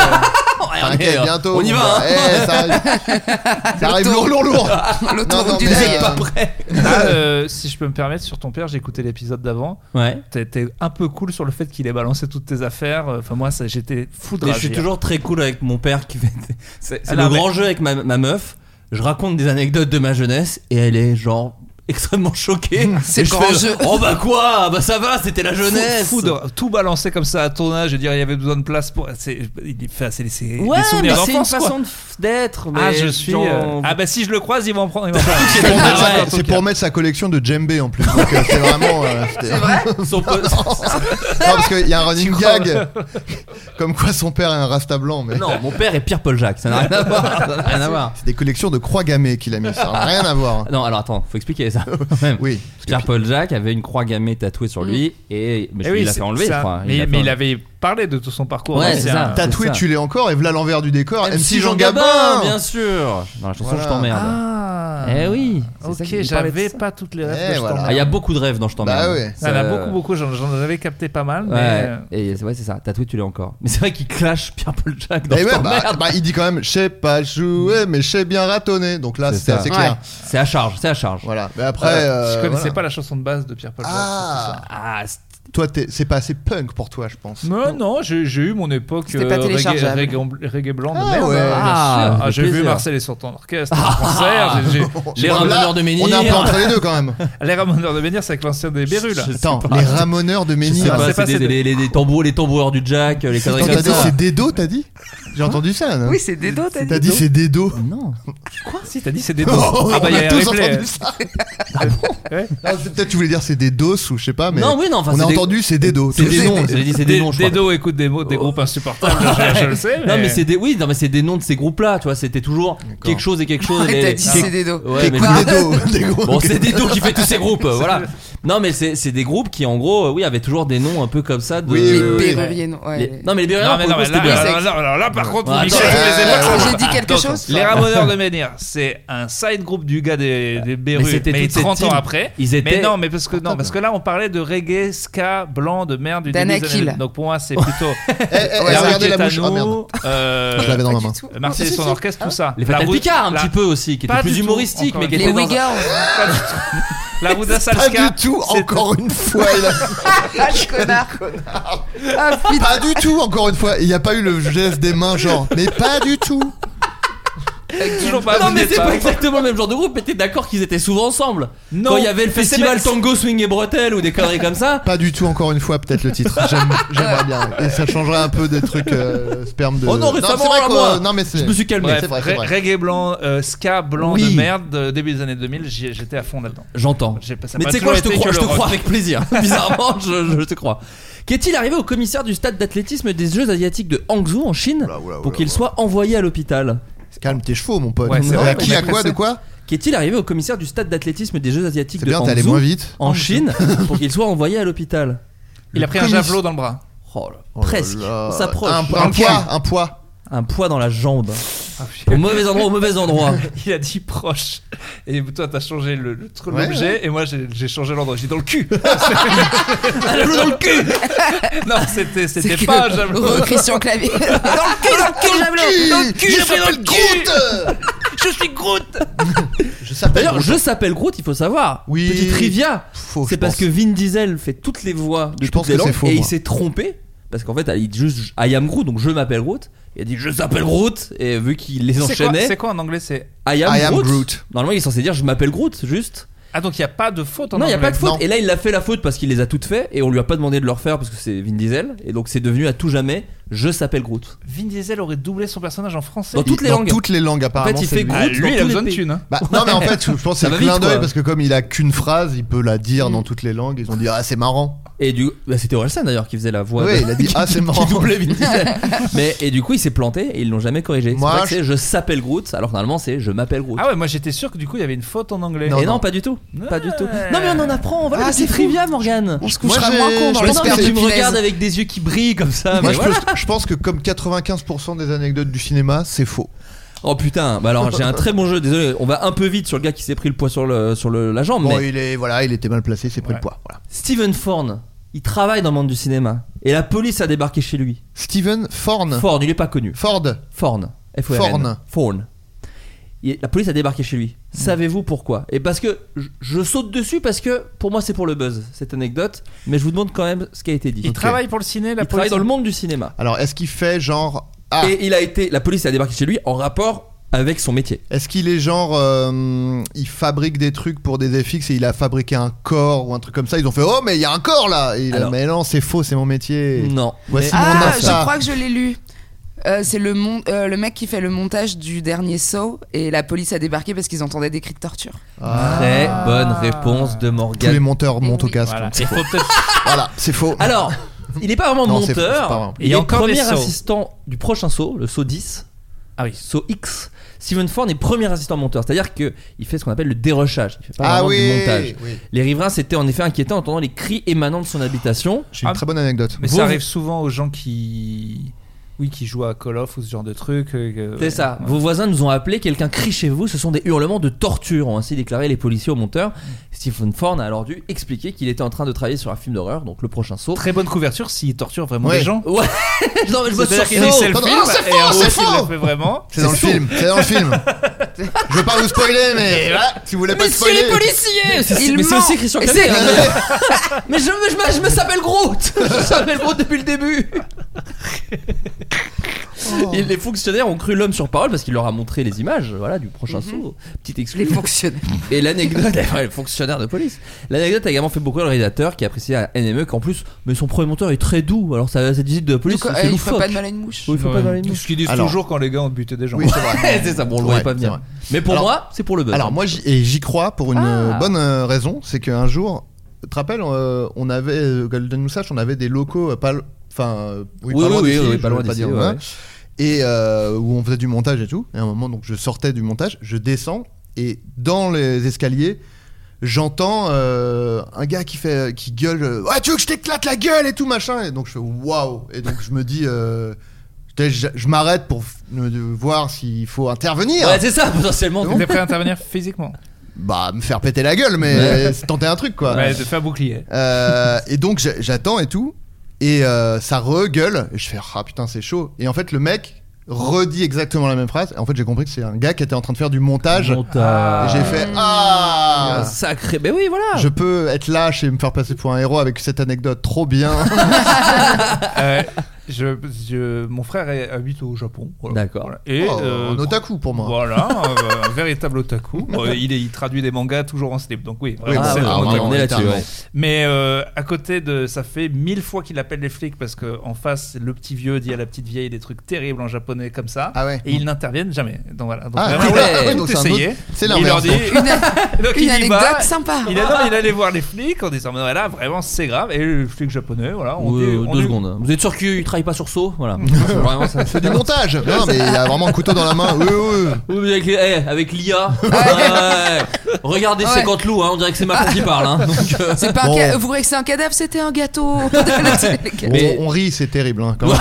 Ouais, on est, T'inquiète, euh, bientôt. On y va, hein. Eh, ça arrive. Ça arrive lourd, lourd, lourd. Ah, Non, non, L'autoroute du mais, deuil. euh, Ah, euh, si je peux me permettre sur ton père, j'ai écouté l'épisode d'avant. Ouais. T'étais un peu cool sur le fait qu'il ait balancé toutes tes affaires. Enfin moi ça j'étais fou de Mais je rage suis hier. toujours très cool avec mon père qui fait. C'est c'est Ah, le non, grand jeu avec ma, ma meuf. Je raconte des anecdotes de ma jeunesse et elle est genre extrêmement choquée. C'est Et le je grand fais, jeu. Oh bah quoi Bah ça va, c'était la jeunesse. Fou, fou de- tout balancer comme ça à ton âge et dire il y avait besoin de place pour. C'est il est- enfin, c'est- c'est Ouais, des mais souvenirs c'est une d'enfance. quoi. façon de f- d'être. Ah, mais je suis. genre- euh, Ah, bah si je le croise, il va en prendre. il va en C'est prendre. pour mettre ouais, sa- en tout Eh, C'est cas. pour mettre sa collection de djembé en plus. Donc, euh, c'est vraiment. euh, c'était- son peu- Non, parce qu'il y a un running crois, gag comme quoi son père est un rasta blanc, mais Non, mon père est Pierre Paul Jacques, ça n'a rien à voir. ça n'a rien à voir. c'est des collections de croix gammées qu'il a mis, ça n'a rien à voir. Non, alors attends, faut expliquer ça. quand même. Oui, Pierre Paul Jacques avait une croix gammée tatouée sur lui et mais Eh oui, il l'a c'est- fait enlever, c'est je un- crois. Mais, l'a mais fait il avait parlé de tout son parcours. Ouais, hein, c'est c'est ça. un- tatoué, ça. tu l'es encore et voilà l'envers du décor. MC MC Jean Gabin, Gabin bien sûr. Dans la chanson Voilà. Je t'emmerde. Ah. eh oui. c'est ça Ok, qu'il parlait de j'avais ça. pas toutes les Eh, rêves. de voilà. Ah, Il y a beaucoup de rêves dans Je t'emmerde. Bah Ah, ouais. Il y en Ça- a beaucoup, beaucoup. J'en j'en avais capté pas mal. Euh, Ouais. Mais... euh, Et c'est- ouais, c'est ça. Tatoué, tu l'es encore. Mais c'est vrai qu'il clash Pierre Paul Jacques dans Mm. Et Je ouais, bah, t'emmerde. bah, il dit quand même, je sais pas jouer, mais je sais bien ratonner. Donc là, C'est c'était ça. bah, assez clair. C'est à charge, c'est à charge. Voilà. Mais après, je euh, connaissais voilà. pas la chanson de base de Pierre-Paul. Jacques, c'est Ah, pour ça. Ah, c'est- toi, t'es- c'est pas assez punk pour toi, je pense. Non, non, j'ai j'ai eu mon époque C'était pas euh, reggae, téléchargeable. reggae- reggae blanc. de Ah merde. ouais, bien sûr. Ah, Ça fait j'ai vu plaisir. Marcel et son orchestre en concert. j'ai- j'ai- les Bon, là, ramoneurs de On est un peu menhir. entre les deux quand même. Les Ramoneurs de Menhir, c'est avec l'ancien des Bérules. Je sais Attends, pas. les ramoneurs de Je sais menhir. pas, c'est c'est pas, des, c'est des- les, les tambours, les tamboureurs du jack, euh, les conneries Attends, t'as comme dit ça. hein. c'est Dedo, t'as dit J'ai entendu ça. non Oui, c'est des dos, t'as dit. T'as dit c'est Dedo. Non. Quoi Si, t'as dit c'est des dos. Oh, ah bah, on il y a a un tous replay. Ah entendu ça. Ouais. Ah, c'est- Peut-être tu voulais dire c'est des dos ou je sais pas, mais Non, oui, non, enfin, on a c'est des- entendu c'est des dos. C'est Tous des les noms. noms. J'ai dit c'est des Des, noms, je des crois. dos écoutent des, mots, des Oh. groupes insupportables, je, je le sais. Non mais c'est des oui non mais c'est des noms de ces groupes là tu vois c'était toujours quelque chose et quelque chose et Ouais, les- T'as dit quelque- c'est des dos. Ouais, T'es mais quoi Des dos. Des gros. Bon, c'est des dos qui fait tous ces groupes, euh, voilà. Non, mais c'est c'est des groupes qui, en gros, euh, oui, avaient toujours des noms un peu comme ça. De... Oui, Les oui, oui. Péruriers, non, ouais. Les- Non, mais les Berrien, Non, mais non, mais là, c'était là, bien. bien. là, là, là, là, par contre, Ouais, vous mixez attends, tous les euh, époques. J'ai dit quelque Attends, chose Les Ramoneurs de Menhir, c'est un side group du gars des, des Bérules, Euh, Mais c'était mais, toute cette 30 ans team. après. Ils étaient- Mais non, mais parce que, non, parce que là, on parlait de reggae, ska, blanc, de merde, du début des D'Anakil. années- Donc pour moi, c'est plutôt. Eh, eh, La regardez la Roquette à bouche. Ah merde. nous, euh, Je l'avais dans ma main. Marseille et Si, si, son si. orchestre, tout ça. Les La Fatal route- Picard, un la- petit peu aussi, qui était Pas plus du tout, humoristique, encore mais qui une Les était dans un- Ouïghurs. Pas du tout. La Bouddha Pas Salska. du tout, c'est- encore une fois. il a- Ah, le connard. Ah, putain. Pas du tout, encore une fois. Il n'y a pas eu le geste des mains, genre. Mais pas du tout. Toujours pas. Non, mais vous c'est n'êtes pas exactement le même genre de groupe, mais t'es d'accord qu'ils étaient souvent ensemble. Non. Quand il y avait le Mais c'est festival même- Tango, Swing et Bretelle ou des conneries comme ça. Pas du tout, encore une fois, peut-être le titre. J'aime- J'aimerais bien. Et ça changerait un peu des trucs euh, sperme de. Oh non, c'est récemment, vrai là, quoi. moi. Non, mais c'est. Je me suis calmé. Bref, c'est vrai, c'est re- vrai. reggae blanc, euh, ska blanc Oui. de merde, euh, début des années 2000, j'y- j'étais à fond là-dedans. J'entends. J'ai pas- ça Mais m'a tu sais quoi, je te toujours été crois, que je te le crois rock. avec plaisir. Bizarrement, je, je te crois. Qu'est-il arrivé au commissaire du stade d'athlétisme des Jeux asiatiques de Hangzhou en Chine Oula, oula, pour oula, qu'il oula. soit envoyé à l'hôpital Calme tes chevaux, mon pote. Ouais, c'est vrai, À qui, on est à quoi, de quoi Qu'est-il arrivé au commissaire du stade d'athlétisme des Jeux asiatiques C'est de bien, t'es allé moins Hangzhou vite. en Chine pour qu'il soit envoyé à l'hôpital Il a pris un commis- javelot dans le bras. Oh là, Oh là Presque. là. On s'approche. Un, un poids, un poids. Un poids dans la jambe. Ah, Au mauvais endroit, au mauvais endroit. Il a dit proche. Et toi, t'as changé le- le tr- Ouais, l'objet, et moi, j'ai j'ai changé l'endroit. J'ai dit dans le cul. Elle joue dans le cul non, c'était C'est c'était que- pas un javelot. Re- Christian Clavier. Dans le cul, dans le cul, javelot. Dans le cul, Qui javelot. s'appelle Groot Je je suis Groot Je s'appelle D'ailleurs, Groot. je s'appelle Groot, il faut savoir. Oui. Petite trivia. Faux, je C'est parce pense. que Vin Diesel fait toutes les voix de Je pense toutes les que c'est langues faux, et il moi. s'est trompé parce qu'en fait, il dit juste I am Groot, donc je m'appelle Groot. Il a dit je s'appelle Groot et vu qu'il les C'est quoi, enchaînait, c'est quoi en anglais c'est... I am, I am Groot. Groot. Normalement, il est censé dire je m'appelle Groot, juste. Ah donc il n'y a pas de faute en non, il anglais n'y a pas de faute. Non. Et là, il a fait la faute parce qu'il les a toutes faites et on lui a pas demandé de le refaire parce que c'est Vin Diesel et donc c'est devenu à tout jamais je s'appelle Groot. Vin Diesel aurait doublé son personnage en français. Dans toutes les Dans langues. toutes les langues, apparemment. il c'est fait lui. Groot. Ah, lui, dans il a tous besoin de les thunes. hein. Bah, non mais en fait je pense que c'est Ça va le clin vite, d'œil quoi. parce que comme il a qu'une phrase il peut la dire dans toutes les langues ils ont dit ah c'est marrant Et du bah, c'était Orelsan d'ailleurs qui faisait la voix. ouais de- il a dit ah c'est marrant qui doublait Vin Diesel. Mais et du coup, il s'est planté et ils l'ont jamais corrigé. C'est Moi, vrai que je- c'est je s'appelle Groot, alors que normalement c'est je m'appelle Groot. Ah ouais, moi j'étais sûr que du coup il y avait une faute en anglais. Non, et non, non. pas du tout. Pas du tout. Ouais. Non mais on en apprend, voilà, Ah, le petit c'est fou. trivia Morgane. On se Moi, couchera j'ai- moins con dans je le pense Non, que mais tu me punaise. regardes avec des yeux qui brillent comme Moi ça. mais je, voilà. pense, je pense que comme 95% des anecdotes du cinéma c'est faux Oh putain, bah alors j'ai un très bon jeu, désolé, on va un peu vite sur le gars qui s'est pris le poids sur, le, sur le- la jambe. Bon mais il est voilà il était mal placé c'est pris le poids voilà. Stephen Forn, il travaille dans le monde du cinéma et la police a débarqué chez lui. Steven Forn Forn, il est pas connu. Ford Forn. F-O-R-N. Mm. Forn. Forn. Il- La police a débarqué chez lui. Savez-vous pourquoi Et parce que je, je saute dessus parce que pour moi c'est pour le buzz cette anecdote, mais je vous demande quand même ce qui a été dit. Il travaille pour le ciné, la Il travaille police. dans le monde du cinéma. Alors, est-ce qu'il fait genre. Ah, Et il a été, la police a débarqué chez lui en rapport avec son métier. est-ce qu'il est genre. euh, il fabrique des trucs pour des FX et il a fabriqué un corps ou un truc comme ça Ils ont fait Oh, mais il y a un corps là Et il a, Alors- Mais non, c'est faux, c'est mon métier. Non. Voici Mais- mon Ah, je Insta. crois que je l'ai lu. Euh, c'est le, mon- euh, le mec qui fait le montage du dernier saut et la police a débarqué parce qu'ils entendaient des cris de torture. Ah. Très bonne réponse de Tous les Morgan. monteurs montent au casque. Voilà. Voilà, Il faut peut-être- c'est faux. Alors, il n'est pas vraiment Non, c'est- c'est pas monteur. vrai. Il Il y est a encore des premier sauts. assistant du prochain saut, le saut 10. Ah oui. saut X. Steven Ford est premier assistant monteur, c'est-à-dire que il fait ce qu'on appelle le dérochage. Il fait pas ah vraiment oui, du montage. oui. Les riverains s'étaient en effet inquiétés en entendant les cris émanant de son habitation. J'ai une Ah. très bonne anecdote. Mais Vous- ça arrive souvent aux gens qui. Oui, qui jouent à Call of ou ce genre de truc. euh, C'est ouais. ça. Vos voisins nous ont appelé, quelqu'un crie chez vous, ce sont des hurlements de torture, ont ainsi déclaré les policiers au monteur. Stephen Ford a alors dû expliquer qu'il était en train de travailler sur un film d'horreur, donc le prochain saut. Très bonne couverture s'ils torturent vraiment Ouais. les gens. Ouais, non mais je bosse sur C'est-à-dire qu'il saut. essaie le Non, non, film c'est faux, et en c'est gros, il faux. le fait vraiment. C'est dans le c'est film, c'est dans le film. je veux pas vous spoiler, mais voilà, si vous voulez pas Messieurs les spoiler. policiers C'est- c'est- Il Mais c'est ment. aussi Christian Et Clavier c'est- hein, mais- mais je, mais je, je me s'appelle Groot Je s'appelle Groot depuis le début Oh. Et les fonctionnaires ont cru l'homme sur parole parce qu'il leur a montré les images voilà, du prochain saut. Petite Les excuse. fonctionnaires. Et l'anecdote, ouais, le fonctionnaire de police. L'anecdote a également fait beaucoup le réalisateur E, qui a apprécié à NME qu'en plus, mais son premier monteur est très doux. Alors ça, cette visite de police, Donc, euh, c'est il faut loufoque. pas de mal à une mouche. Oui, il faut pas dans les Ce qu'ils disent Alors. toujours quand les gars ont buté des gens. Oui, c'est vrai. c'est ça, bon, on le voyait Ouais, pas c'est venir. vrai. Mais pour Alors- moi, c'est pour le buzz. Alors moi j'y- et j'y crois pour une euh, Ah. bonne euh, raison, c'est qu'un jour, tu te rappelles, euh, on avait euh, Golden Moustache, on avait des locaux euh, pas, l- enfin, euh, Oui, pas oui, loin oui, d'ici, oui, je pas voulais loin d'ici, dire, hein. ouais, voilà. ouais. et euh, où on faisait du montage et tout. Et à un moment donc je sortais du montage, je descends et dans les escaliers. J'entends euh, un gars qui fait qui gueule euh, ouais tu veux que je t'éclate la gueule et tout machin et donc je fais waouh et donc je me dis euh, putain, je, je m'arrête pour f- euh, voir s'il faut intervenir Ouais, c'est ça, potentiellement. T'étais prêt à intervenir physiquement. bah me faire péter la gueule mais Ouais. euh, tenter un truc quoi Ouais, de faire bouclier. Euh, et donc j'a- j'attends et tout et euh, ça regueule et je fais ah putain c'est chaud et en fait le mec redit exactement la même phrase et en fait j'ai compris que c'est un gars qui était en train de faire du montage et Euh, Montage. j'ai fait ah Sacré. Mais oui, voilà. je peux être lâche et me faire passer pour un héros avec cette anecdote trop bien Euh, je, je- mon frère est- habite au Japon. voilà. D'accord. Voilà. Et Oh, euh, un otaku pour moi Voilà, euh, un véritable otaku. Euh, il, est- il traduit des mangas toujours en slip, donc oui. vraiment, Ah, c'est ouais, un ah, on otaku. est- vraiment, on est là-dessus. littéralement. ouais. Mais euh, à côté de, ça fait mille fois qu'il appelle les flics parce que en face, le petit vieux dit à la petite vieille des trucs terribles en japonais comme ça. Ah ouais. Et ils n'interviennent jamais. Donc voilà. Donc, Ah, vraiment, ouais. il a Ouais, tout donc c'est un essayé. autre- c'est Il leur l'inverse, dit. donc. Donc, il Une y va, anecdote sympa. bah, il, a- non, mais il allait voir les flics en disant, mais voilà, vraiment, c'est grave. Et le flic japonais, voilà, on Ouais, dit- on euh, deux dit- secondes. Vous êtes sûr qu'il travaille pas sur saut Voilà. Vraiment, ça. c'est du montage non mais il a vraiment un couteau dans la main oui oui oui. Oui, mais avec, les- eh, avec l'IA. Ah ouais. Regardez Ouais. 50 loups, hein, on dirait que c'est Macron qui parle. Hein, donc, euh, C'est pas un Bon. ca- Vous voyez que c'est un cadavre, c'était un gâteau. Mais- on, on rit c'est terrible hein, quand même.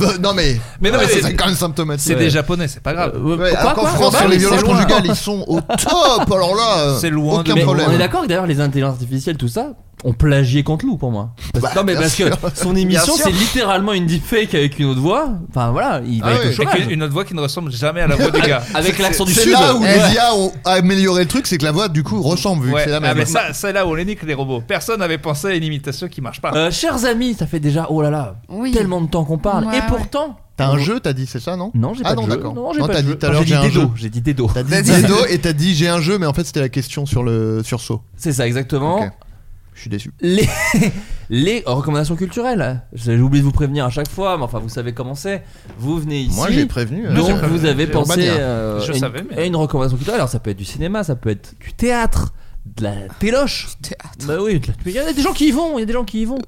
Bah, non mais, Mais non, mais c'est c'est- quand même symptomatique C'est Ouais. des japonais, c'est pas grave. Ouais, alors qu'en quoi France, Ouais, sur les mais c'est violences loin. conjugales, ils sont au top. Alors là, euh, C'est loin de- aucun Mais on problème. est d'accord que d'ailleurs les intelligences artificielles, tout ça, on plagiait Canteloup pour moi. Parce- Bah, non mais bien parce sûr. que son Bien émission sûr. c'est littéralement une deepfake avec une autre voix. Enfin voilà, il va Ah être ouais. au chômage. Avec une autre voix qui ne ressemble jamais à la voix du gars. Avec l'accent du C'est sud. là où Ouais. les IA ont amélioré le truc, c'est que la voix du coup ressemble vu Ouais, que c'est la ah, même. mais ça, c'est là où on les nique les robots. Personne n'avait pensé à une imitation qui marche pas. Euh, chers amis, ça fait déjà oh là là Oui. tellement de temps qu'on parle Ouais, et ouais. pourtant T'as un jeu, t'as dit c'est ça non non j'ai Ah pas non, de jeu. d'accord. Non j'ai Non, pas t'as de dit jeu. tout à l'heure, J'ai dit j'ai un Dedo. jeu. J'ai dit Dedo. T'as dit Dedo et t'as dit j'ai un jeu, mais en fait c'était la question sur le sur saut. C'est ça exactement. Ok. Je suis déçu. les, les recommandations culturelles. J'ai oublié de vous prévenir à chaque fois, mais enfin vous savez comment c'est. Vous venez ici. Moi j'ai prévenu. euh, donc euh, vous avez j'ai pensé Urbania. euh, Je à une- savais, mais- à une recommandation culturelle. Alors ça peut être du cinéma, ça peut être du théâtre, de la téloche. Théâtre. Bah oui, de la- il y a des gens qui y vont, il y a des gens qui y vont.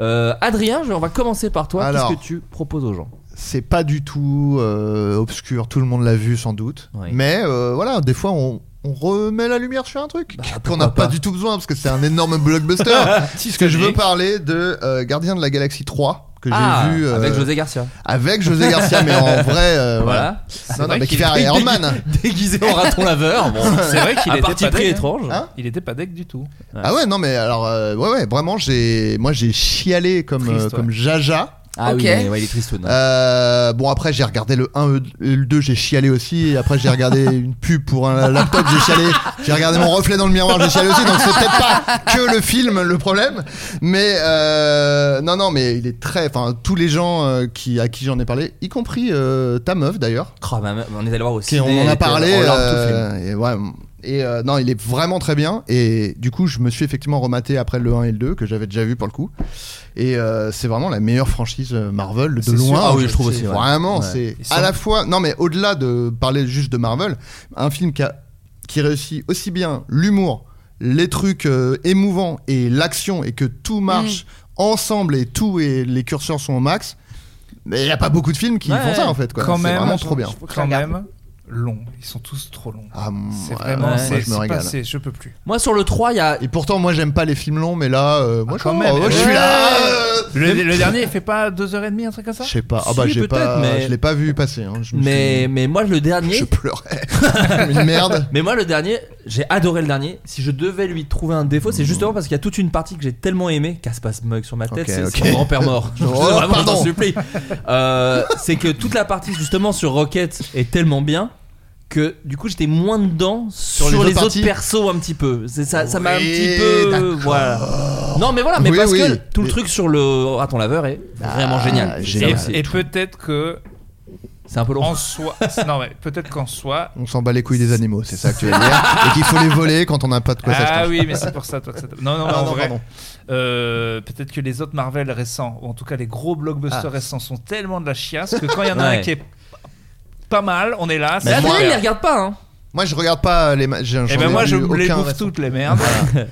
Euh, Adrien, je- on va commencer par toi. Alors. Qu'est-ce que tu proposes aux gens c'est pas du tout euh, obscur, tout le monde l'a vu sans doute. Oui. Mais euh, voilà, des fois on, on remet la lumière sur un truc qu'on n'a pourquoi pas, pas. du tout besoin parce que c'est un énorme blockbuster. Parce que je veux parler de euh, Gardien de la Galaxie 3 que Ah, j'ai vu euh, avec José Garcia. avec José Garcia, mais en vrai, euh, voilà. Voilà. Non, non, vrai mais qui qu'il fait est Iron Man. Déguisé en raton laveur. Bon, C'est vrai qu'il un était parti pas très dingue, étrange. Hein Il était pas deck du tout. Ah ouais, non, mais alors, euh, ouais, ouais, vraiment, j'ai, moi, j'ai chialé comme, Triste, euh, ouais. comme Jaja. ah Ok. oui, mais ouais, il est triste. non. Euh, bon après j'ai regardé le 1 et le 2 j'ai chialé aussi et après j'ai regardé une pub pour un laptop j'ai chialé j'ai regardé mon reflet dans le miroir j'ai chialé aussi donc c'est peut-être pas que le film le problème mais euh, non non mais il est très enfin tous les gens euh, qui à qui j'en ai parlé y compris euh, ta meuf d'ailleurs Oh, ma- ma- on est allé voir aussi. qui on en a parlé euh, et ouais et euh, non il est vraiment très bien et du coup je me suis effectivement rematé après le 1 et le 2 que j'avais déjà vu pour le coup et euh, c'est vraiment la meilleure franchise euh, Marvel de C'est loin sûr. Ah oui, C'est- je trouve aussi, ouais. vraiment Ouais. c'est Ils sont- à la fois non mais au-delà de parler juste de Marvel un film qui a qui réussit aussi bien l'humour les trucs euh, émouvants et l'action et que tout marche ensemble et tout et les curseurs sont au max mais il n'y a pas beaucoup de films qui Ouais, font ça en fait quoi. Quand C'est même, vraiment trop bien Faut que je Quand regarde. même, long. Ils sont tous trop longs. Ah, mon- C'est ouais, vraiment, moi, c'est, je me c'est régale. pas- c'est- je peux plus. Moi, sur le 3, il y a. Et pourtant, moi, j'aime pas les films longs, mais là, euh, moi, Ah, je- quand oh, même. moi, je suis Ouais. là. Le, le dernier, il fait pas 2h30, un truc comme ça Je sais pas. Ah bah, Si, j'ai peut-être, pas. mais- Je l'ai pas vu passer. hein. Je me Mais, mais moi, le dernier. suis- je pleurais. Comme Une merde. Mais moi, le dernier, j'ai adoré le dernier. Si je devais lui trouver un défaut, c'est justement parce qu'il y a toute une partie que j'ai tellement aimée, Casse mug sur ma tête, Ok, c'est ok. c'est mon grand-père mort. Je- Oh, vraiment, je pardon. t'en supplie. Euh, c'est que toute la partie justement sur Rocket est tellement bien que du coup j'étais moins dedans sur, Sur les les, autres autres parties persos un petit peu. C'est ça, ça m'a un Oui, petit peu, d'accord. Oh. voilà. Non, mais voilà, mais Oui, parce oui. que tout le Mais- truc sur le raton laveur est vraiment Ah, génial. génial. Et, C'est- et peut-être que C'est un peu long. en soi, non mais peut-être qu'en soi. On s'en bat les couilles des animaux, c'est ça que tu veux dire. Et qu'il faut les voler quand on n'a pas de quoi ah s'acheter. oui, mais c'est pour ça toi que ça. te- Non non, Ah, en non, vrai. pardon. euh, peut-être que les autres Marvel récents, ou en tout cas les gros blockbusters Ah. récents, sont tellement de la chiasse que quand il y en a Ouais. un qui est pas mal, on est là. Mais c'est Adrien, moi- il super. les regarde pas, hein. Moi, je regarde pas les. ma- j'en- Et j'en ai ben moi vu je aucun les bouffe récent. toutes les merdes.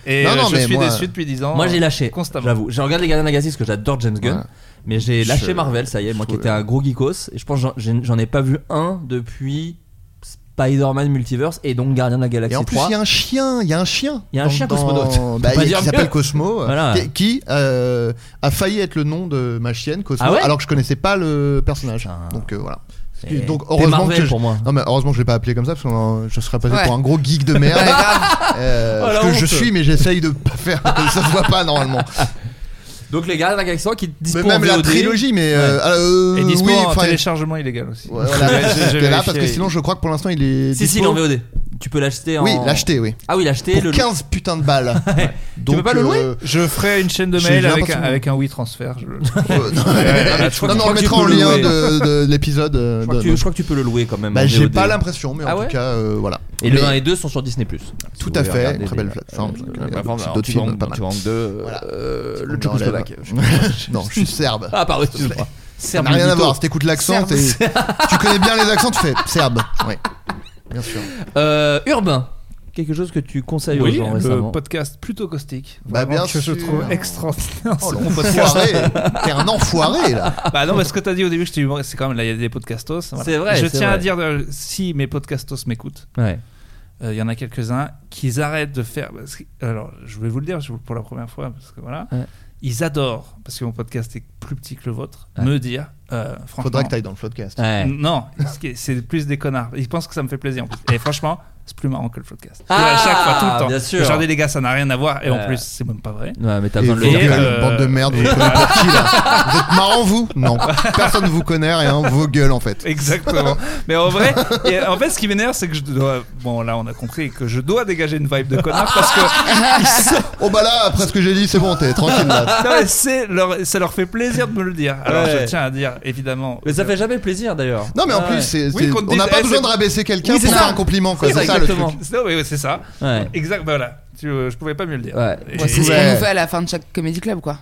Et Non, euh, non, je mais suis moi- déçu depuis 10 ans. Moi j'ai lâché, Oh, Constamment. j'avoue. J'ai regardé les Gardiens de la Galaxie parce que j'adore James Gunn, Ouais. mais j'ai Je- lâché Marvel, ça y est, moi qui je- étais un gros geekos, et je pense que j'en- j'ai- j'en ai pas vu un depuis Spider-Man Multiverse et donc Gardien de la Galaxie Et en plus, 3. il y a un chien, il y a un chien. Il y a un dans- chien dans- cosmonaute. Bah, Faut pas il- dire qui s'appelle mieux. Cosmo, euh, Voilà. qui, qui, euh, a failli être le nom de ma chienne Cosmo, Ah ouais alors que je connaissais pas le personnage. Putain. Donc euh, voilà. Et Donc t'es heureusement Marvel que je- pour moi. Non mais heureusement que je l'ai pas appelé comme ça parce que euh, je serais passé Ouais. pour un gros geek de merde. Euh, Oh, la parce que je honte. suis mais j'essaye de pas faire que ça se voit pas normalement. Donc les Gardiens de la Galaxie 3 qui Mais dispo en même la VOD. trilogie mais euh, euh, Et dispo oui, en enfin, téléchargement illégal aussi. ouais, voilà, Je- je j'étais là vérifie. parce que sinon je crois que pour l'instant il est Si si, il est dispo. en VOD. Tu peux l'acheter en Oui, l'acheter oui. Ah oui, l'acheter Pour le 15 putains de balles. peux pas le louer euh, Je ferai une chaîne de J'ai mail bien avec un, l'impression que- avec un oui transfert. je- euh, non, je crois non, que- non, on le Ah, je crois que mettra tu en peux le lien louer. de, de- de l'épisode. euh, je crois, de- que tu, je crois que tu peux le louer quand même. en Bah, j'ai VOD. pas l'impression, mais Ah en ouais tout cas, euh, voilà. Et le Mais- 1 et 2 sont sur Disney Plus. Tout à fait, très belle plateforme, Euh, je connais pas. C'est d'autres films, pas mal. bah, Tu en deux. Voilà. euh, On Le me Tchécoslovaque. enlève. Non, je suis serbe. Ah pardon, excuse-moi. Ça Serbe n'a rien à Milito. voir. Si t'écoutes l'accent, Serbe. t'es- tu connais bien les accents, tu fais serbe. Oui, bien sûr. Euh, urbain, quelque chose que tu conseilles aux Oui, gens le récemment. podcast plutôt caustique. Bah, Vraiment, bien que je sûr. trouve extraordinaire. Oh ce podcast. l'enfoiré, t'es un enfoiré là. Bah non, parce que t'as dit au début que j'étais humoriste, c'est quand même là, il y a des podcastos. voilà. C'est vrai, Je c'est tiens vrai. à dire, euh, si mes podcastos m'écoutent, Ouais. euh, il y en a quelques-uns, qu'ils arrêtent de faire. parce que- alors, je vais vous le dire je vous- pour la première fois, parce que voilà. Ouais. Ils adorent, parce que mon podcast est plus petit que le vôtre, Ouais. me dire, euh, franchement. Mm. Faudrait que t'ailles dans le podcast. Ouais. N- Non, c'est- c'est plus des connards. Ils pensent que ça me fait plaisir en plus. Et franchement, c'est plus marrant que le podcast. Ah, Ouais, à chaque fois, tout le temps. bien sûr. Le jardin des gars, ça n'a rien à voir. Et Ouais. en plus, c'est même pas vrai. Ouais, mais t'as Et besoin de le vous, dire. Et, gueule, euh, bande de merde, vous et- prenez pour qui là Vous êtes marrant vous Non, personne vous connaît rien, vos gueules en fait. Exactement. Mais en vrai, et en fait, ce qui m'énerve, c'est que je dois. Bon, là, on a compris que je dois dégager une vibe de connard parce que ils sont- Oh bah là, après ce que j'ai dit, c'est bon, t'es tranquille là. Non, mais c'est leur- ça leur fait plaisir de me le dire. Alors, Ouais. je tiens à dire, évidemment. euh, Mais ça fait jamais plaisir d'ailleurs. Non mais en Ah plus, ouais. c'est- Oui, c'est- qu'on te on n'a dise, pas eh, besoin c'est- de rabaisser quelqu'un Oui, c'est pour ça. faire un compliment quoi. C'est C'est ça, ça le truc. exactement. Non, oui, oui, c'est ça. Ouais. Exact. ben voilà. Tu, euh, je pouvais pas mieux le dire. Ouais. Et- Moi, c'est ce qu'on Ouais. nous fait à la fin de chaque comédie club, quoi.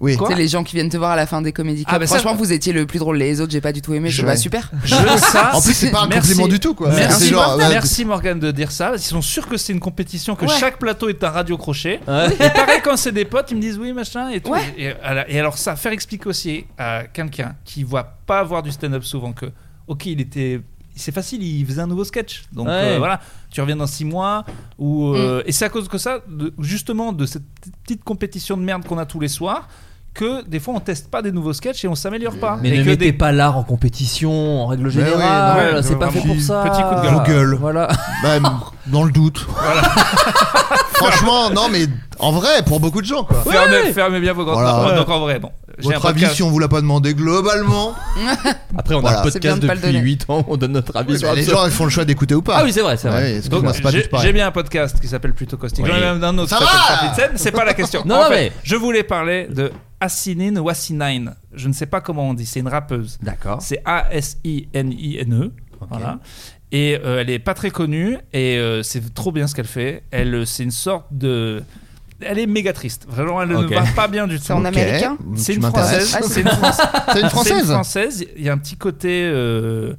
Oui. C'est les gens qui viennent te voir à la fin des comédie club. Ah, bah ça- Franchement, vous étiez le plus drôle. Les autres, j'ai pas du tout aimé. C'est Ouais. pas super. Je ça. En plus, c'est pas un Ah, Merci. compliment du tout quoi. Merci, C'est genre, Morgane. ouais, Merci, Morgane de dire ça. Ils sont sûrs que c'est une compétition, que Ouais. chaque plateau est un radio crochet. Ouais. Et pareil quand c'est des potes, ils me disent oui machin et tout. Ouais. Et, alors- et alors ça, faire expliquer aussi à quelqu'un qui voit pas voir du stand-up souvent que ok il était c'est facile, il faisait un nouveau sketch. Donc Ouais. euh, voilà, tu reviens dans six mois. Ou, euh, Et c'est à cause que ça, de- justement, de cette petite compétition de merde qu'on a tous les soirs, que des fois on teste pas des nouveaux sketchs et on s'améliore pas. Mais et ne que mettez des- pas l'art en compétition en règle oui, générale. non, c'est pas fait vraiment. pour ça. Petit coup de gueule. Vos gueules. Voilà. Bah, m- dans le doute. Franchement, non mais en vrai, pour beaucoup de gens quoi. Fermez, fermez bien vos grandes Oh Voilà. portes. Ouais. Donc en vrai, bon. j'ai un Votre avis, podcast. si on vous l'a pas demandé globalement, Après, on Voilà. a un C'est bien podcast de pas le depuis donner. 8 ans, on donne notre avis oui, sur bah, les absolument- gens ils font le choix d'écouter ou pas. Ah oui, c'est vrai, c'est Ouais, vrai. Donc, excuse-moi, c'est pas j'ai- du tout pareil. j'ai bien un podcast qui s'appelle Plutôt Caustique. J'en Oui. ai même un autre Ça qui s'appelle va Sortie de scène, c'est pas la question. Non, En non, fait, mais- je voulais parler de Asinine ou Asinine. Je ne sais pas comment on dit, c'est une rappeuse. D'accord. C'est A-S-I-N-I-N-E. E. Voilà. Et euh, elle est pas très connue et euh, c'est trop bien ce qu'elle fait. Elle, euh, c'est une sorte de. Elle est méga triste. Vraiment, elle Ok. ne va pas bien du tout. C'est en américain. C'est Tu une m'intéresses. française. C'est une française. C'est une Ah, C'est une française. française. Il y a un petit côté. euh,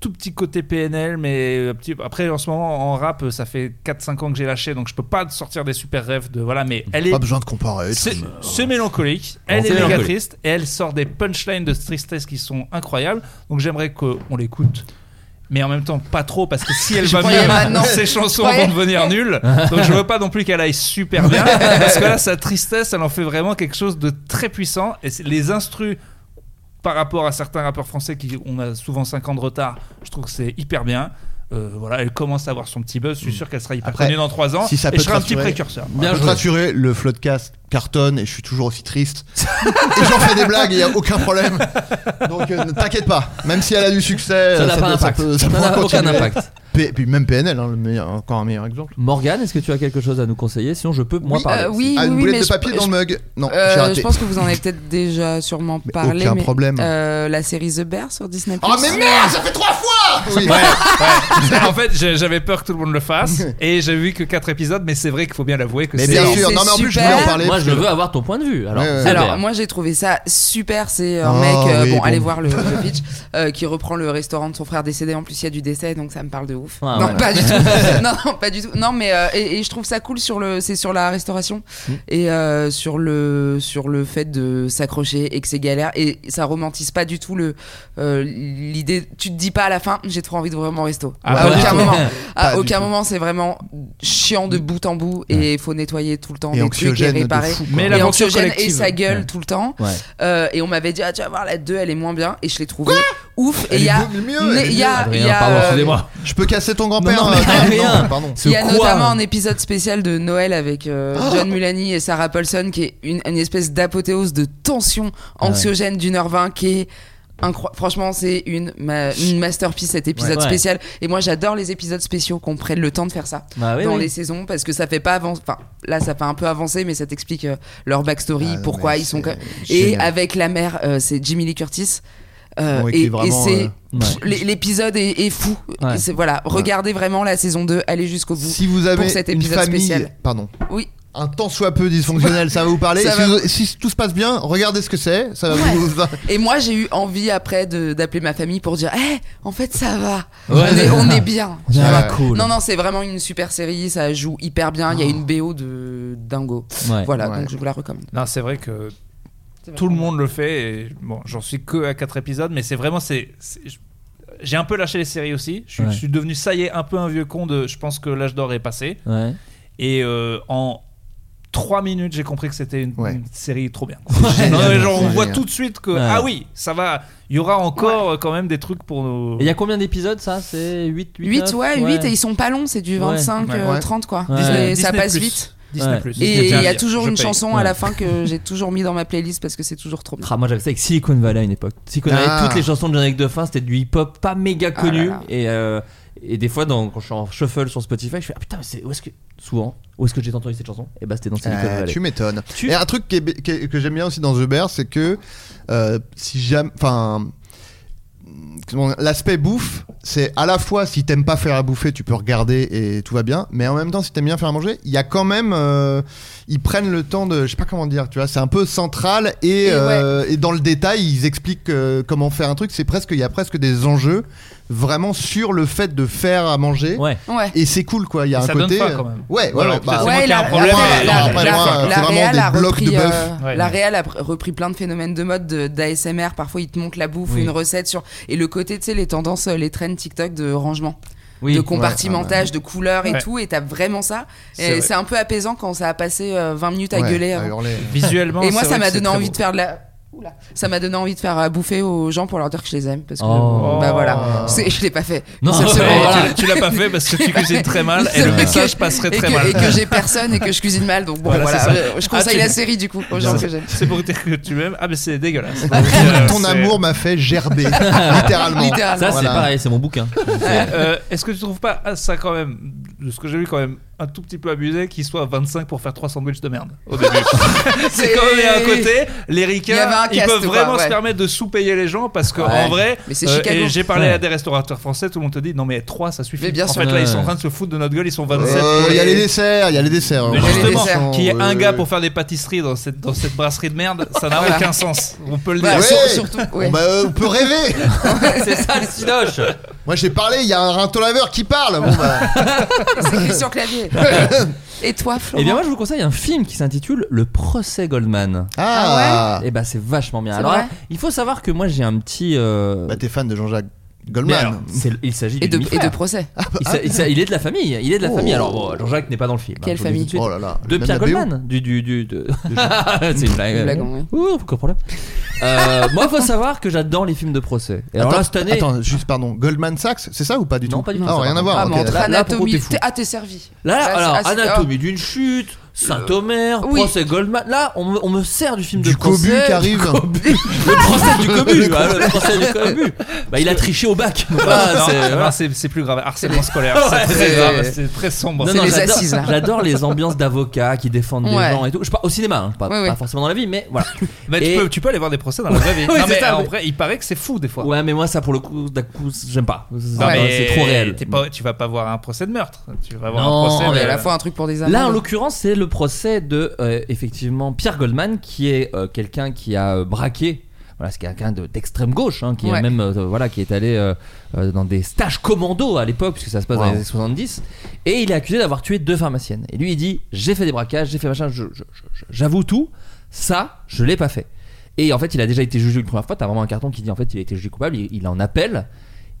tout petit côté PNL, mais euh, petit... après en ce moment en rap, euh, ça fait 4-5 ans que j'ai lâché, donc je peux pas te sortir des super rêves de voilà, mais elle est. Pas besoin de comparer. C'est c'est mélancolique, elle C'est est méga mélancolique. triste et elle sort des punchlines de tristesse qui sont incroyables. Donc j'aimerais qu'on l'écoute, mais en même temps pas trop parce que si elle Je va croyais pas, mieux, non. ses chansons Je croyais- vont devenir nulles. Donc je veux pas non plus qu'elle aille super bien parce que là sa tristesse, elle en fait vraiment quelque chose de très puissant et c'est- les instrus par rapport à certains rappeurs français qui on a souvent 5 ans de retard, je trouve que c'est hyper bien. Euh, voilà, elle commence à avoir son petit buzz. Je suis sûr qu'elle sera hyper Mm. Après, connue dans 3 ans. si ça et peut je te serai un petit rassurer. précurseur. Ah, Bien je rassurer, le floodcast cartonne et je suis toujours aussi triste. et j'en fais des blagues, il y a aucun problème. Donc euh, ne t'inquiète pas, même si elle a du succès, Ça euh, n'a peut- pas d'impact. peut- Ça pourra n'a aucun continuer. impact. P- puis même PNL, hein, le meilleur- encore un meilleur exemple. Morgane, est-ce que tu as quelque chose à nous conseiller Sinon, je peux moi Oui, parler. euh, oui, ah, une oui, mais boulette de je- papier dans je- le mug. Non, Euh, j'ai raté. je pense que vous en avez peut-être déjà sûrement Mais parlé. aucun mais, problème. euh, la série The Bear sur Disney. Oh mais merde, ça fait trois fois Oui. en fait, j'ai- j'avais peur que tout le monde le fasse et j'ai vu que 4 épisodes, mais c'est vrai qu'il faut bien l'avouer que Mais c'est. bien c'est- sûr, c'est non mais en plus je super. voulais en parler. Moi, parce je que- veux avoir ton point de vue. Alors, Ouais, ouais. c'est Alors, bien. moi j'ai trouvé ça super. C'est un Ah, mec, euh, oui, bon, bon. allez voir le, le pitch, euh, qui reprend le restaurant de son frère décédé. En plus, il y a du décès, donc ça me parle de ouf. Ah, non, ouais. pas du tout. non, non, pas du tout. Non, mais euh, et, et je trouve ça cool sur le, c'est sur la restauration Mm. et euh, sur le sur le fait de s'accrocher et que c'est galère et ça romantise pas du tout le euh, l'idée. Tu te dis pas à la fin, j'ai trop envie de vraiment resto. Ah, à pas du aucun tout. moment. À Pas du Ah, aucun tout. moment, c'est vraiment chiant de bout en bout et il faut nettoyer tout le temps Et des trucs et anxiogène de réparer fou. quoi. Mais et l'aventure anxiogène et collective. sa gueule Ouais. tout le temps. Ouais. Euh, et on m'avait dit, ah, tu vas voir, la 2, elle est moins bien. Et je l'ai trouvée ouf. Et Elle il y est a. beaucoup mieux, elle est il y a- il y Adrien, a, pardon, euh, excusez-moi. Je peux casser ton grand-père Non, non, euh, mais rien. pardon. Ce il y a quoi notamment un épisode spécial de Noël avec euh, Oh John Mulaney et Sarah Paulson qui est une, une espèce d'apothéose de tension anxiogène d'une heure vingt qui est incroyable. Franchement, c'est une, ma- une masterpiece cet épisode Ouais. spécial. Et moi, j'adore les épisodes spéciaux qu'on prenne le temps de faire ça Bah oui, dans oui. les saisons parce que ça fait pas avancer. Enfin, là, ça fait un peu avancer, mais ça t'explique euh, leur backstory, Ah, non, pourquoi mais ils sont c'est comme. Et génial. avec la mère, euh, c'est Jimmy Lee Curtis. Euh, Bon, et qui est et et vraiment, c'est euh, pff, l'é- l'épisode est, est fou. Ouais. C'est- Voilà, regardez vraiment la saison 2, allez jusqu'au bout. Si vous avez pour cet une épisode famille, spécial. pardon, Oui, un tant soit peu dysfonctionnel, ça va vous parler. Ça si, va. vous- si tout se passe bien, regardez ce que c'est. Ça va Ouais. vous. ça- et moi j'ai eu envie après de- d'appeler ma famille pour dire Eh, en fait ça va, Ouais. on, est, on est bien. Ça Ouais. va cool. Oh. Non, non, c'est vraiment une super série, ça joue hyper bien. Il y a une BO de dingo. Ouais. Voilà, Ouais. donc je vous la recommande. Non, c'est vrai que tout le monde le fait. Et bon, j'en suis que à 4 épisodes, mais c'est vraiment. c'est c'est- je- J'ai un peu lâché les séries aussi. Je suis, Ouais. je suis devenu, ça y est, un peu un vieux con de. Je pense que l'âge d'or est passé. Ouais. Et euh, en 3 minutes, j'ai compris que c'était une, une série trop bien. génial, Non, mais genre, c'est on voit génial. tout de suite que, Ouais. ah oui, ça va, il y aura encore euh, quand même des trucs pour nos. Et Il y a combien d'épisodes ça C'est 8 8, 8, ouais, 8, et ils sont pas longs, c'est du 25, euh, 30, quoi. Et ça passe vite. Disney+. Plus. Et Disney+. il y a toujours Je une paye. chanson Ouais. à la fin que j'ai toujours mis dans ma playlist parce que c'est toujours trop bien. Ah, moi j'avais ça avec Silicon Valley à une époque. Silicon Valley, Ah. toutes les chansons de générique de fin, c'était du hip-hop pas méga Ah connu. là là. Et, euh, et des fois, dans, quand je suis en shuffle sur Spotify, je fais Ah putain, mais c'est, où est-ce que. Souvent, où est-ce que j'ai entendu cette chanson Et bah c'était dans Silicon Euh, Valley. tu m'étonnes. Et un truc qui est- qui est- que j'aime bien aussi dans The Bear, c'est que euh, si jamais, enfin, comment- l'aspect bouffe, c'est à la fois si t'aimes pas faire à bouffer, tu peux regarder et tout va bien, mais en même temps, si t'aimes bien faire à manger, il y a quand même, euh, ils prennent le temps de, je sais pas comment dire, tu vois, c'est un peu central et, Et ouais. euh, et dans le détail, ils expliquent euh, comment faire un truc. C'est presque, il y a presque des enjeux vraiment sur le fait de faire à manger. Ouais. Et c'est cool quoi, il y a Et un ça donne côté. faim, quand même. Ouais, ouais, Voilà, ouais, ça, bah, c'est moi qui ai un problème, mais la- après, la- moi, la- c'est la vraiment Real des a blocs repris, de bœuf. euh, Ouais. La Real a pr- repris plein de phénomènes de mode de- d'ASMR. Parfois, ils te montrent la bouffe, Oui. une recette sur. Et le côté, tu sais, les tendances, euh, les trends TikTok de rangement. Oui. de Ouais, compartimentage, ouais. de couleurs et Ouais. tout, et t'as vraiment ça. C'est Et vrai. C'est un peu apaisant quand ça a passé euh, 20 minutes à Ouais, gueuler. à hein. avant. hurler. Visuellement, Et moi, c'est ça vrai m'a que c'est donné très envie beau. de faire de la. Oula. Ça m'a donné envie de faire à bouffer aux gens pour leur dire que je les aime parce que Oh. bah Oh. voilà C'est- je l'ai pas fait Non, Une seule seconde. mais tu- tu l'as pas fait parce que tu cuisines très mal et le que- message passerait très et que- mal. et que j'ai personne et que je cuisine mal donc bon voilà, c'est ça. je- je conseille Ah, tu- la série du coup aux C'est- gens que Bah, j'aime C'est pour dire que tu aimes. Ah, mais c'est dégueulasse. Ton- Euh, ton c'est- amour m'a fait gerber, littéralement. Ça, c'est pareil, c'est mon bouquin. Euh, Est-ce que tu trouves pas ah, ça quand même, de ce que j'ai vu quand même, un tout petit peu abusé qu'il soit 25 pour faire 3 sandwichs de merde au début C'est quand même à un côté, les Il y avait ricains, un ils cast, peuvent quoi, vraiment ouais. se permettre de sous-payer les gens parce que Ouais. en vrai, euh, Mais c'est Chicago. et j'ai parlé Ouais. à des restaurateurs français, tout le monde te dit non mais 3 ça suffit. Mais bien en sûr. fait là ils sont en Ouais. train de se foutre de notre gueule, ils sont 27. Euh, pour Il y a les les- desserts, il y a les desserts. hein. Mais Ouais. justement, qu'il y ait Ouais, un ouais, gars ouais. pour faire des pâtisseries dans cette, dans cette brasserie de merde, ça n'a Voilà. aucun sens. On peut le Bah, dire. sur- Ouais. surtout, ouais. Bah, euh, on peut rêver. c'est ça le sinoche Moi j'ai parlé, il y a un rinto laveur qui parle. Bon, bah. Ah. c'est Christian Clavier et toi Florent Eh Et Eh bien moi je vous conseille un film qui s'intitule Le procès Goldman. Ah Ah ouais Et bah c'est vachement bien. C'est Alors vrai là, il faut savoir que moi j'ai un petit. Bah t'es fan de Jean-Jacques Goldman. il s'agit Et de- du demi-frère. et de procès. Il, s'a- il s'a- il est de la famille. Il est de la Oh. famille. Alors bon, Jean-Jacques n'est pas dans le film. Quelle je vous le dis famille tout de suite. Oh là là, De même Pierre la BO. Goldman. Du du du de. Ah, c'est une blague. Une blague, hein. ouais. Ouh, aucun problème. Euh, moi faut savoir que j'adore les films de procès. Et alors attends, là cette année. attends, juste pardon, Goldman Sachs, c'est ça ou pas du tout pas du tout, Ah, ça, rien par à voir. contre. ok, Ah, mais entre d'accord. Anatomie- Anatomie t'es- ah t'es servi Là, Ah, alors, ah, c'est- Euh, anatomie d'une chute, Saint-Omer, Oui. procès Goldman. Là, on me, on me sert du film de cobu procès. qui arrive. Du cobu. le procès du cobu. Le hein, le cobu. procès du cobu. Bah, il a triché au bac. Non, Voilà, non, Ah, c'est- non, voilà. c'est c'est plus grave. Harcèlement scolaire, Ouais, c'est très c'est- grave, c'est très sombre. Non, non, j'adore- J'adore les ambiances d'avocats qui défendent Ouais. des gens et tout. Je parle au cinéma, hein, pas, Ouais, ouais. pas forcément dans la vie, mais voilà. Bah, tu, Et- peux, tu peux aller voir des procès dans la vraie vie. Ouais, non, c'est mais ça, en mais- vrai, il paraît que c'est fou des fois. Ouais, mais moi, ça pour le coup, d'un coup, j'aime pas. Bah, Non, mais C'est trop réel. t'es pas- tu vas pas voir un procès de meurtre. Tu vas voir Non, un procès. mais à euh, la fois un truc pour des Là, en l'occurrence, c'est le procès de euh, effectivement Pierre Goldman, qui est euh, quelqu'un qui a euh, braqué. Voilà, c'est quelqu'un de- d'extrême gauche, hein, qui Ouais. est même euh, voilà, qui est allé euh, euh, dans des stages commando à l'époque, puisque ça se passe dans Wow. les années 70, et il est accusé d'avoir tué deux pharmaciennes. Et lui, il dit j'ai fait des braquages, j'ai fait machin, je- je- je- j'avoue tout, ça, je l'ai pas fait. Et en fait, il a déjà été jugé une première fois. T'as vraiment un carton qui dit en fait, il a été jugé coupable. Il, il en appelle.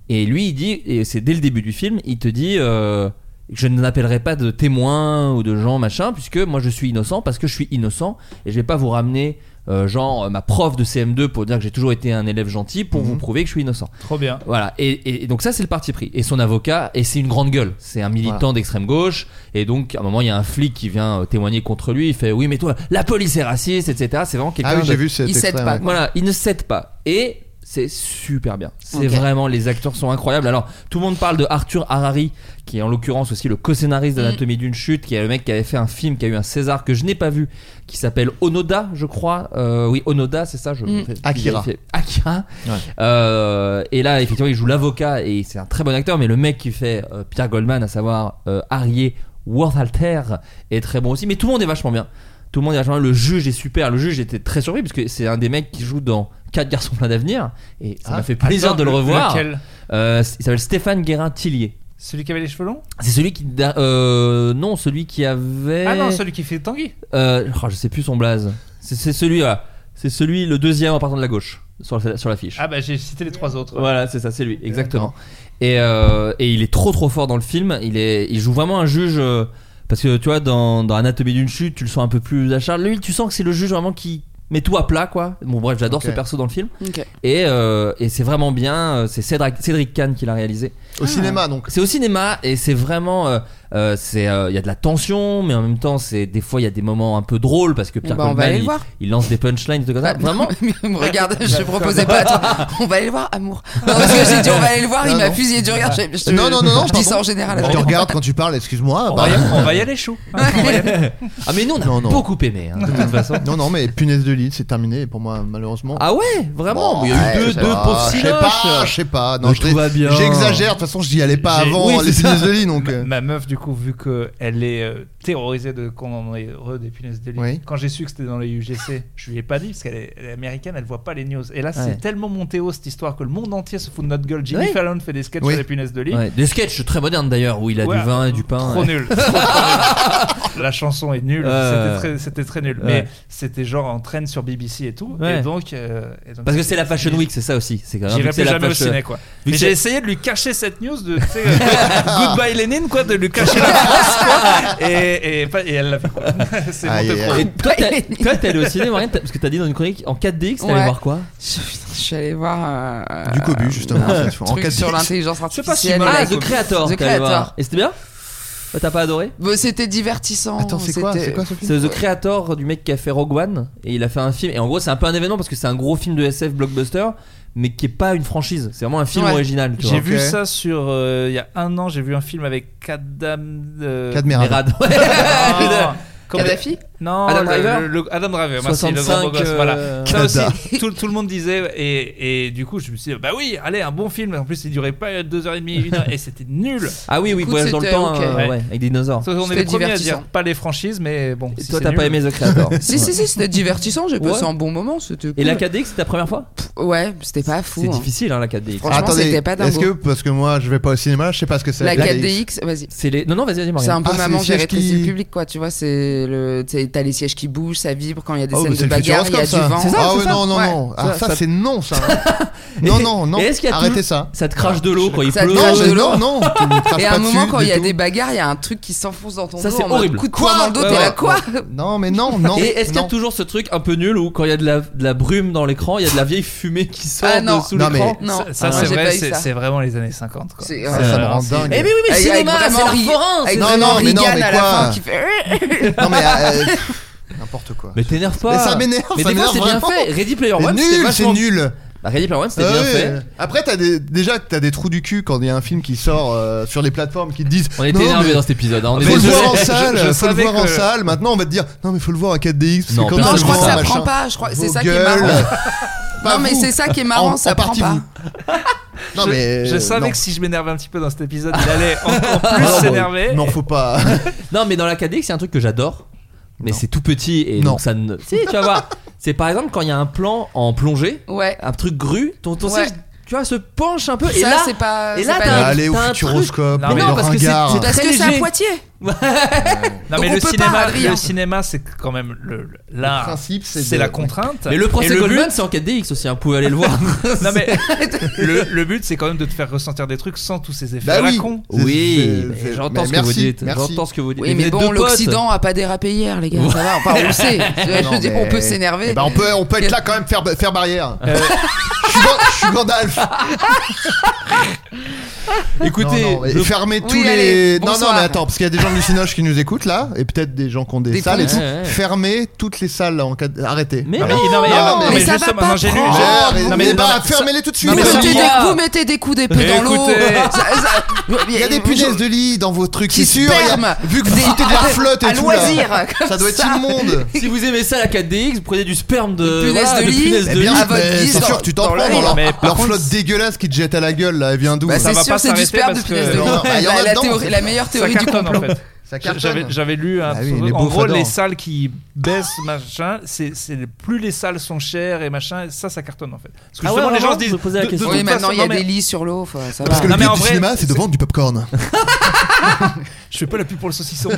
Et lui, il dit, et c'est dès le début du film, il te dit euh, Je ne n'appellerai pas de témoins ou de gens, machin, puisque moi je suis innocent, parce que je suis innocent, et je vais pas vous ramener, euh, genre, euh, ma prof de CM2 pour dire que j'ai toujours été un élève gentil pour vous prouver que je suis innocent. Trop bien. Voilà, et, et- et donc ça c'est le parti pris. Et son avocat, et c'est une grande gueule, c'est un militant Voilà. d'extrême gauche, et donc à un moment il y a un flic qui vient euh, témoigner contre lui, il fait oui mais toi la police est raciste, etc. C'est vraiment quelqu'un... Ah oui, j'ai de- vu cet Il cède extrait, pas, ouais. quoi. Voilà, il ne cède pas. Et c'est super bien. C'est Ok. vraiment, les acteurs sont incroyables. Alors tout le monde parle de Arthur Harari, qui est en l'occurrence aussi le co-scénariste Mm. d'Anatomie d'une chute, qui est le mec qui avait fait un film, qui a eu un César que je n'ai pas vu, qui s'appelle Onoda, je crois. Euh, oui, Onoda, c'est ça, je Mm. Akira. vérifier. Akira. Euh, et là, effectivement, il joue l'avocat et c'est un très bon acteur, mais le mec qui fait euh, Pierre Goldman, à savoir euh, Harrier Worthalter, est très bon aussi. Mais tout le monde est vachement bien. Tout le monde est vachement bien. Le juge est super. Le juge était très surpris parce que c'est un des mecs qui joue dans 4 garçons plein d'avenir et ça Ah. m'a fait plaisir Attends, de le le- revoir. lequel Euh, il s'appelle Stéphane Guérin-Tillier. Celui qui avait les cheveux longs C'est celui qui. da- euh, non, celui qui avait. Ah non, celui qui fait Tanguy. Euh, oh, je sais plus son blaze. C'est c'est celui là. C'est celui, le deuxième en partant de la gauche sur, la- sur l'affiche. Ah bah j'ai cité les trois autres. Voilà, c'est ça, c'est lui, exactement. Et, euh, et il est trop trop fort dans le film. Il, est, il joue vraiment un juge euh, Parce que tu vois, dans, dans Anatomie d'une chute, tu le sens un peu plus à Charles. Lui, tu sens que c'est le juge vraiment qui met tout à plat, quoi. Bon, bref, j'adore Ok. ce perso dans le film. Ok. Et, euh, et c'est vraiment bien. euh, C'est Cédric, Cédric Kahn qui l'a réalisé. Au cinéma, donc. C'est au cinéma et c'est vraiment. euh, euh, c'est, euh, Il y a de la tension, mais en même temps, c'est des fois, il y a des moments un peu drôles parce que Pierre Bah, on va Goldman, aller le il- voir. il, lance des punchlines, des trucs comme ça. Ah, Vraiment, non, mais regarde, je te proposais pas. attends, on va aller le voir, amour. Non, parce que j'ai dit on va aller le voir, Non, il m'a non. Ah. fusillé du regard. Je, je te- Non, non, non, non, Je dis pardon. ça en général. Je te regarde quand tu parles, excuse-moi. Oh, On va bah, y, on va y aller, chou. Ah mais nous on a Non, non. beaucoup aimé hein, de toute façon. Non, non, mais punaise de Lille, c'est terminé pour moi, malheureusement. Ah ouais, vraiment. Bon, il y a eu ouais, deux, je sais deux pas, pauvres Je sais pas, je siloches. sais pas. Le Non, je- tout va bien. J'exagère, de toute façon, je n'y allais pas J'ai- avant oui, les c'est ça. punaises de Lille, donc. Ma, euh, ma meuf, du coup, vu qu'elle est euh, terrorisée de qu'on est heureux des punaises de lit, Oui. quand j'ai su que c'était dans les UGC, je lui ai pas dit parce qu'elle est, elle est américaine, elle voit pas les news. Et là, Ouais. c'est tellement monté haut cette histoire que le monde entier se fout de notre gueule. Jimmy Ouais. Fallon fait des sketchs Oui. sur les punaises de lit. Ouais, des sketchs très modernes d'ailleurs où il a Ouais, du vin et du pain. Trop ouais. nul. Trop, trop nul. La chanson est nulle. Euh. C'était très- C'était très, nul. Ouais. Mais c'était genre en traîne sur BBC et tout. Ouais. Et donc, euh, et donc- Parce que c'est la Fashion Week, c'est ça aussi. C'est quand même- J'irai c'est plus la jamais au fashion- ciné, quoi. Vu Mais que j'ai c'est- essayé de lui cacher cette news de tu sais, euh, Goodbye Lenin, quoi, de lui cacher la France, quoi. Et, et, pas- et elle l'a fait, quoi. C'est Aïe, mon aïe, pro. aïe. Et toi, t'as- toi, t'es allé au cinéma, Marianne, t'as- parce que t'as dit dans une chronique en 4DX, t'allais Ouais. voir quoi Je, putain, je suis allé voir. euh, Du Cobu, justement, un cette fois, en truc 4D. sur l'intelligence sais pas si artificielle. mal. et la Ah, The The com- Creator. The t'es allé voir. Creator. Et c'était bien Toi, T'as pas adoré Bon, C'était divertissant. Attends, c'est quoi c'était- C'est quoi ce film C'est The Creator du mec qui a fait Rogue One et il a fait un film et en gros c'est un peu un événement parce que c'est un gros film de SF blockbuster mais qui est pas une franchise c'est vraiment un film Ouais. original tu J'ai vois. vu Ok. ça sur. euh, Il y a un an, j'ai vu un film avec Kadam. euh, Cadmerade. Merad. Ouais. Ah, comment- Kadhafi Non, Adam le- Driver le, le- Adam Driver, merci, le grand beau 65, gosse, euh, voilà. Ça Kadha. aussi, tout, tout le monde disait, et, et du coup, je me suis dit, bah oui, allez, un bon film. En plus, il durait pas deux heures et demie, une heure, et c'était nul. Ah oui oui Écoute, voyage dans le c'était temps ok. euh, Ouais. ouais, avec des dinosaures. Sauf qu'on est C'était les premiers à divertissant. dire pas les franchises, mais bon. Et si toi c'est t'as pas nul- aimé The Creator. Si, si, si, c'était divertissant. J'ai passé Ouais. un bon moment. C'était Et la cool. 4DX c'est ta première fois Ouais, c'était pas fou. C'est hein. difficile hein la 4DX. Franchement, c'était pas dingo. Est-ce que, parce que moi, je vais pas au cinéma, je sais pas ce que c'est. La 4DX, vas-y. C'est les non non vas-y vas-y C'est Morgane. un peu Ah, c'est maman les sièges gérer qui- le public quoi, tu vois, c'est le t'sais, t'as les sièges qui bougent, ça vibre quand il y a des Oh, scènes mais c'est de le bagarre, il y a Futuroscope, ça. du vent. C'est ça, ah c'est ouais, ça. non, non, Ouais. non. Ah, Ça, ça, ça- c'est non, ça. hein. non, non, non. Et est-ce qu'il y a Arrêtez Ah, toujours- ça. Ça te crache de l'eau quand il Ça te pleut. crache Non, de mais l'eau. non, non. tu me traces Et à pas un moment dessus quand il y a du des tout. bagarres, il y a un truc qui s'enfonce dans ton Ça, dos c'est en mode horrible. coup de poing dans le dos, Ouais, t'es ouais. là quoi Non, mais non, non. Et est-ce qu'il y a non. toujours ce truc un peu nul où quand il y a de la, de la brume dans l'écran, il y a de la vieille fumée qui sort Ah, non. de sous Non, l'écran mais- Non, Ça, ça, non, c'est j'ai vrai, pas eu c'est ça. c'est vraiment les années 50. Quoi. C'est- Ça, Ah, ça me rend c'est- dingue. Eh mais oui mais Avec- cinéma, avec c'est la vraiment forain, Avec c'est- Non, vraiment non, mais non, Reagan mais à la quoi fin qui fait Non, mais. euh, N'importe quoi. Mais t'énerve pas. Mais ça m'énerve, Mais ça des fois m'énerve c'est bien vraiment. fait. Ready Player C'est One c'était nul, c'est vachement nul. Bah, Ready Player One, c'était Ah bien ouais. fait. Après, t'as des... déjà, t'as des trous du cul quand il y a un film qui sort euh, sur les plateformes qui te disent. On était Non, énervés mais- dans cet épisode. hein, on est Faut le désolé. voir en salle, je faut le savais voir en que- salle. Maintenant, on va te dire non, mais faut le voir à 4DX parce Non, que quand personne on Non, le je crois que voit, ça machin, prend pas, je crois c'est vos ça qui est gueules. marrant. Pas Non mais vous. c'est ça qui est En- marrant, ça en prend partie pas. vous. Non je, mais je euh, savais non. Ah, que si je m'énervais un petit peu dans cet épisode, il allait encore plus Non, s'énerver. Non, faut pas. Non, mais dans la KDX, c'est un truc que j'adore. Mais Non. c'est tout petit et Non. donc ça ne. Si, tu vas voir. C'est par exemple quand il y a un plan en plongée, Ouais. un truc grue, ton, ton Ouais. siège, tu vois, se penche un peu. et Ça, là, c'est pas et c'est là, pas t'as dingue. un- Allez au un truc. futuroscope, Non, mais le non, parce que c'est- ringard. c'est parce très que c'est à léger. Poitiers. Non, Donc mais on le peut pas, cinéma, Adrien. le cinéma, c'est quand même le, le- Le l'art. principe, c'est C'est de- la contrainte. mais le Et procès Goldman, but- c'est en 4DX aussi, hein, vous pouvez aller le voir. non, mais le, le but, c'est quand même de te faire ressentir des trucs sans tous ces effets Bah à la oui. con. C'est- oui, c'est- mais c'est- j'entends mais ce que merci, vous dites. merci. J'entends ce que vous dites. Oui, Vous mais êtes bon, deux potes. l'Occident a pas dérapé hier, les gars. Ça va, enfin, on le sait. Je veux dire, Non, on peut mais- Eh s'énerver. ben, on peut, on peut être là quand même faire, faire barrière. Euh, je, suis, Gan- je suis Gandalf. Écoutez, non, non, mais je- fermez tous Oui, les. allez, non, non, bonsoir. mais attends, parce qu'il y a des gens de Lucinoche qui nous écoutent là, et peut-être des gens qui ont des, Des salles et cons. tout. Ouais, ouais. Fermez toutes les salles en cas. Arrêtez. Mais non, non, mais- Ah non, mais- non, mais mais ça va justement, pas non, j'ai lu. prendre. j'ai- Genre, non, mais, mais- non, bah, mais- fermez-les tout de suite. Non, Vous mais ça- mettez, il y des, a- vous mettez des coups d'épée dans l'eau. Écoutez. Il y a des punaises de lit dans vos trucs, c'est sûr. il y a- sperme. Vu que vous foutez de la flotte et à tout, là, loisir. comme ça doit être immonde. si vous aimez ça la 4DX, vous prenez du sperme de Des punaises voilà, de de lit. punaises Eh de bien, lit. à votre mais guise c'est dans- sûr, tu dans t'en le prends lit. dans leur, Mais par leur contre, flotte dégueulasse qui te jette à la gueule, là, elle vient d'où Bah, là Ça c'est va sûr, pas c'est du s'arrêter sperme de parce que- punaise de Non, lit. non, bah, il y en La- a la dedans. théorie- La meilleure Ça théorie du cartonne en complot. fait. Ça cartonne. J'avais, j'avais lu un Ah oui, truc- les en beaux gros fadors. les salles qui baissent machin, c'est, c'est plus les salles sont chères et machin, ça ça cartonne en fait. Parce que Ah ouais, justement les vraiment gens se disent Je me posais la de- de question. toute Oui, maintenant façon, il y a non, mais- des lits sur l'eau. faut- Ça Parce va. que Non, le mais but en du vrai, cinéma, c'est de c'est- vendre du popcorn. Je fais pas la pub pour le saucisson.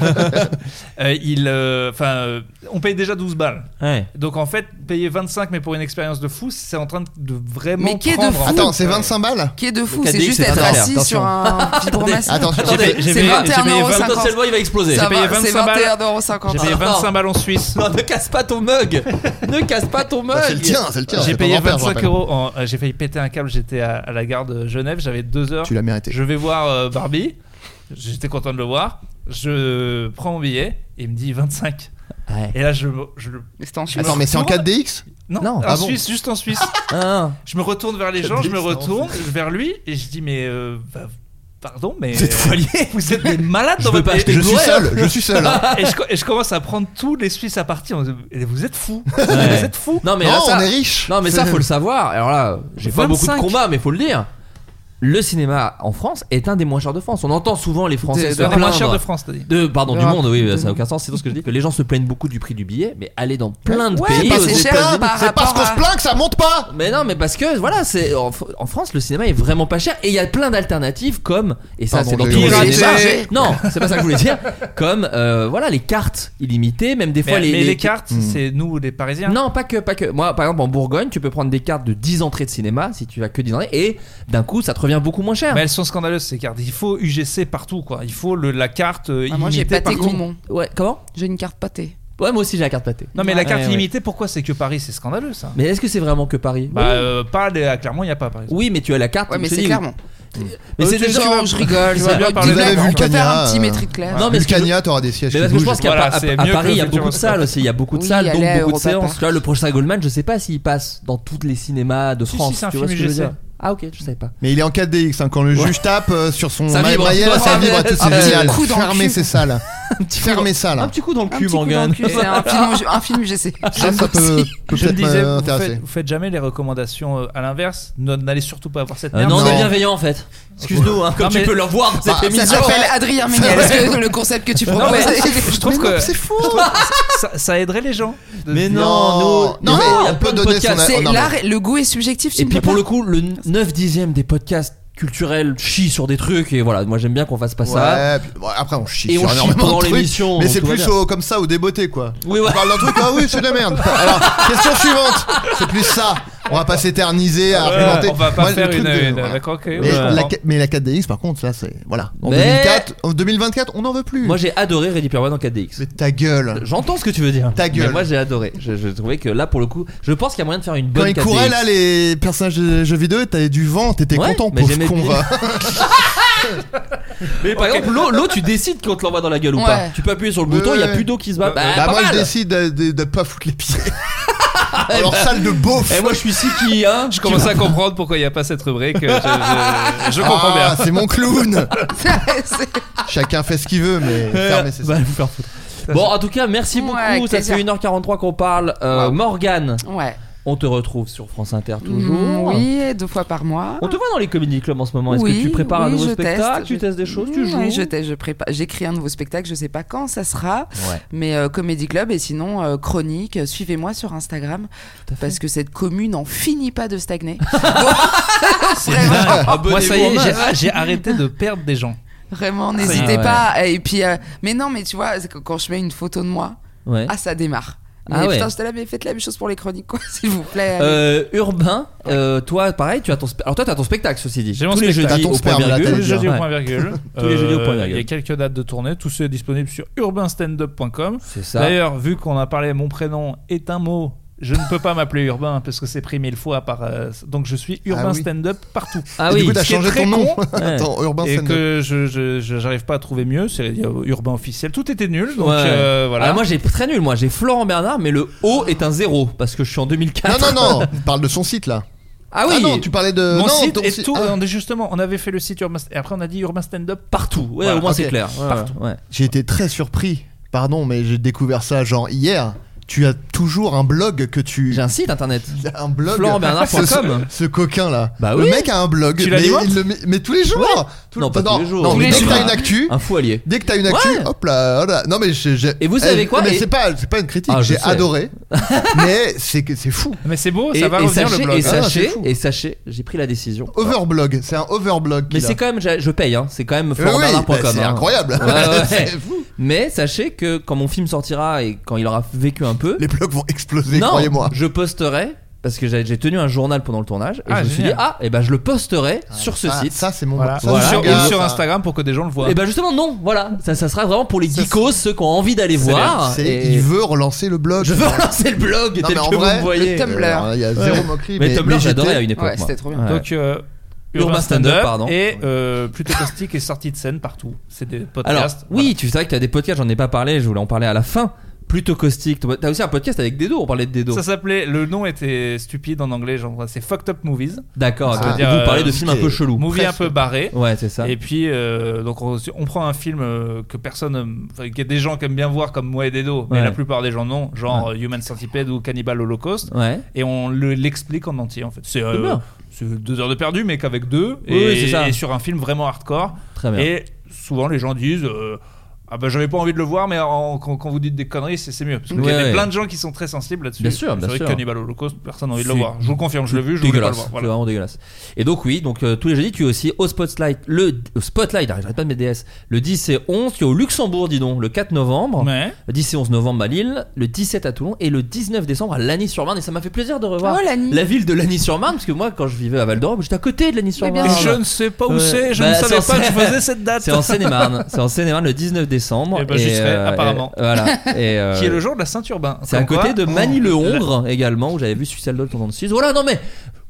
Euh, il, euh, enfin, euh, on paye déjà 12 balles. Ouais. Donc en fait, payer 25 mais pour une expérience de fou, c'est en train de vraiment. Mais qui est de prendre, en fou fait. Attends, c'est 25 balles Qui est de fou, Le c'est KDX, juste c'est être très cher, assis attention. sur un fibromasseur. Attends, Attendez, C'est j'ai payé- j'ai payé 21,50. 20, potentiellement, il va exploser. Ça J'ai payé va, C'est 25 balles. 21,50 J'ai payé 25 balles en Suisse. Non, ne casse pas ton mug Ne casse pas ton mug Bah, C'est le tien, c'est le tien. J'ai c'est ton payé grand-père, je 25 rappelle. euros. en- euh, J'ai failli péter un câble. J'étais à, à la gare de Genève. J'avais deux heures. Tu l'as mérité. Je vais voir euh, Barbie. J'étais content de le voir. Je prends mon billet et il me dit 25. Ouais. Et là, je, me- je le. Mais c'est en Suisse. Attends, mais c'est en Tout le 4DX Non, Non, en ah bon. Suisse, juste en Suisse. Ah, je me retourne vers les Quel gens, je me dessin, retourne vers lui et je dis Mais. euh, bah, pardon, mais. Vous êtes Vous êtes des malades Je dans veux votre pas pays. acheter Je T'es suis bourré, seul, je suis seul. hein. et, je, co- et je commence à prendre tous les Suisses à partir. en disant, Eh, Vous êtes fous. Vous Ouais. êtes fous. Non, mais là, Non, ça, on est riche. Non, mais ça, faut le savoir. Alors là, j'ai pas beaucoup de 25. combats, mais faut le dire. Le cinéma en France est un des moins chers de France. On entend souvent les Français C'est se le moins plaindre. cher de France, t'as dit. de- pardon, du Ah. monde, oui, ça n'a aucun sens. C'est tout ce que je dis, que les gens se plaignent beaucoup du prix du billet, mais allez dans plein de Ouais, pays. mais aux c'est cher États-Unis. par C'est parce qu'on rapport se à- plaint que ça monte pas Mais non, mais parce que voilà, c'est en, en France le cinéma est vraiment pas cher et il y a plein d'alternatives comme et ça Pardon, c'est dans j'ai tous oublié. les cinémas. Télécharger. Non, c'est pas ça que je voulais dire. Comme euh, voilà les cartes illimitées, même des fois Mais, les, mais les, les- cartes, Hmm. c'est nous les Parisiens. Non, pas que, pas que. Moi, par exemple, en Bourgogne, tu peux prendre des cartes de 10 entrées de cinéma si tu as que 10 entrées et d'un coup, ça te revient beaucoup moins cher. Mais elles sont scandaleuses ces cartes. Il faut UGC partout quoi. Il faut le- la carte euh, Ah, Moi j'ai illimitée pâté partout. gourmand. Ouais, comment J'ai une carte pâtée. Ouais, moi aussi j'ai la carte pâtée. Non mais la Ouais, carte ouais. illimitée, pourquoi c'est que Paris c'est scandaleux ça Mais est-ce que c'est vraiment que Paris Bah oui. euh, pas les- à Clermont, il y a pas par exemple. Oui, mais tu as la carte. Ouais, je mais te c'est dis, clairement. Mais c'est tu- des tu gens. vas- Non, je rigole. Tu je vas bien rigole. parler Des de la blagues, on peut faire Vulcania, un petit euh, métrique clair. Non, mais ce que je- Vulcania, t'auras des sièges Mais qui parce que je bougent. pense qu'à Voilà, Pa- à- c'est à mieux Paris, que il y a le beaucoup de Futuroscope. salles aussi. Il y a beaucoup de Oui, salles, allez à donc beaucoup Europa de séances. Park. Tu vois, le prochain Goldman, je sais pas s'il passe dans toutes les cinémas de Si, si, France. c'est un tu vois film ce que je veux UGC. dire Ah, ok, je savais pas. Mais il est en 4DX, hein, quand le Ouais. juge tape euh, sur son Ça vibre. maillot, ça Ah, vibre, mais- tout, ah, c'est génial. petit coup dans le Fermez cul. ces salles. Fermez ça Un là. petit coup dans le Un cul, petit coup dans Mangan. le cul, c'est un film, un film UGC. Ça, ça peut Je le peut-être euh, disais, vous m'intéresser. faites, vous faites jamais les recommandations euh, à l'inverse. Ne- N'allez surtout pas voir cette Euh, merde. non, on est Ah Non. bienveillant en fait. Excuse-nous, hein, comme Non, tu mais- peux le voir dans cette Ah, Ça émission. s'appelle Adrien Méniel. Est-ce que le concept que tu proposes mais- est- Je trouve Mais non, que c'est fou. je trouve que ça, ça aiderait les gens. de Mais se dire- oh, non, nous, Non, mais il y a on plein peut de donner podcasts. son- C'est non, mais- l'art, et- le goût est subjectif. tu Et ne puis peux pour pas. le coup, le 9 dixième des podcasts culturels chie sur des trucs et voilà, moi j'aime bien qu'on fasse pas ça. Ouais, puis- bon, après on chie Et sur on chie énormément pendant de trucs, l'émission, mais donc c'est tout va plus bien. au- comme ça au débeauté quoi. Oui, On ouais. parle d'un truc, ah oui, c'est de la merde. Alors, question suivante, c'est plus ça. On va pas s'éterniser à Ouais, argumenter. on va pas Moi, le faire truc une- de- une- hein. voilà. d'accord, ok, Mais ouais, je la- comprends. Mais la 4DX, par contre, là, c'est. Voilà. En Mais- 2004 en 2024, on en veut plus. Moi j'ai adoré Ready Player One en 4DX. Mais ta gueule. J'entends ce que tu veux dire. Ta gueule. Mais moi j'ai adoré. Je, je trouvais que là pour le coup, je pense qu'il y a moyen de faire une Quand bonne ils 4DX. couraient là, les personnages de jeux vidéo, t'avais du vent, t'étais Ouais, content, mais pauvre j'aimais con. bien. va. Mais par exemple, l'eau, l'eau, tu décides quand on te l'envoie dans la gueule ou Ouais. pas. Tu peux appuyer sur le Ouais, bouton, il y a ouais. plus d'eau qui se bat. Bah, Bah, pas moi, mal. je décide de, de- de pas foutre les pieds. Alors, sale de beauf. Et Eh, moi je suis si qui hein. Je commence à comprendre pourquoi il n'y a pas cette rubrique. euh, Je, je- je comprends Ah, bien. c'est mon clown. C'est- c'est- Chacun fait ce qu'il veut, mais fermez ces Va vous faire foutre. Bon, en tout cas, merci Ouais, beaucoup. avec Ça plaisir. fait 1h43 qu'on parle. Euh, Wow. Morgane, Ouais. on te retrouve sur France Inter Mm, toujours. Oui, deux fois par mois. On te voit dans les comedy clubs en ce moment. Est-ce oui, que tu prépares un oui, nouveau je spectacle teste, Tu je- testes des choses Tu Oui, joues je teste, je prépare, j'écris un nouveau spectacle, je sais pas quand ça sera, Ouais. mais euh, Comedy Club et sinon euh, chronique, euh, suivez-moi sur Instagram à fait. parce que cette commune n'en finit pas de stagner. Moi, ça y Abonnez-vous est, en j'ai- ah, masse. j'ai arrêté de perdre des gens. Vraiment, n'hésitez Ah ouais. pas. Et puis, euh, mais non, mais tu vois, c'est que quand je mets une photo de moi, Ouais. ah ça démarre. Mais Ah ouais. putain, je te la mais faites la même chose pour les chroniques, quoi, s'il vous plaît. allez. Euh, urbain, euh, toi pareil, tu as ton spe- alors toi t'as ton spectacle ceci dit. J'ai mon tous les spectacle. jeudis T'as ton au point sperme, là, virgule. Tous t'as les dit, jeudis au Ouais. point virgule. Euh, Tous les jeudis au point Il y a virgule. quelques dates de tournée. Tout ça est disponible sur urbainstandup.com. C'est ça. D'ailleurs, vu qu'on a parlé, mon prénom est un mot. Je ne peux pas m'appeler Urbain parce que c'est pris mille fois par. euh, donc je suis Urbain Ah oui. Stand-up partout. Ah Et oui. du coup, t'as ce qui est changé très ton nom. con, Attends, Urbain et Stand-up. que je je- je- j'arrive pas à trouver mieux. C'est il y a Urbain officiel. Tout était nul. Donc Ouais. euh, voilà. Alors moi j'ai très nul moi, j'ai Florent Bernard mais le O est un zéro parce que je suis en Non, 2004. non, non, parle de son site là. Ah oui. non, tu parlais de. mon non, site ton et site- tout. ah, on est justement, on avait fait le site Urbain. Et après, on a dit Urbain Stand-up partout. Ouais, Voilà, au moins ok. c'est clair. Ouais, Partout. ouais. J'ai été très surpris. Pardon, mais j'ai découvert ça genre hier. tu as toujours un blog que tu. J'ai un site internet. un blog. FlorentBernard.com. Ce- ce- Ce coquin là. Bah Le oui. mec a un blog. Tu mais, l'alimentes il le met- mais tous les jours. Tout- Non, pas tous les jours. non, Tous mais les dès que jours. t'as une actu. Un fou allié. Dès que t'as une actu, Ouais. hop là, voilà. Non mais j'ai. j'ai- Et vous savez eh, quoi Mais Et- c'est pas, c'est pas une critique. Ah, je j'ai sais. adoré. mais c'est que c'est fou. Mais c'est beau, Et, ça va et revenir sachez, le blog. et Ah, c'est sachez, fou. et sachez, j'ai pris la décision. Overblog. C'est un overblog. Mais qu'il a. c'est quand même, je je paye, hein. c'est quand même Eh oui, florentbernard.com. bah, c'est hein. incroyable. Ouais, ouais. c'est fou. Mais sachez que quand mon film sortira et quand il aura vécu un peu, Les blogs vont exploser. non, Croyez-moi. je posterai parce que j'ai j'ai tenu un journal pendant le tournage et Ah, je me suis dit génial. ah et ben je le posterai sur ce Ah, site. Ça c'est mon. Voilà. ça, Voilà. Ou c'est sur, mon gars, ou sur ça. Instagram pour que des gens le voient. Et ben justement non, voilà, ça, ça sera vraiment pour les Ça, geekos, ceux qui ont envie d'aller C'est voir. C'est- et- Il veut relancer le blog. Je veux relancer le Non, blog tel mais en que vrai, vous me voyez. le Tumblr. Alors, Il y a zéro moquerie. Mais, Tumblr j'étais- j'adorais à une époque. Ouais, moi. c'était trop bien. Ouais. Donc, euh, Urbain Urbain Stand Stand Up, Up pardon. et euh, Plutôt Caustique est sorti de scène partout. C'est des Alors, podcasts. oui, tu sais que tu as des podcasts, j'en ai pas parlé, je voulais en parler à la fin. Plutôt caustique. T'as aussi un podcast avec Dedo, on parlait de Dedo. Ça s'appelait, le nom était stupide en anglais, genre c'est Fucked Up Movies. D'accord, Ça veut ok. dire, Ah, vous parlez de euh, films un peu chelous. Movie un presque. peu barré. Ouais, c'est ça. Et puis, euh, donc on, on prend un film euh, que personne, euh, enfin, qu'il y a des gens qui aiment bien voir comme moi et Dedo, mais Ouais. la plupart des gens non, genre euh, Human Centipede ou Cannibal Holocaust, Ouais. et on le- l'explique en entier en fait. C'est C'est euh, bien. c'est deux heures de perdu, mais qu'avec deux, Oui, et, oui, c'est ça. et sur un film vraiment hardcore. Très bien. Et souvent les gens disent. euh, ah bah j'avais pas envie de le voir mais en- quand, quand vous dites des conneries c'est c'est mieux parce qu'il y a Ouais, des- ouais. plein de gens qui sont très sensibles là-dessus. Bien sûr, C'est bien vrai que sûr. Cannibal Holocaust personne n'a envie de le C'est voir. Je vous confirme je l'ai vu je voulais pas le dégueulasse. voir. C'est Voilà. vraiment dégueulasse. Et donc oui, donc euh, tous les jeudis tu es aussi au Spotlight, le au Spotlight, j'arrête pas de mes DS. Le 10 et 11, tu es au Luxembourg dis donc, le 4 novembre. Mais Le 10 et 11 novembre à Lille, le 17 à Toulon et le 19 décembre à Lagny-sur-Marne et ça m'a fait plaisir de revoir Oh, Lagny. la ville de Lagny-sur-Marne parce que moi quand je vivais à Val d'Europe, j'étais à côté de Lagny-sur-Marne. Mais bien je ne sais pas où Ah. Ouais. c'est je Bah, ne c'est savais en pas que je Seine- faisais cette date. C'est en Seine-et-Marne, c'est en Seine-et-Marne le 19 décembre euh, Eh ben, j'y serai, apparemment. et- voilà. Et, euh, qui est le jour de la Saint-Urbain. C'est à Comme côté quoi, de oh, Manille le là- Hongre également où j'avais vu Suicide Doll 36. Voilà, non mais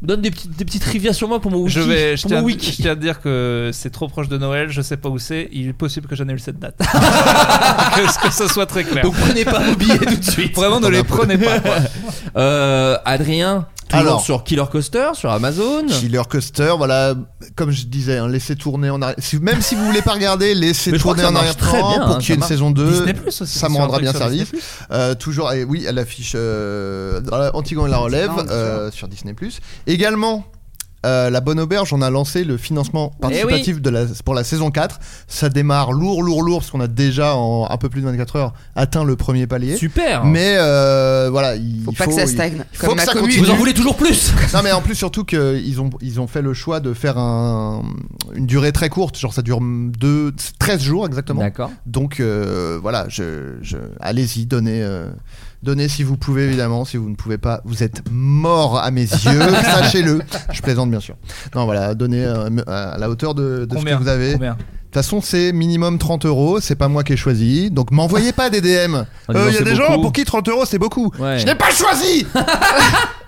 donne des petites des petites trivia sur moi pour mon wiki. Je vais, je pour mon tiens, wiki. je tiens à te dire que c'est trop proche de Noël, je sais pas où c'est, il est possible que j'annule cette date. que, ce- que ce soit très clair. Donc prenez pas vos billets tout de suite. Vraiment, ne les prenez pas. quoi. Euh, Adrien, toujours Alors. sur Killer Coaster, sur Amazon. Killer Custer, voilà, comme je disais, hein, laissez tourner en arrière. si- Même si vous voulez pas regarder, laissez Mais je crois tourner que ça en marche très arrière-plan bien, pour hein, qu'il y ait ça une marche. saison 2. Disney Plus aussi. ça me c'est un rendra truc bien sur Disney+. service. Euh, toujours, et oui, elle affiche euh, dans la- Antigone et la relève Antigone, euh, sur Disney. Également, euh, la Bonne Auberge, on a lancé le financement Eh participatif de la, pour la saison 4. Ça démarre lourd, lourd, lourd, parce qu'on a déjà en un peu plus de 24 heures atteint le premier palier. Super. Mais euh, voilà, il Faut pas que ça stagne. il faut Comme que ma ça commune. continue. vous en voulez toujours plus. Non mais en plus surtout qu'ils ont, ils ont fait le choix de faire un- une durée très courte, genre ça dure deux, 13 jours exactement. D'accord. Donc euh, voilà, je, je- allez-y, donnez, euh, donnez si vous pouvez évidemment, si vous ne pouvez pas, vous êtes mort à mes yeux, sachez-le. Je plaisante bien sûr. Non voilà, donnez euh, à la hauteur de, de ce que Combien vous avez. De Combien toute façon c'est minimum 30 euros, c'est pas moi qui ai choisi, donc m'envoyez pas des DM. En Il y disant, a Ah, c'est des gens beaucoup. pour qui 30 euros c'est beaucoup. Ouais. Je n'ai pas choisi.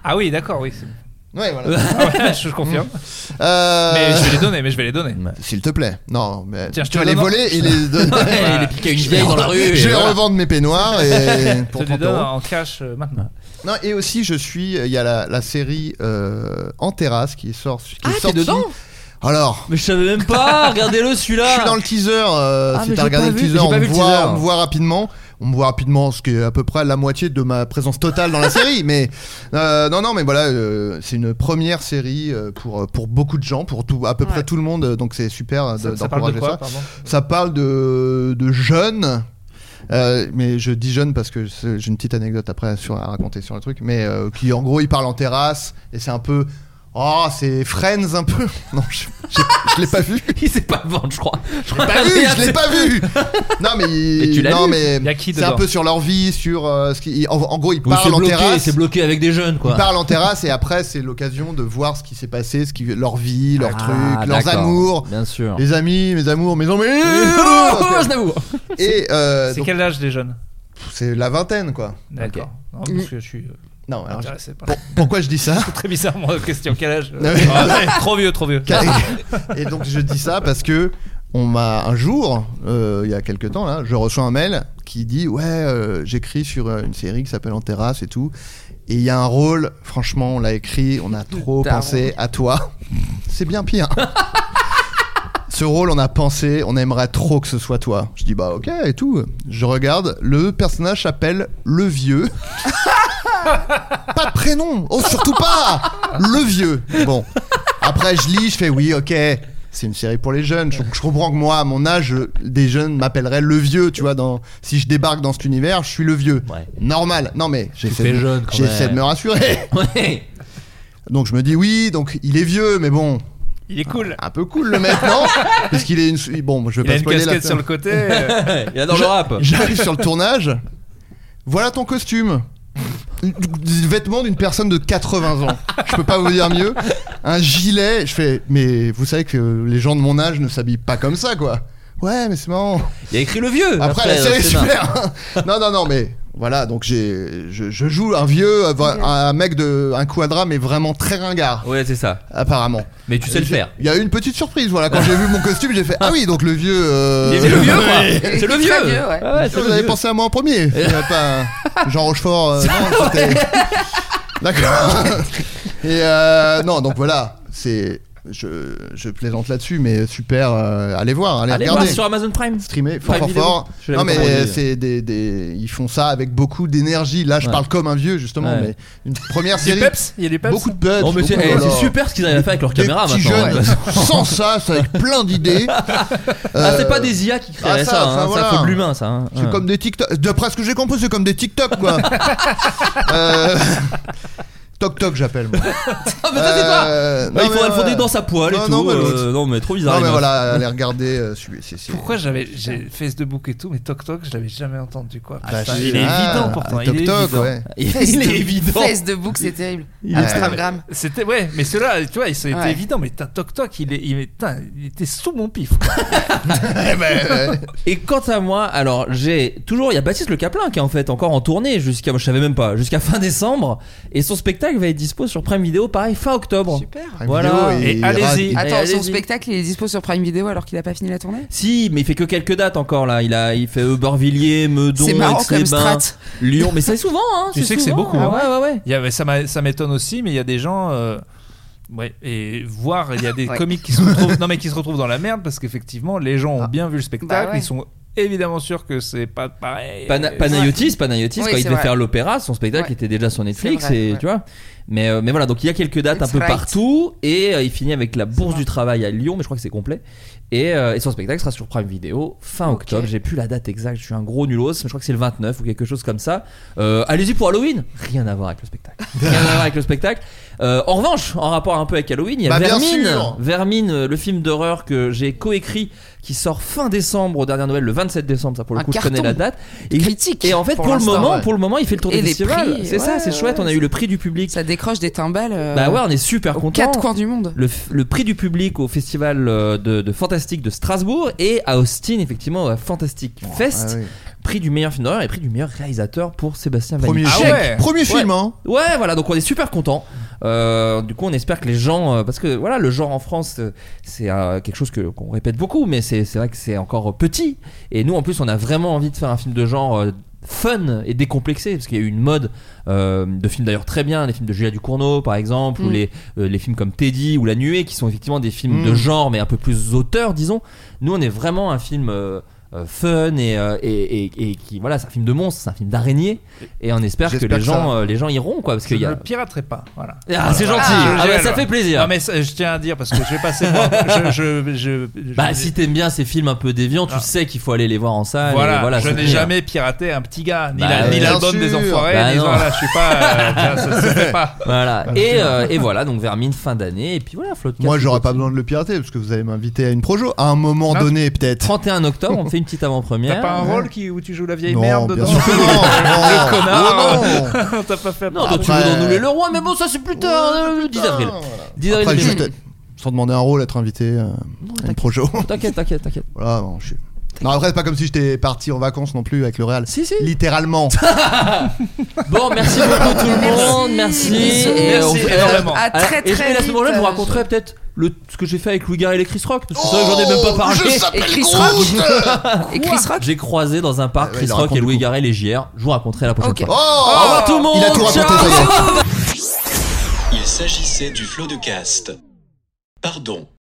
Ah oui, d'accord, oui. c'est- ouais voilà. Ah ouais, je confirme. Euh, Mais je vais les donner, mais je vais les donner. S'il te plaît. Non, mais Tiens, je tu te vas les donne- voler et les donner. Ouais, il est piqué à une vieille dans la rue. et Je vais voilà. revendre mes peignoirs et Je pour te les 30 donne euros. en cash euh, maintenant. Non, et aussi je suis euh, il y a la, la série euh, en terrasse qui sort qui Ah, est t'es sortie. dedans Alors, Mais je savais même pas. Regardez-le celui-là. je suis dans le teaser euh, Ah, si mais t'as j'ai regardé pas le vu- teaser, j'ai on pas me vu le voit teaser. on me voit rapidement, on me voit rapidement ce qui est à peu près la moitié de ma présence totale dans la série mais euh, non non mais voilà euh, c'est une première série euh, pour pour beaucoup de gens, pour tout à peu près tout le monde euh, donc c'est super euh, de- Ça, ça parle de d'encourager quoi, ça. pardon Ça parle de, de jeunes. euh, mais je dis jeunes parce que c'est- j'ai une petite anecdote après sur, à raconter sur le truc. Mais euh, qui en gros ils parlent en terrasse et c'est un peu. Oh, c'est Friends un peu. Non, je, je, je l'ai pas vu. Il s'est pas vendre, je crois. Je Pas vu, je l'ai pas vu. Non mais, ils- Et tu l'as non lu mais Y a qui c'est un dedans peu sur leur vie, sur euh, ce qui. En, en gros, ils Ou c'est parlent en bloqué, terrasse. c'est bloqué avec des jeunes Ils quoi. parlent en terrasse et après c'est l'occasion de voir ce qui s'est passé, ce qui leur vie, leurs Ah, trucs, leurs d'accord. amours, Bien sûr. les amis, mes amours, mes amis. Je l'avoue. Et euh, C'est donc, quel âge les jeunes c'est la vingtaine quoi. D'accord. Non, parce que je suis euh, Non, Mmh. alors, je- intéressé par pour- pourquoi je dis ça Très bizarrement, question quel âge Non, mais- Ah ouais, Trop vieux, trop vieux. Et donc je dis ça parce que on m'a un jour, euh, il y a quelques temps là, je reçois un mail qui dit ouais euh, j'écris sur euh, une série qui s'appelle En terrasse et tout. Et il y a un rôle, franchement on l'a écrit, on a trop Daron. pensé à toi. C'est bien pire. Ce ce rôle, on a pensé, on aimerait trop que ce soit toi. Je dis, bah ok, et tout. Je regarde, le personnage s'appelle Le Vieux. pas de prénom Oh, surtout pas Le Vieux Bon. Après, je lis, je fais, oui, ok. C'est une série pour les jeunes. Je, je comprends que moi, à mon âge, des jeunes m'appelleraient le vieux, tu vois. Dans, si je débarque dans cet univers, je suis le vieux. Normal. Non, mais j'essaie fais de- jeune quand j'essaie de même. me rassurer. Ouais. Donc je me dis oui, donc il est vieux, mais bon, Il est cool. un peu cool le mec, non Parce qu'il est une. Bon, je vais Il pas a une Ah, spoiler la casquette fin. sur le côté. euh, Il adore le Je- rap. J'arrive sur le tournage. Voilà ton costume. Des vêtements d'une personne de 80 ans. Je peux pas vous dire mieux. Un gilet. Je fais. Mais vous savez que les gens de mon âge ne s'habillent pas comme ça, quoi. Ouais, mais c'est marrant. Il a écrit le vieux. Après, la dans série est Sénat. super. non, non, non, mais voilà. Donc j'ai, je, je joue un vieux, un, un mec de un quadra, mais vraiment très ringard, Ouais, c'est ça. apparemment. Mais tu sais le J'ai- faire. Il y a eu une petite surprise, voilà. Quand j'ai vu mon costume, j'ai fait Ah oui, donc le vieux. euh, Il est le vieux, quoi. oui. C'est le Très vieux. vieux, ouais. Ah ouais, c'est Vous le avez vieux. pensé à moi en premier. Il y a pas un- Jean Rochefort. euh, non, c'était- D'accord. Et euh, non, donc voilà. C'est. Je, je plaisante là-dessus, mais super. euh, allez voir, allez, Allez voir regarder sur Amazon Prime. streamer fort Prime fort Video. fort. Je l'avais Non mais commandé. c'est des, des- ils font ça avec beaucoup d'énergie. Là je Ouais. parle comme un vieux justement Ouais. mais une première Du série peps Il y a du peps beaucoup de peps. Non, mais c'est beaucoup de- eh, c'est alors, super ce qu'ils arrivent à faire avec leur des caméra petits maintenant. jeunes ouais. sans ça, c'est avec plein d'idées. Ah, Euh, c'est pas des IA qui créeraient ah, ça, ça, enfin, hein, voilà. ça faut de l'humain, ça. hein. C'est Ouais. comme des TikTok. D'après ce que j'ai compris, c'est comme des TikTok quoi. Euh, Toc toc j'appelle. moi. Ah, mais ça, c'est toi Euh, Ouais, non, Bah, Il faudrait mais le fonder ouais. dans sa poêle Non, et tout. non, mais l'autre. euh, non, mais trop bizarre. Non les mais meufs. voilà, allez regarder. euh, celui- c'est- c'est- Pourquoi j'avais j'ai Facebook et tout, mais Toc Toc, je l'avais jamais entendu quoi. Bah, Putain, c'est- il est ah, évident pourtant. il est Toc toc évident. ouais. Il Face il de- est évident. Face de book, c'est terrible. est Instagram. C'était ouais, mais cela, tu vois, il- c'était Ouais. évident, mais putain, Toc Toc, il est, il, est- putain, il était sous mon pif. quoi. Eh ben, ouais. Et quant à moi, alors j'ai toujours, il y a Baptiste Le Caplin qui est en fait encore en tournée jusqu'à, je savais même pas, jusqu'à fin décembre. Et son spectacle va être dispo sur Prime Video, pareil, fin octobre. Super. Prime Voilà. Video, Et il- allez-y. il- Attends, son allez-y. spectacle, il est dispo sur Prime Video alors qu'il a pas fini la tournée Si, mais il fait que quelques dates encore là. Il a, il fait Aubervilliers, Meudon, C'est marrant comme Aix-les-Bains, strat. Lyon. Mais c'est souvent, hein. Tu sais que c'est souvent. beaucoup, Ah hein. ouais, ouais, ouais. Il y avait, ça m'a- ça m'étonne aussi, mais il y a des gens. euh, Ouais, et voir, il y a des Ouais. comiques qui se, retrouvent, non, mais qui se retrouvent dans la merde parce qu'effectivement, les gens Ah. ont bien vu le spectacle, Bah ouais. ils sont évidemment sûrs que c'est pas pareil. Pana- Panayotis, Panayotis, Oui, quand c'est il devait vrai. faire l'opéra, son spectacle Ouais. était déjà sur Netflix, C'est vrai, et ouais. tu vois. Mais, euh, mais voilà, donc il y a quelques dates un It's peu right. partout, et euh, il finit avec la Bourse vrai. du Travail à Lyon, mais je crois que c'est complet. Et, euh, et son spectacle sera sur Prime Video fin Ok. octobre. J'ai plus la date exacte, je suis un gros nulos, mais je crois que c'est le 29 ou quelque chose comme ça. Euh, Allez-y pour Halloween Rien à voir avec le spectacle. Rien à voir avec le spectacle. Euh, en revanche, en rapport un peu avec Halloween, il y a Bah, bien Vermine, sûr. Vermine, euh, le film d'horreur que j'ai coécrit, qui sort fin décembre, au dernier Noël, le 27 décembre, ça pour le Un coup je connais carton. la date. Et, Critique, Et en fait, pour, pour le l'instant, moment, ouais. pour le moment, il fait le tour Et des les festivals. prix, C'est ça, ouais, c'est chouette. ouais, on a eu le prix du public. Ça décroche des timbales. euh, bah ouais, on est super aux content. quatre coins du monde. Le, f- le prix du public au festival euh, de, de Fantastique de Strasbourg et à Austin, effectivement, à Fantastic Fest, Ah oui. prix du meilleur film d'horreur et prix du meilleur réalisateur pour Sébastien Premier, Vanille. Ah chèque. ouais. Premier film, hein. Ouais, voilà, donc on est super content. du coup, on espère que les gens, euh, parce que voilà, le genre en France, euh, c'est euh, quelque chose que qu'on répète beaucoup, mais c'est c'est vrai que c'est encore petit. Et nous, en plus, on a vraiment envie de faire un film de genre. euh, fun et décomplexé parce qu'il y a eu une mode euh, de films d'ailleurs très bien les films de Julia Ducournau par exemple ou Mm. les, euh, les films comme Teddy ou La Nuée qui sont effectivement des films Mm. de genre mais un peu plus auteur disons nous on est vraiment un film euh, euh, fun et, euh, et, et- et qui voilà c'est un film de monstre c'est un film d'araignée et on espère que J'espère les que gens ça- euh, les gens iront quoi parce Je qu'il y ne a le piraterai pas, voilà. ah, c'est gentil. Ah, Ah, bah, génial. ça fait plaisir. Non, mais ça, je tiens à dire parce que je vais passer. moi, je, je, je, je- Bah, si t'aimes bien ces films un peu déviants, tu Ah. sais qu'il faut aller les voir en salle. et voilà, voilà je n'ai soutenir. jamais piraté un petit gars, ni Bah, la- ni bien l'album des sûr. enfoirés, Bah, ni non. voilà, je suis pas. euh, tiens, ça se fait pas. Voilà. Ah, Et, euh, et voilà, donc Vermine, fin d'année. Et puis voilà, Flotte. Moi, j'aurais pas besoin de le pirater parce que vous allez m'inviter à une projo à un moment Non. donné, peut-être. 31 octobre, on fait une petite T'as avant-première. pas un rôle qui, où tu joues la vieille non, merde bien dedans sûr que non. non, Oh, connard. non, non. T'as pas fait. Non, toi, tu Après- veux dans nous le roi, mais bon, ça c'est plus tard, euh, le 10 avril. 10 avril. Après, c'est juste bien. être- sans demander un rôle, être invité euh, à une projo. T'inquiète, t'inquiète, t'inquiète. voilà, bon, je suis- Non, après, c'est pas comme si j'étais parti en vacances non plus avec le Real. Si, si. Littéralement. Bon, merci beaucoup tout le monde. Merci. Bisous. Et on- Merci et on- énormément. À Alors, très et je- très et la semaine prochaine, je vous vite. euh, raconterai peut-être le, ce que j'ai fait avec Louis Garrel et Chris Rock. Parce que c'est vrai que j'en ai même pas Oh, parlé. je s'appelle Et Chris Groot. Et Chris Rock J'ai croisé dans un parc Ouais, Chris il Rock raconte et Louis beaucoup. Garrel et JR. Je vous raconterai la prochaine Ok. fois. Oh, Au revoir tout le monde. Il a tout raconté, Ciao. ça y est. Il s'agissait du flot de caste. Pardon.